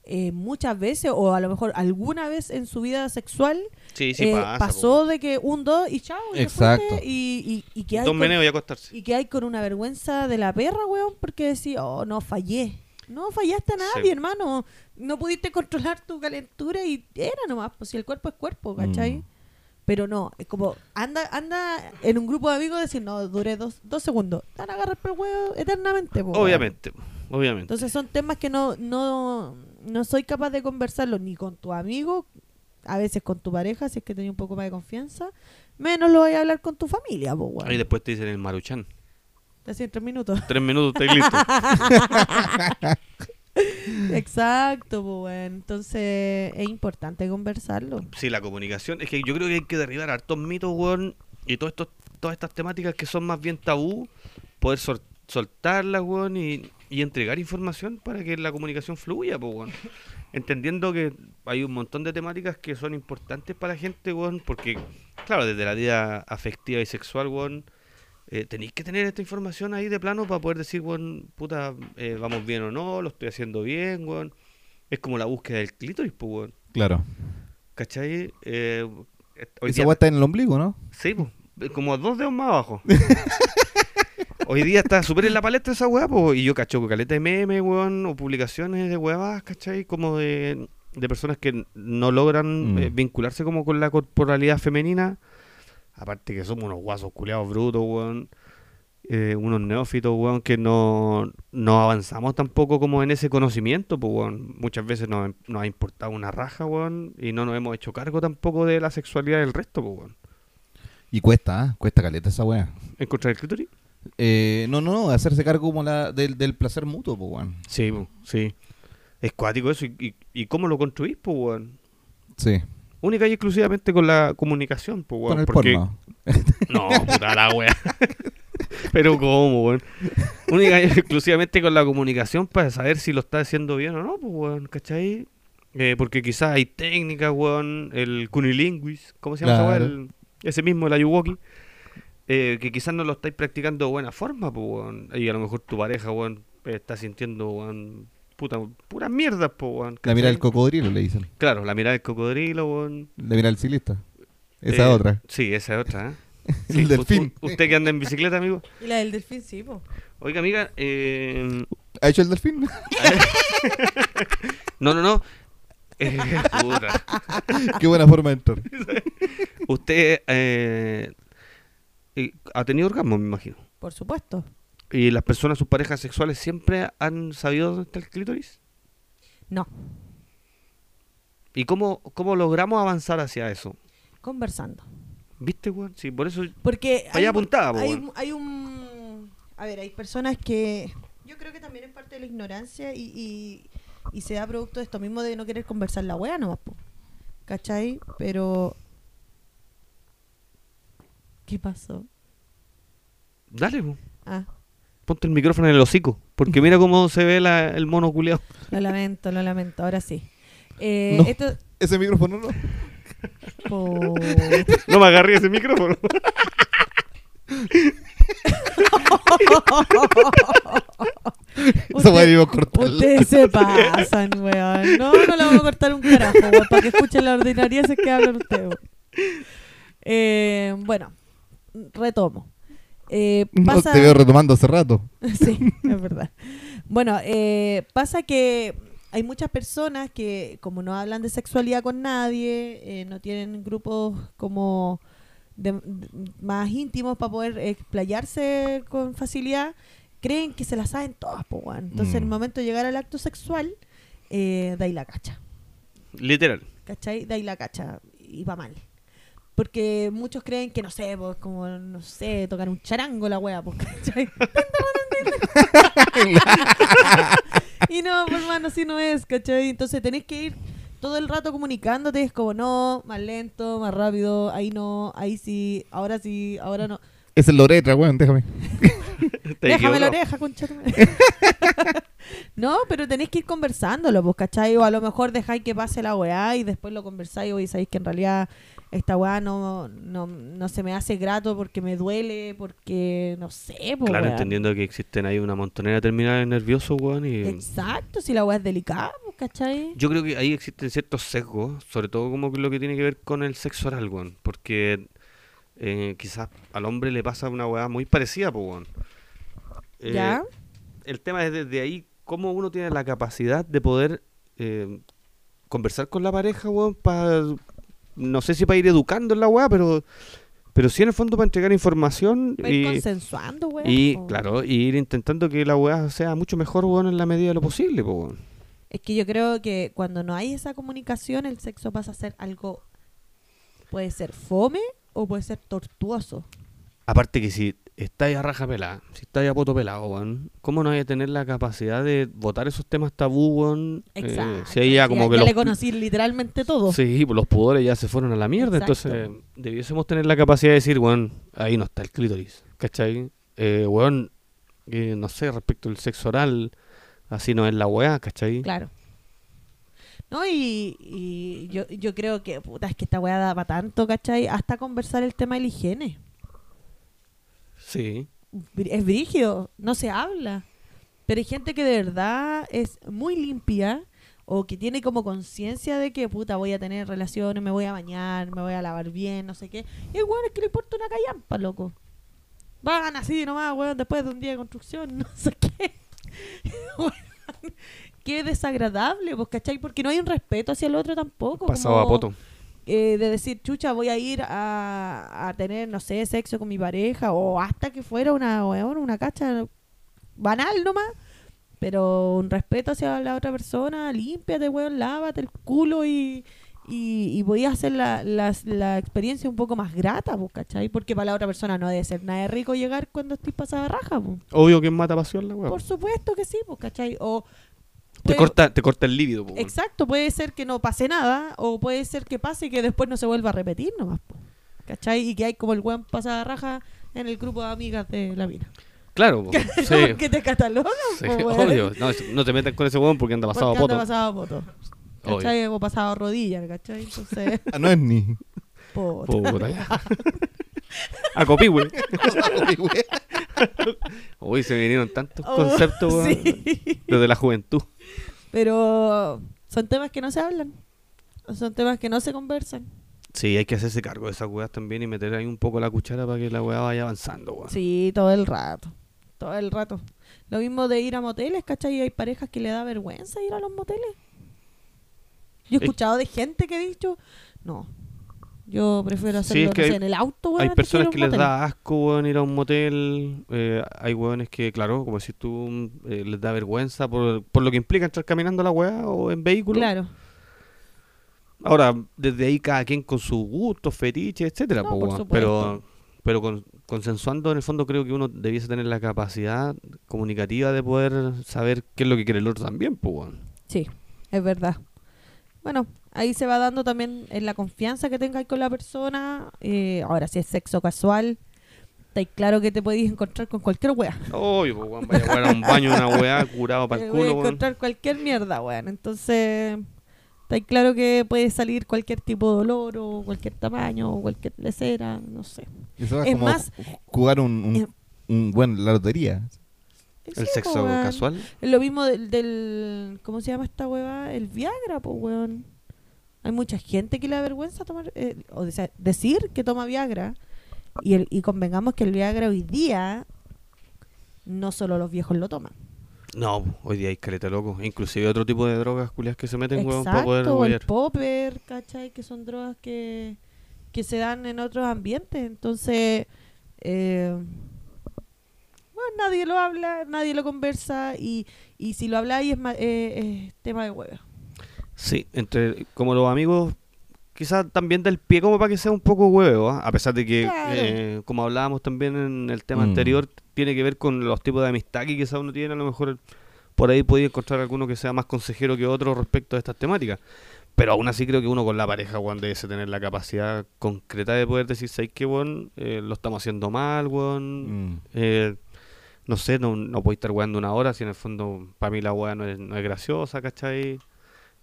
C: eh, muchas veces, o a lo mejor alguna vez en su vida sexual,
B: Sí, sí
C: eh,
B: pasa. po,
C: pasó de que un, dos y chao. y te
A: Exacto.
C: fuiste, Y, y, y que
B: weón.
C: hay
B: Dos
C: con,
B: meneos y acostarse.
C: y que hay con una vergüenza de la perra, weón, porque decía, oh, no, fallé. No fallaste a nadie,
B: Sí.
C: hermano. No pudiste controlar tu calentura y era nomás, pues si el cuerpo es cuerpo, ¿cachai?
A: Mm.
C: Pero no, es como, anda anda en un grupo de amigos decir, no, duré dos, dos segundos. Te van a agarrar por el huevo eternamente, po, weón.
B: Obviamente, po, obviamente.
C: Entonces son temas que no, no, no soy capaz de conversarlo ni con tu amigo, a veces con tu pareja, si es que tenés un poco más de confianza, menos lo voy a hablar con tu familia, po, weón.
B: Y después te dicen el maruchán.
C: Te hacen tres minutos.
B: Tres minutos, estáis listo.
C: Exacto, po, weón. Entonces es importante conversarlo.
B: Sí, la comunicación. Es que yo creo que hay que derribar hartos mitos, weón. Y todos estos, todas estas temáticas que son más bien tabú, poder sol- soltarlas, weón, y, y entregar información para que la comunicación fluya, pues, weón. Entendiendo que hay un montón de temáticas que son importantes para la gente, weón, porque, claro, desde la vida afectiva y sexual, weón, eh, tenéis que tener esta información ahí de plano para poder decir, weón, puta, eh, vamos bien o no, lo estoy haciendo bien, weón. Es como la búsqueda del clítoris, pues, weón.
A: Claro.
B: ¿Cachai? Eh, eh, hoy
A: Esa
B: día-
A: weá está en el ombligo, ¿no?
B: Sí, po, eh, como dos dedos más abajo. hoy día está súper en la palestra esa weá, po, y yo cacho con caleta de memes, weón, o publicaciones de huevas, ¿cachai? Como de, de personas que no logran
A: Mm.
B: eh, vincularse como con la corporalidad femenina. Aparte que somos unos guasos culeados brutos, weón. Eh, unos neófitos, weón, que no, no avanzamos tampoco como en ese conocimiento, pues, weón. Muchas veces nos, nos ha importado una raja, weón, y no nos hemos hecho cargo tampoco de la sexualidad del resto, pues, weón.
A: Y cuesta, ¿ah? Cuesta caleta esa weá.
B: ¿Encontrar el clítoris?
A: Eh, no, no, no, hacerse cargo como la del, del placer mutuo, pues, weón.
B: Sí, po, sí. Es cuático eso. ¿Y, y, y cómo lo construís, pues, weón?
A: Sí.
B: Única y exclusivamente con la comunicación, pues, weón.
A: Con el
B: porque-
A: porno.
B: No, puta la wea. Pero cómo, weón. Única y exclusivamente con la comunicación para saber si lo está haciendo bien o no, pues, weón, ¿cachai? Eh, porque quizás hay técnicas, weón, el cunilingüis, ¿cómo se llama esa weá?
A: Claro.
B: El- Ese mismo, el ayuwoki. eh, que quizás no lo estáis practicando de buena forma, pues, weón. Y a lo mejor tu pareja, weón, eh, está sintiendo, weón, puta, puras mierdas, pues, weón.
A: La mira
B: ¿cachai?
A: del cocodrilo, le dicen.
B: Claro, la mirada del cocodrilo, weón.
A: La mira del silista. Esa
B: Eh,
A: otra.
B: Sí, esa es otra, ¿eh?
A: El
B: Sí,
A: delfín.
B: u- u- ¿Usted que anda en bicicleta, amigo?
C: Y la del delfín, sí, po.
B: Oiga, amiga, eh,
A: ¿Ha hecho el delfín?
B: no, no, no. Eh, puta.
A: Qué buena forma de entrar.
B: Usted eh, eh, ha tenido orgasmo, me imagino.
C: Por supuesto.
B: ¿Y las personas, sus parejas sexuales, siempre han sabido dónde está el clítoris?
C: No.
B: ¿Y cómo, cómo logramos avanzar hacia eso?
C: Conversando.
B: ¿Viste, weón? Sí, por eso...
C: Porque
B: Para allá apuntaba, po,
C: hay,
B: weón.
C: hay un... A ver, hay personas que... Yo creo que también es parte de la ignorancia y, y- y se da producto de esto mismo de no querer conversar la wea nomás, po. ¿Cachai? Pero... ¿Qué pasó?
B: Dale, weón.
C: Ah,
B: Ponte el micrófono en el hocico. Porque mira cómo se ve la- el mono culeado.
C: lo lamento, lo lamento, ahora sí. Eh,
A: No.
C: Esto...
A: Ese micrófono no.
C: po.
B: No me agarré ese micrófono.
A: Esa weá
C: Usted-
A: iba a cortarla.
C: Ustedes se pasan, weón. No, no la vamos a cortar un carajo, weón, para que escuchen la ordinaria que hablan ustedes. weón. Eh, bueno, retomo. Eh,
A: No,
C: pasa...
A: te veo retomando hace rato.
C: Sí, es verdad. Bueno, eh, pasa que hay muchas personas que como no hablan de sexualidad con nadie, eh, no tienen grupos como de- de- más íntimos para poder explayarse con facilidad, creen que se las saben todas, po, weón. Entonces, en el
A: Mm.
C: momento de llegar al acto sexual, eh, da ahí la cacha.
B: Literal.
C: ¿cachai? De ahí la cacha y va mal. Porque muchos creen que, no sé, pues como, no sé, tocar un charango la wea, pues, ¿cachai? y no, pues, hermano, así no es, ¿cachai? Entonces tenés que ir todo el rato comunicándote, es como, no, más lento, más rápido, ahí no, ahí sí, ahora sí, ahora no.
A: Esa es Loretra, weón, déjame.
B: Está
C: Déjame
B: equivocado.
C: la oreja, concha tu madre. No, pero tenés que ir conversándolo, pues, ¿cachai? O a lo mejor dejáis que pase la weá y después lo conversáis y sabéis que en realidad esta weá no, no, no se me hace grato porque me duele, porque no sé, pues.
B: Claro,
C: weá.
B: entendiendo que existen ahí una montonera de terminales nerviosos, weón. Y...
C: Exacto, si la weá es delicada, pues, ¿cachai?
B: Yo creo que ahí existen ciertos sesgos, sobre todo como que lo que tiene que ver con el sexo oral, weón. Porque eh, quizás al hombre le pasa una weá muy parecida, pues, weón. Eh,
C: ¿Ya?
B: El tema es desde ahí cómo uno tiene la capacidad de poder eh, conversar con la pareja, weón, para... No sé si para ir educando en la weá, pero... Pero sí en el fondo para entregar información
C: Va a ir
B: y...
C: consensuando, weá. pues.
B: Y
C: po.
B: claro, y ir intentando que la weá sea mucho mejor, weón, en la medida de lo posible, po, weón.
C: Es que yo creo que cuando no hay esa comunicación, el sexo pasa a ser algo. Puede ser fome o puede ser tortuoso.
B: Aparte que si estáis a raja pelada, si estáis a poto pelado, weón, ¿cómo no vais a tener la capacidad de votar esos temas tabú, weón? Eh,
C: Exacto.
B: si ahí ya como
C: ya,
B: que
C: ya
B: los,
C: le conocí literalmente todo.
B: Sí, pues los pudores ya se fueron a la mierda,
C: Exacto.
B: entonces eh, debiésemos tener la capacidad de decir, weón, ahí no está el clítoris, ¿cachai? Eh, weón, eh, no sé, respecto al sexo oral, así no es la weá, ¿cachai?
C: Claro. No, y, y yo, yo creo que, puta, es que esta weá da para tanto, ¿cachai? Hasta conversar el tema de la higiene.
B: Sí.
C: Br- Es brígido, no se habla. Pero hay gente que de verdad es muy limpia o que tiene como conciencia de que, puta, voy a tener relaciones, me voy a bañar, me voy a lavar bien, no sé qué. Y hay weones que le importa una callampa, loco. Van así nomás, weón, después de un día de construcción, no sé qué. Weón, qué desagradable, pues, ¿cachai? Porque no hay un respeto hacia el otro tampoco.
B: Pasado a
C: como-
B: poto.
C: eh, de decir, chucha, voy a ir a, a tener, no sé, sexo con mi pareja, o hasta que fuera una, weón, una cacha banal nomás, pero un respeto hacia la otra persona, límpiate, weón, lávate el culo y, y, y voy a hacer la, las- la experiencia un poco más grata, pues, ¿cachai? Porque para la otra persona no debe ser nada de rico llegar cuando estoy pasada raja, pues.
B: Obvio que es mata pasión la weá.
C: Por supuesto que sí, pues, ¿cachai? O
B: Te
C: puede-
B: corta, te corta el líbido, po, weón.
C: Exacto, puede ser que no pase nada, o puede ser que pase y que después no se vuelva a repetir nomás, po, ¿cachai? Y que hay como el weón pasada raja en el grupo de amigas de la mina.
B: Claro, po. Sí,
C: que te catalogan,
B: sí,
C: po, weón.
B: obvio. No, es- no te metas con ese weón porque anda pasado a
C: Porque
B: poto.
C: anda pasado a poto.
B: Obvio.
C: ¿Cachai? O pasado a rodillas, ¿cachai? Entonces,
A: Ah, no es ni.
C: poto.
B: Puta, ya. A copí, weón. Uy, se me vinieron tantos
C: Oh,
B: conceptos, weón,
C: sí.
B: Desde la juventud.
C: Pero son temas que no se hablan. Son temas que no se conversan.
B: Sí, hay que hacerse cargo de esas weas también y meter ahí un poco la cuchara para que la wea vaya avanzando, weón.
C: Sí, todo el rato. Todo el rato. Lo mismo de ir a moteles, ¿cachai? Hay parejas que le da vergüenza ir a los moteles. Yo
B: Es-
C: he escuchado de gente que ha dicho, no, yo prefiero
B: Sí,
C: hacerlo
B: es que
C: no sé,
B: hay-
C: en el auto, weón,
B: Hay
C: antes ir a
B: personas
C: un
B: que les
C: motel".
B: da asco, weón, ir a un motel. eh, hay weones que, claro, como decís tú, mm, eh, les da vergüenza por, por lo que implica entrar caminando a la weá o en vehículo.
C: Claro.
B: Ahora, desde ahí cada quien con sus gustos, fetiches, etcétera,
C: No,
B: po,
C: por
B: weón.
C: supuesto.
B: pero pero con- consensuando en el fondo creo que uno debiese tener la capacidad comunicativa de poder saber qué es lo que quiere el otro también, pues.
C: Sí, es verdad. Bueno, ahí se va dando también en la confianza que tengáis con la persona. Eh, ahora, si es sexo casual, estáis claro que te podéis encontrar con cualquier wea.
B: Obvio, pues, weón, vaya a jugar a un baño, una weá, curado para
C: Te
B: el
C: Eh, voy a
B: culo, weón.
C: encontrar cualquier mierda, weón. Entonces, está claro que puede salir cualquier tipo de dolor o cualquier tamaño o cualquier lesera, no sé.
A: Eso es,
C: Es
A: como
C: más- eh,
A: jugar un, un,
C: es-
A: un- bueno, la lotería.
B: El
C: Sí,
B: sexo
C: po, weón.
B: casual.
C: Es lo mismo del, del- ¿Cómo se llama esta hueva? El Viagra, pues, weón. Hay mucha gente que le da vergüenza tomar. eh, o sea, decir que toma Viagra. Y, el, y convengamos que el Viagra hoy día. No solo los viejos lo toman.
B: No, po, hoy día hay caleta loco. Inclusive otro tipo de drogas culias que se meten, weón, para poder
C: Exacto, o el
B: huear.
C: popper, ¿cachai? Que son drogas que, que se dan en otros ambientes. Entonces, eh, bueno, nadie lo habla, nadie lo conversa y, y si lo habláis es, ma- eh, es tema de hueva.
B: Sí, entre como los amigos, quizás también del pie como para que sea un poco huevo, ¿ah? a pesar de que,
C: Claro.
B: eh, como hablábamos también en el tema
A: Mm.
B: anterior, tiene que ver con los tipos de amistad que quizás uno tiene, a lo mejor por ahí podía encontrar alguno que sea más consejero que otro respecto a estas temáticas. Pero aún así creo que uno con la pareja, Juan, debe tener la capacidad concreta de poder decir, ¿sabes qué, weón? Eh, lo estamos haciendo mal, weón.
A: Mm.
B: Eh, no sé, no, no podéis estar weando una hora si en el fondo para mí la wea no es, no es graciosa, ¿cachai?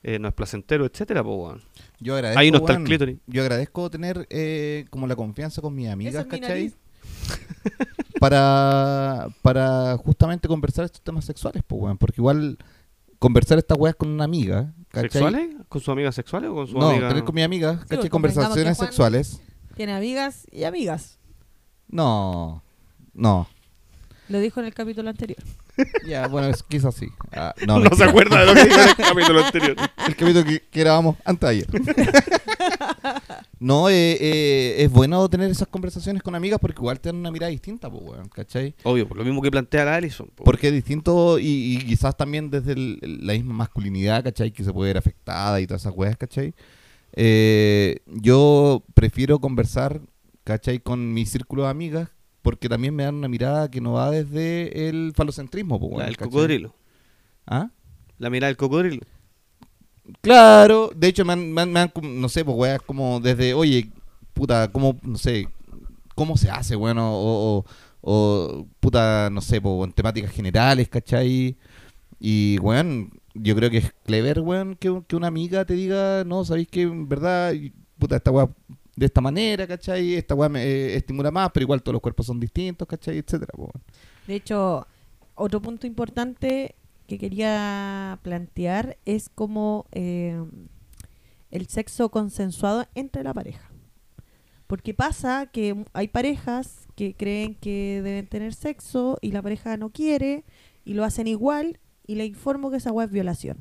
B: Eh, no es placentero, etcétera, po, weón.
A: Yo agradezco,
B: Ahí no está el
A: weón,
B: clítoris.
A: Yo agradezco tener eh, como la confianza con mis amigas,
C: Esa es mi
A: ¿cachai?
C: nariz.
A: Para, para justamente conversar estos temas sexuales, pues, weón. Porque igual conversar estas weas con una amiga, ¿cachai?
B: ¿Sexuales? ¿Con su amiga sexual o con su
A: No,
B: amiga?
A: tener con mi amiga, ¿cachai?
C: porque
A: Conversaciones
C: pues, convengamos que Juan-
A: sexuales.
C: Tiene amigas y amigas.
A: No, no.
C: Lo dijo en el capítulo anterior.
A: Ya, bueno, es, quizás sí. Ah,
B: No,
A: no, mentira.
B: se acuerda de lo que dijo en el capítulo anterior.
A: El capítulo que, que grabamos antes de ayer. no, eh, eh, es bueno tener esas conversaciones con amigas porque igual te dan una mirada distinta, pues, weón, ¿cachai?
B: Obvio, por lo mismo que plantea la Alison. po.
A: Porque es distinto y, y quizás también desde el- el- la misma masculinidad, ¿cachai? Que se puede ver afectada y todas esas weas, ¿cachai? Eh, yo prefiero conversar, ¿cachai? Con mi círculo de amigas porque también me dan una mirada que no va desde el falocentrismo, pues,
B: la
A: weón,
B: del
A: ¿cachai?
B: cocodrilo.
A: ¿Ah?
B: La mirada del cocodrilo.
A: Claro, de hecho me han, me han- me han com- no sé, pues weas como desde, oye, puta, cómo, no sé, cómo se hace, bueno, o, o- o, puta, no sé, pues en temáticas generales, ¿cachai? Y, weón, yo creo que es clever, weón, que, un- que una amiga te diga, no, sabéis que en verdad, y- puta, esta wea de esta manera, ¿cachai? Esta wea me eh, estimula más, pero igual todos los cuerpos son distintos, ¿cachai? Etcétera, pues, weón.
C: De hecho, otro punto importante que quería plantear es como eh, el sexo consensuado entre la pareja. Porque pasa que hay parejas que creen que deben tener sexo y la pareja no quiere y lo hacen igual y le informo que esa agua es violación.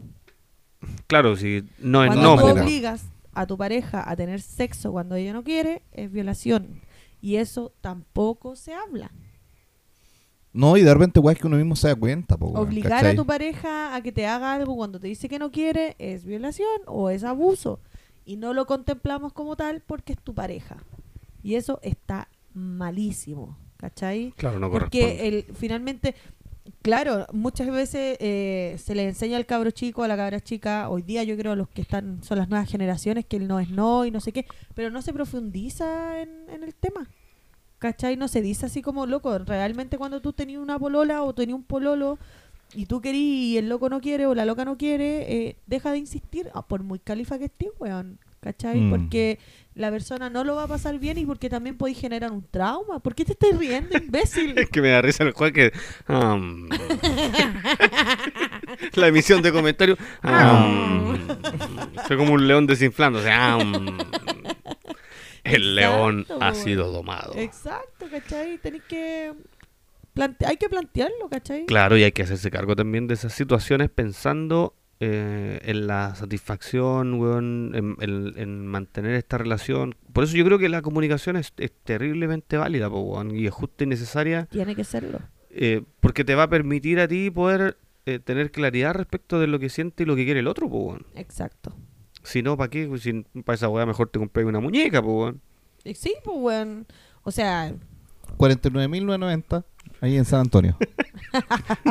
B: Claro, si no es
C: Cuando
B: no.
C: tú
B: po,
A: manera.
B: weón.
C: obligas a tu pareja a tener sexo cuando ella no quiere es violación. Y eso tampoco se habla.
A: No, y de repente, weón, es que uno mismo se da cuenta, po, pues, weón,
C: Obligar
A: ¿cachai?
C: a tu pareja a que te haga algo cuando te dice que no quiere es violación o es abuso. Y no lo contemplamos como tal porque es tu pareja. Y eso está malísimo, ¿cachai?
B: Claro, no corresponde.
C: Porque el, finalmente, claro, muchas veces eh, se le enseña al cabro chico, a la cabra chica, hoy día yo creo los que están son las nuevas generaciones, que el no es no y no sé qué, pero no se profundiza en, en el tema. ¿Cachai? No se dice así como loco. Realmente cuando tú tenías una polola o tenías un pololo y tú querís y el loco no quiere o la loca no quiere, eh, deja de insistir, ah, por muy califa que estés, weón. ¿Cachai?
A: Mm.
C: Porque la persona no lo va a pasar bien y porque también podéis generar un trauma. ¿Por qué te estás riendo, imbécil?
B: Es que me da risa el juego que. am. la emisión de comentarios. am. Soy como un león desinflándose. am. El león
C: Exacto,
B: ha
C: po.
B: sido domado.
C: Exacto, ¿cachai? Tenéis que... plante- Hay que plantearlo, ¿cachai?
B: Claro, y hay que hacerse cargo también de esas situaciones pensando eh, en la satisfacción, weón, en, en- en mantener esta relación. Por eso yo creo que la comunicación es, es terriblemente válida, po, weón, y es justa y necesaria.
C: Tiene que serlo.
B: eh, porque te va a permitir a ti poder eh, tener claridad respecto de lo que siente y lo que quiere el otro, pues, weón.
C: Exacto.
B: Si no, ¿para qué? Pues, Si para esa weá mejor te compré una muñeca, pues, weón.
C: Y Sí, pues, weón. O sea,
A: 49.990 ahí en San Antonio.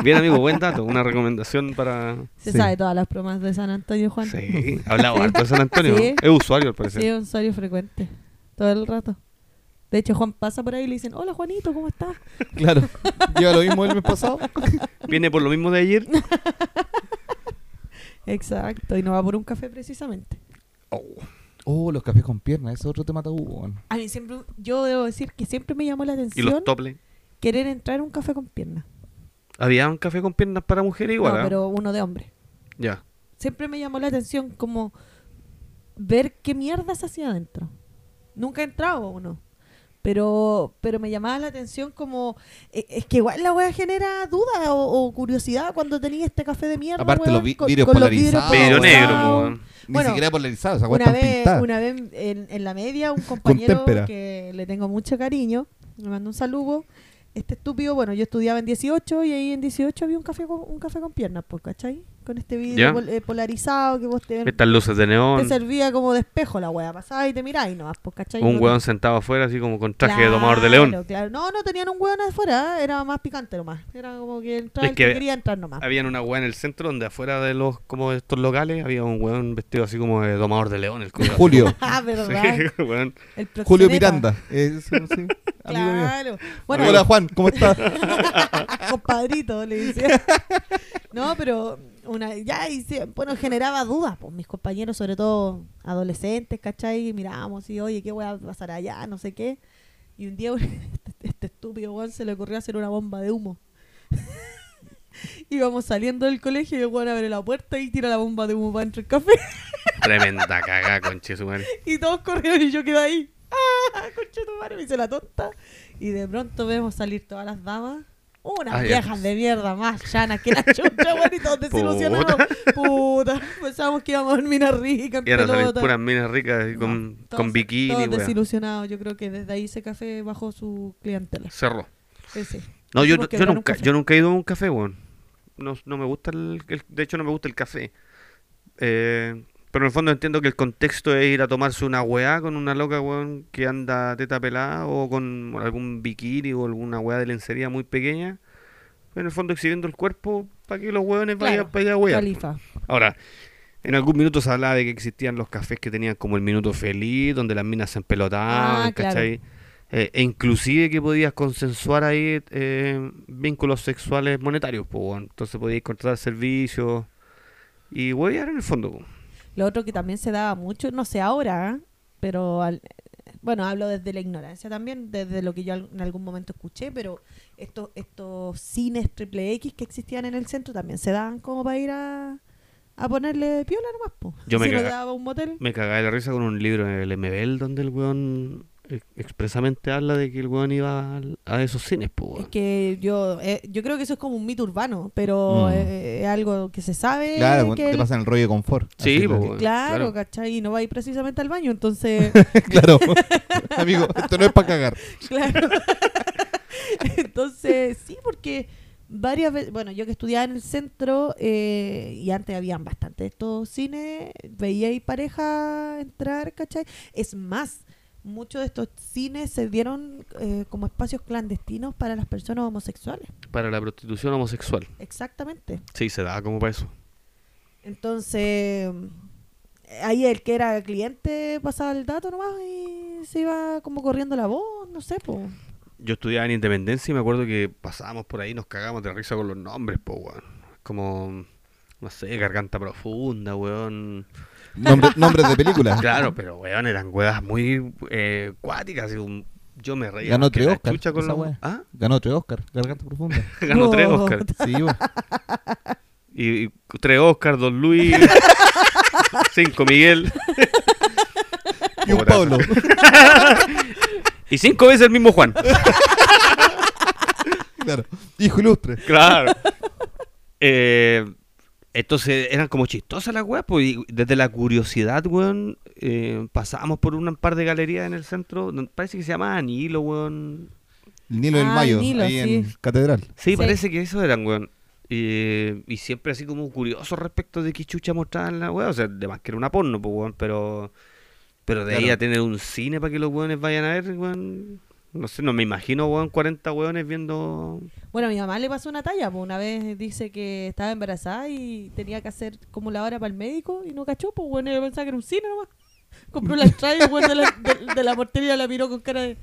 B: Bien, amigo, buen dato. Una recomendación para...
C: se
A: Sí.
C: sabe todas las bromas de San Antonio, Juan.
B: Sí, hablaba harto de San Antonio.
C: Sí.
B: Es usuario, al parecer.
C: Sí, es un usuario frecuente. Todo el rato. De hecho, Juan pasa por ahí y le dicen, hola Juanito, ¿cómo estás?
A: claro. Lleva lo mismo el mes pasado.
B: Viene por lo mismo de ayer.
C: Exacto, y no va por un café precisamente.
A: Oh, los cafés con piernas, ese es otro tema tabú, weón.
C: A mí siempre, yo debo decir que siempre me llamó la
B: Y
C: atención
B: los toples.
C: querer entrar a un café con piernas.
B: Había un café con piernas para mujeres
C: No,
B: igual, ¿ah?
C: pero uno de hombre.
B: Ya.
C: siempre me llamó la atención como ver qué mierdas hacía adentro. Nunca he entrado a uno. Pero, pero me llamaba la atención como... e- Es que igual la wea genera duda o, o curiosidad cuando tenía este café de mierda.
A: Aparte
C: weón,
A: los vi-
C: con-
A: vidrios
C: con los
A: polarizados,
B: Pero
A: weón.
B: negro,
C: polarizados.
B: po, weón.
A: Ni
C: Bueno,
A: siquiera polarizado, esa weá
C: Una
A: están
C: vez,
A: pintadas.
C: una vez en, en la media, un compañero
A: témpera.
C: que le tengo mucho cariño, me mandó un saludo. Este estúpido, bueno, yo estudiaba en 18 y ahí en 18 había un café con, un café con piernas, pues, ¿cachai? Con este
B: Ya. Este
C: vidrio pol- eh, polarizado que vos te
B: Estas luces de
C: te
B: neón.
C: servía como de espejo la wea, pasaba y te miraba y nomás, pues, ¿cachai?
B: Un
C: No-
B: weón sentado afuera, así como con traje de domador de
C: Claro,
B: león.
C: claro. No, no tenían un weón afuera, ¿eh? era más picante nomás. Era como que entraba
B: Es
C: el que,
B: que-
C: quería entrar nomás.
B: Habían una weá en el centro donde afuera de los como de estos locales había un weón vestido así como de domador de león. El culiao, así
A: Julio.
C: Ah,
B: como-
C: ¿verdad?
B: Sí, weón.
C: El
A: Julio
C: proxeneta.
A: Miranda. eh, sí, sí, amigo mío.
C: Claro. Bueno,
A: Hola Juan, ¿cómo estás?
C: compadrito, le decía. No, pero una, ya, y se- bueno, generaba dudas, pues mis compañeros, sobre todo adolescentes, ¿cachai? Mirábamos y, oye, ¿qué voy a pasar allá? No sé qué. Y un día este, este estúpido weón se le ocurrió hacer una bomba de humo. Íbamos saliendo del colegio y el weón abre la puerta y tira la bomba de humo para dentro del café.
B: Tremenda cagá, conche su madre.
C: Y todos corrieron y yo quedé ahí. ¡Ah! Concha tu madre, me hice la tonta. Y de pronto vemos salir todas las damas. Unas
B: Ah, ya.
C: viejas de mierda más llanas que la chucha, weón, y todos desilusionados. Puta, pensábamos que íbamos a minas ricas, en
B: Y ahora salen
C: pelota.
B: puras minas ricas así con,
C: No,
B: con
C: todos-
B: bikini,
C: Todos
B: weón.
C: desilusionados, yo creo que desde ahí ese café bajó su clientela.
B: Cerró.
C: Ese.
B: No, yo,
C: Tuvimos
B: yo
C: que entrar a un
B: nunca,
C: café.
B: yo nunca he ido a un café, weón. No, no me gusta el, el- De hecho, no me gusta el café. Eh, pero en el fondo entiendo que el contexto es ir a tomarse una weá con una loca, weón, que anda teta pelada o con algún bikini o alguna weá de lencería muy pequeña. En el fondo exhibiendo el cuerpo para que los weones vayan
C: Claro,
B: para allá, weón.
C: Califa.
B: Ahora, en algún minuto se hablaba de que existían los cafés que tenían como el minuto feliz, donde las minas se empelotaban,
C: Ah, claro.
B: ¿cachai? Eh, e inclusive que podías consensuar ahí eh, vínculos sexuales monetarios, pues, weón. entonces podías contratar servicios y huevear en el fondo. po.
C: Lo otro que también se daba mucho, no sé ahora, ¿eh? pero al- bueno, hablo desde la ignorancia también, desde lo que yo al- en algún momento escuché, pero estos estos cines triple X que existían en el centro también se daban como para ir a, a ponerle piola nomás, po.
B: Yo me
C: Si no
B: caga-
C: daba un motel.
B: Me cagaba de la risa con un libro en el MBL donde el weón ex- expresamente habla de que el weón iba al- a esos cines, pues,
C: Es que yo, eh, yo creo que eso es como un mito urbano, pero
A: Mm.
C: eh, es algo que se sabe.
A: Claro, bueno,
C: que
A: te
C: el-
A: pasan el rollo de confort.
B: Sí,
A: Así,
B: po,
A: así.
B: weón.
C: Claro,
B: Claro.
C: ¿cachai? Y no va a ir precisamente al baño, entonces,
A: claro. Amigo, esto no es para cagar.
C: claro. entonces, sí, porque varias veces, bueno, yo que estudiaba en el centro eh, y antes habían bastante de estos cines, veía ahí pareja entrar, ¿cachai? Es más, muchos de estos cines se dieron eh, como espacios clandestinos para las personas homosexuales.
B: para la prostitución homosexual.
C: Exactamente.
B: Sí, se da como para eso.
C: Entonces, ahí el que era cliente pasaba el dato nomás y se iba como corriendo la voz, no sé, po.
B: Yo estudiaba en Independencia y me acuerdo que pasábamos por ahí y nos cagábamos de risa con los nombres, pues, weón. Como, no sé, garganta profunda, weón.
A: Nombre- nombres de películas.
B: Claro, pero weón, eran weas muy eh, cuáticas. y un- yo me reía.
A: Ganó
B: más que
A: tres
B: la
A: Oscar,
B: chucha con
A: esa
B: la
A: wea.
B: ¿Ah?
A: Ganó tres Oscar, Garganta Profunda.
B: Ganó tres
C: Oh.
B: Oscar.
A: Sí, po.
B: Y, y tres Oscar, dos Luis, cinco Miguel.
A: y un
B: Pobre
A: Pablo.
B: Y cinco veces el mismo Juan.
A: claro. Hijo ilustre.
B: Claro. Eh, entonces eran como chistosas las weas, pues, y desde la curiosidad, weón, eh, pasábamos por un par de galerías en el centro, donde- parece que se llamaba Nilo, weón.
A: El Nilo del
C: Ah,
A: Mayo,
C: el Nilo,
A: ahí en
C: sí.
A: Catedral.
B: Sí,
C: Sí.
B: parece que eso eran, weón. Eh, y siempre así como curioso respecto de qué chucha mostraban la wea, o sea, de más que era una porno, pues, weón, pero, pero de ahí
A: Claro.
B: a tener un cine para que los weones vayan a ver, weón. No sé, no me imagino, weón, 40 weones viendo...
C: Bueno, a mi mamá le pasó una talla, po. Una vez dice que estaba embarazada y tenía que hacer como la hora para el médico y no cachó, pues bueno, yo pensaba que era un cine nomás. Compró la entrada y el weón de la, de, de la portería la miró con cara de...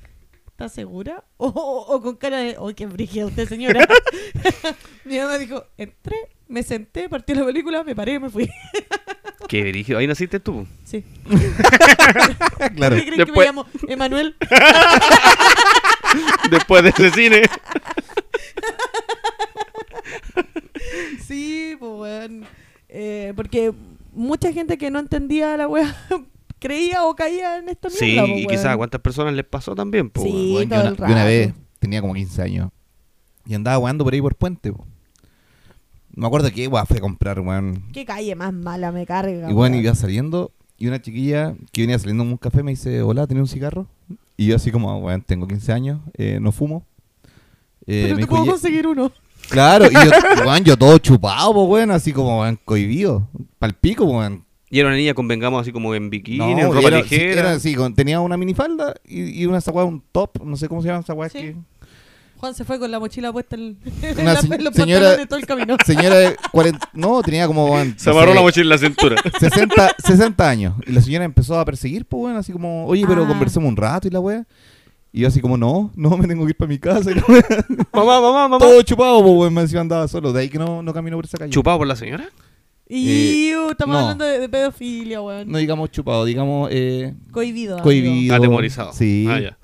C: ¿Estás segura? O, o- o con cara de... ¡Oh, qué brígida usted, señora! mi mamá dijo, entré, me senté, partí la película, me paré, me fui.
B: Qué dirigido, ahí naciste tú.
C: Sí.
A: claro.
C: ¿Qué creen
B: Después-
C: que me llamo? Emanuel.
B: Después de ese cine.
C: Sí, pues, weón. Eh, porque mucha gente que no entendía la wea creía o caía en esta
B: Sí,
C: mierda. pues,
B: y
C: weón.
B: quizás a cuántas personas les pasó también, po,
C: Sí.
B: weón.
A: Weón, yo,
C: todo
A: una,
C: el
A: yo una
C: rato.
A: vez tenía como 15 años y andaba jugando por ahí por puente. po. Me acuerdo que weón, fui a comprar, weón.
C: Qué calle más mala me carga.
A: Y bueno,
C: weón.
A: iba saliendo y una chiquilla que venía saliendo en un café me dice, hola, ¿tenés un cigarro? Y yo así como, bueno, tengo 15 años, eh, no fumo. Eh,
C: Pero
A: me
C: te
A: dijo,
C: puedo
A: "Ya-
C: conseguir uno.
A: Claro, y yo, weón, yo todo chupado, po, weón, así como, weón, cohibido, pal pico, weón.
B: Y era una niña, convengamos, así como en bikini,
A: No,
B: en ropa
A: era- sí,
B: ligera.
A: era así, con- tenía una minifalda y, y una saguá, un top, no sé cómo se llama esa weá
C: Sí.
A: que...
C: Juan se fue con la mochila puesta en, en
A: Una
C: la-
A: se-
C: en los
A: señora-
C: pantalones todo el camino.
A: Señora de 40... No, tenía como... weón,
B: Se
A: no
B: amarró
A: sé,
B: la mochila en la cintura.
A: 60, 60 años. Y la señora empezó a perseguir, pues, weón, así como, oye, pero
C: Ah.
A: conversemos un rato y la weá. Y yo así como, no, no, me tengo que ir para mi casa. y la weá.
B: mamá, mamá, mamá.
A: Todo chupado, pues, weón, me encima andaba solo. De ahí que no, no camino por esa calle.
B: ¿Chupado por la señora?
C: Y uh, estamos
A: eh, no.
C: hablando de, de pedofilia, weón.
A: No digamos chupado, digamos... Eh,
C: Cohibido. amigo.
A: cohibido.
B: Atemorizado.
A: Sí.
B: Ah, ya.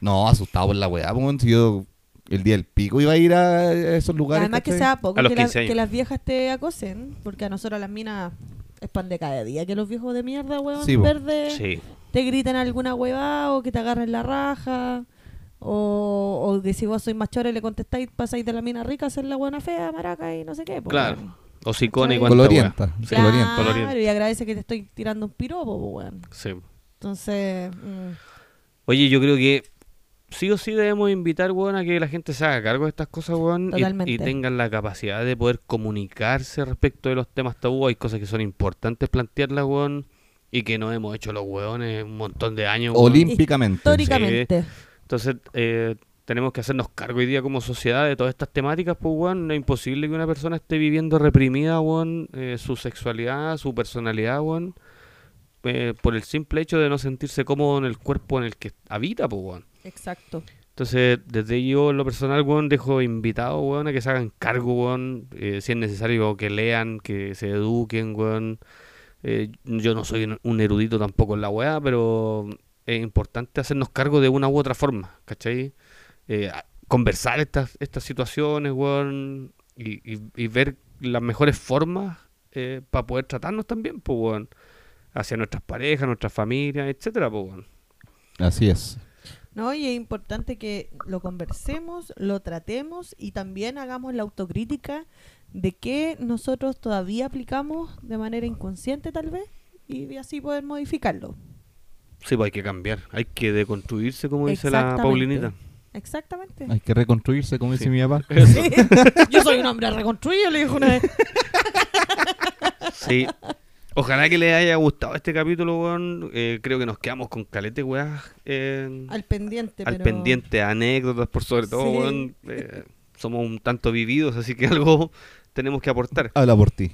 A: No, asustado por la weá, pues, weón, si yo... El día del pico iba a ir a esos lugares.
C: Además que
A: ¿cachai?
C: sea poco
B: A los
C: que, las-
B: 15 años.
C: que las viejas te acosen, porque a nosotros las minas es pan de cada día que los viejos de mierda, weón,
A: Sí, po.
C: verde.
B: Sí.
C: te gritan alguna huevada o que te agarren la raja o, o que si vos sois más chore le contestáis pasáis de la mina rica a ser la buena fea maraca y no sé qué po,
B: Claro.
C: weón.
B: Hocicona y
C: ¿Cachai?
B: cuánta
A: Colorienta,
B: weá. Sí.
A: Claro. colorienta.
C: claro
B: Colorienta.
C: y agradece que te estoy tirando un piropo po, weón.
B: Sí.
C: entonces mm,
B: Oye, yo creo que sí o sí debemos invitar, weón, a que la gente se haga cargo de estas cosas, weón. y-
C: Totalmente.
B: Y, tengan la capacidad de poder comunicarse respecto de los temas tabú. Hay cosas que son importantes plantearlas, weón. Y que no hemos hecho los weones un montón de años. weón.
A: Olímpicamente.
C: históricamente
B: Entonces, eh, tenemos que hacernos cargo hoy día como sociedad de todas estas temáticas, pues, weón. Es imposible que una persona esté viviendo reprimida, weón, eh, su sexualidad, su personalidad, weón, eh, por el simple hecho de no sentirse cómodo en el cuerpo en el que habita, pues, weón.
C: exacto
B: Entonces, desde yo, en lo personal, weón, dejo invitado, weón, a que se hagan cargo, weón, eh, si es necesario que lean, que se eduquen, weón. Eh, yo no soy un- un erudito tampoco en la weá, pero es importante hacernos cargo de una u otra forma, ¿cachai? Eh, a- conversar estas, estas situaciones, weón, y, y- y ver las mejores formas para poder tratarnos también, pues, weón. Hacia nuestras parejas, nuestras familias, etcétera, pues, weón.
A: Así es.
C: No, y es importante que lo conversemos, lo tratemos y también hagamos la autocrítica de que nosotros todavía aplicamos de manera inconsciente tal vez y así poder modificarlo.
B: Sí, pues hay que cambiar, hay que deconstruirse, como dice la Paulinita.
C: Exactamente.
A: Hay que reconstruirse, como
B: Sí.
A: dice mi papá.
B: Eso.
C: Yo soy un hombre reconstruido, le dijo una vez.
B: Sí. Ojalá que les haya gustado este capítulo, weón. Eh, creo que nos quedamos con calete, weón.
C: Al pendiente,
B: al
C: pero-
B: pendiente, anécdotas por sobre todo,
C: Sí.
B: weón. Eh, somos un tanto vividos, así que algo tenemos que aportar.
A: Habla por ti.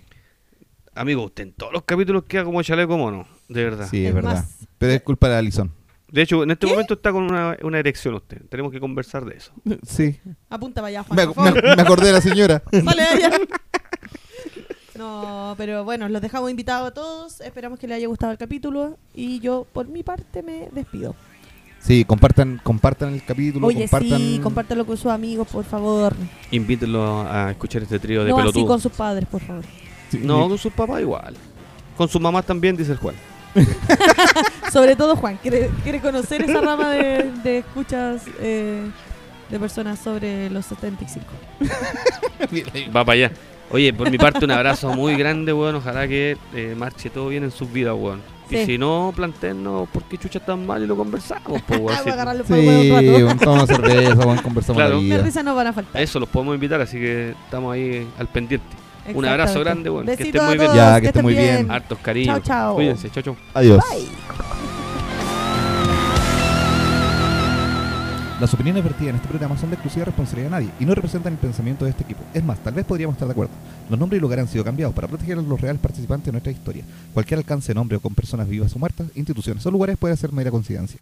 B: Amigo, usted en todos los capítulos queda como chaleco mono, de verdad.
A: Sí, es
C: Es
A: verdad.
C: más- eh,
A: Pero es culpa de Alison.
B: De hecho, en este momento está con una, una erección usted. Tenemos que conversar de eso.
A: Sí.
C: Apunta para allá, Juan.
A: Me,
C: por
A: me-
C: favor.
A: me acordé de la señora.
C: Sale de allá. No, pero bueno, los dejamos invitados a todos. Esperamos que les haya gustado el capítulo. Y yo, por mi parte, me despido.
A: Sí, compartan, compartan el capítulo.
C: Oye,
A: compartan...
C: sí, compártelo con sus amigos, por favor.
B: Invítenlo a escuchar este trío de
C: No así con
B: pelotudos.
C: sus padres, por favor.
A: Sí,
B: No, con sus papás igual. Con sus mamás también, dice el Juan.
C: Sobre todo Juan, quiere, quiere conocer esa rama de, de escuchas eh, de personas sobre los 75.
B: Va para allá. Oye, por mi parte un abrazo muy grande, weón. Ojalá que eh, marche todo bien en sus vidas, weón. Y
C: Sí.
B: si no, plantearnos por qué chucha tan mal y lo conversamos, pues,
C: Voy
B: weón.
C: a
B: Sí,
C: agarrarlo por el
A: Sí,
C: huevo un rato.
A: bueno, tomamos cerveza, bueno, conversamos
B: Claro.
A: la vida.
C: Las risas no van a faltar.
B: a eso los podemos invitar, así que estamos ahí al pendiente. Un abrazo
C: Exactamente.
B: grande, bueno, que
C: Besitos
B: estén muy
C: a
B: bien.
C: todos,
A: Ya, que estén muy bien.
B: Hartos cariños.
C: Chao, chao.
B: Cuídense, chao, chao.
A: Adiós.
C: Bye.
A: Las opiniones vertidas en este programa son de exclusiva responsabilidad de nadie y no representan el pensamiento de este equipo. Es más, tal vez podríamos estar de acuerdo. Los nombres y lugares han sido cambiados para proteger a los reales participantes de nuestra historia. Cualquier alcance de nombre o con personas vivas o muertas, instituciones o lugares puede ser mera coincidencia.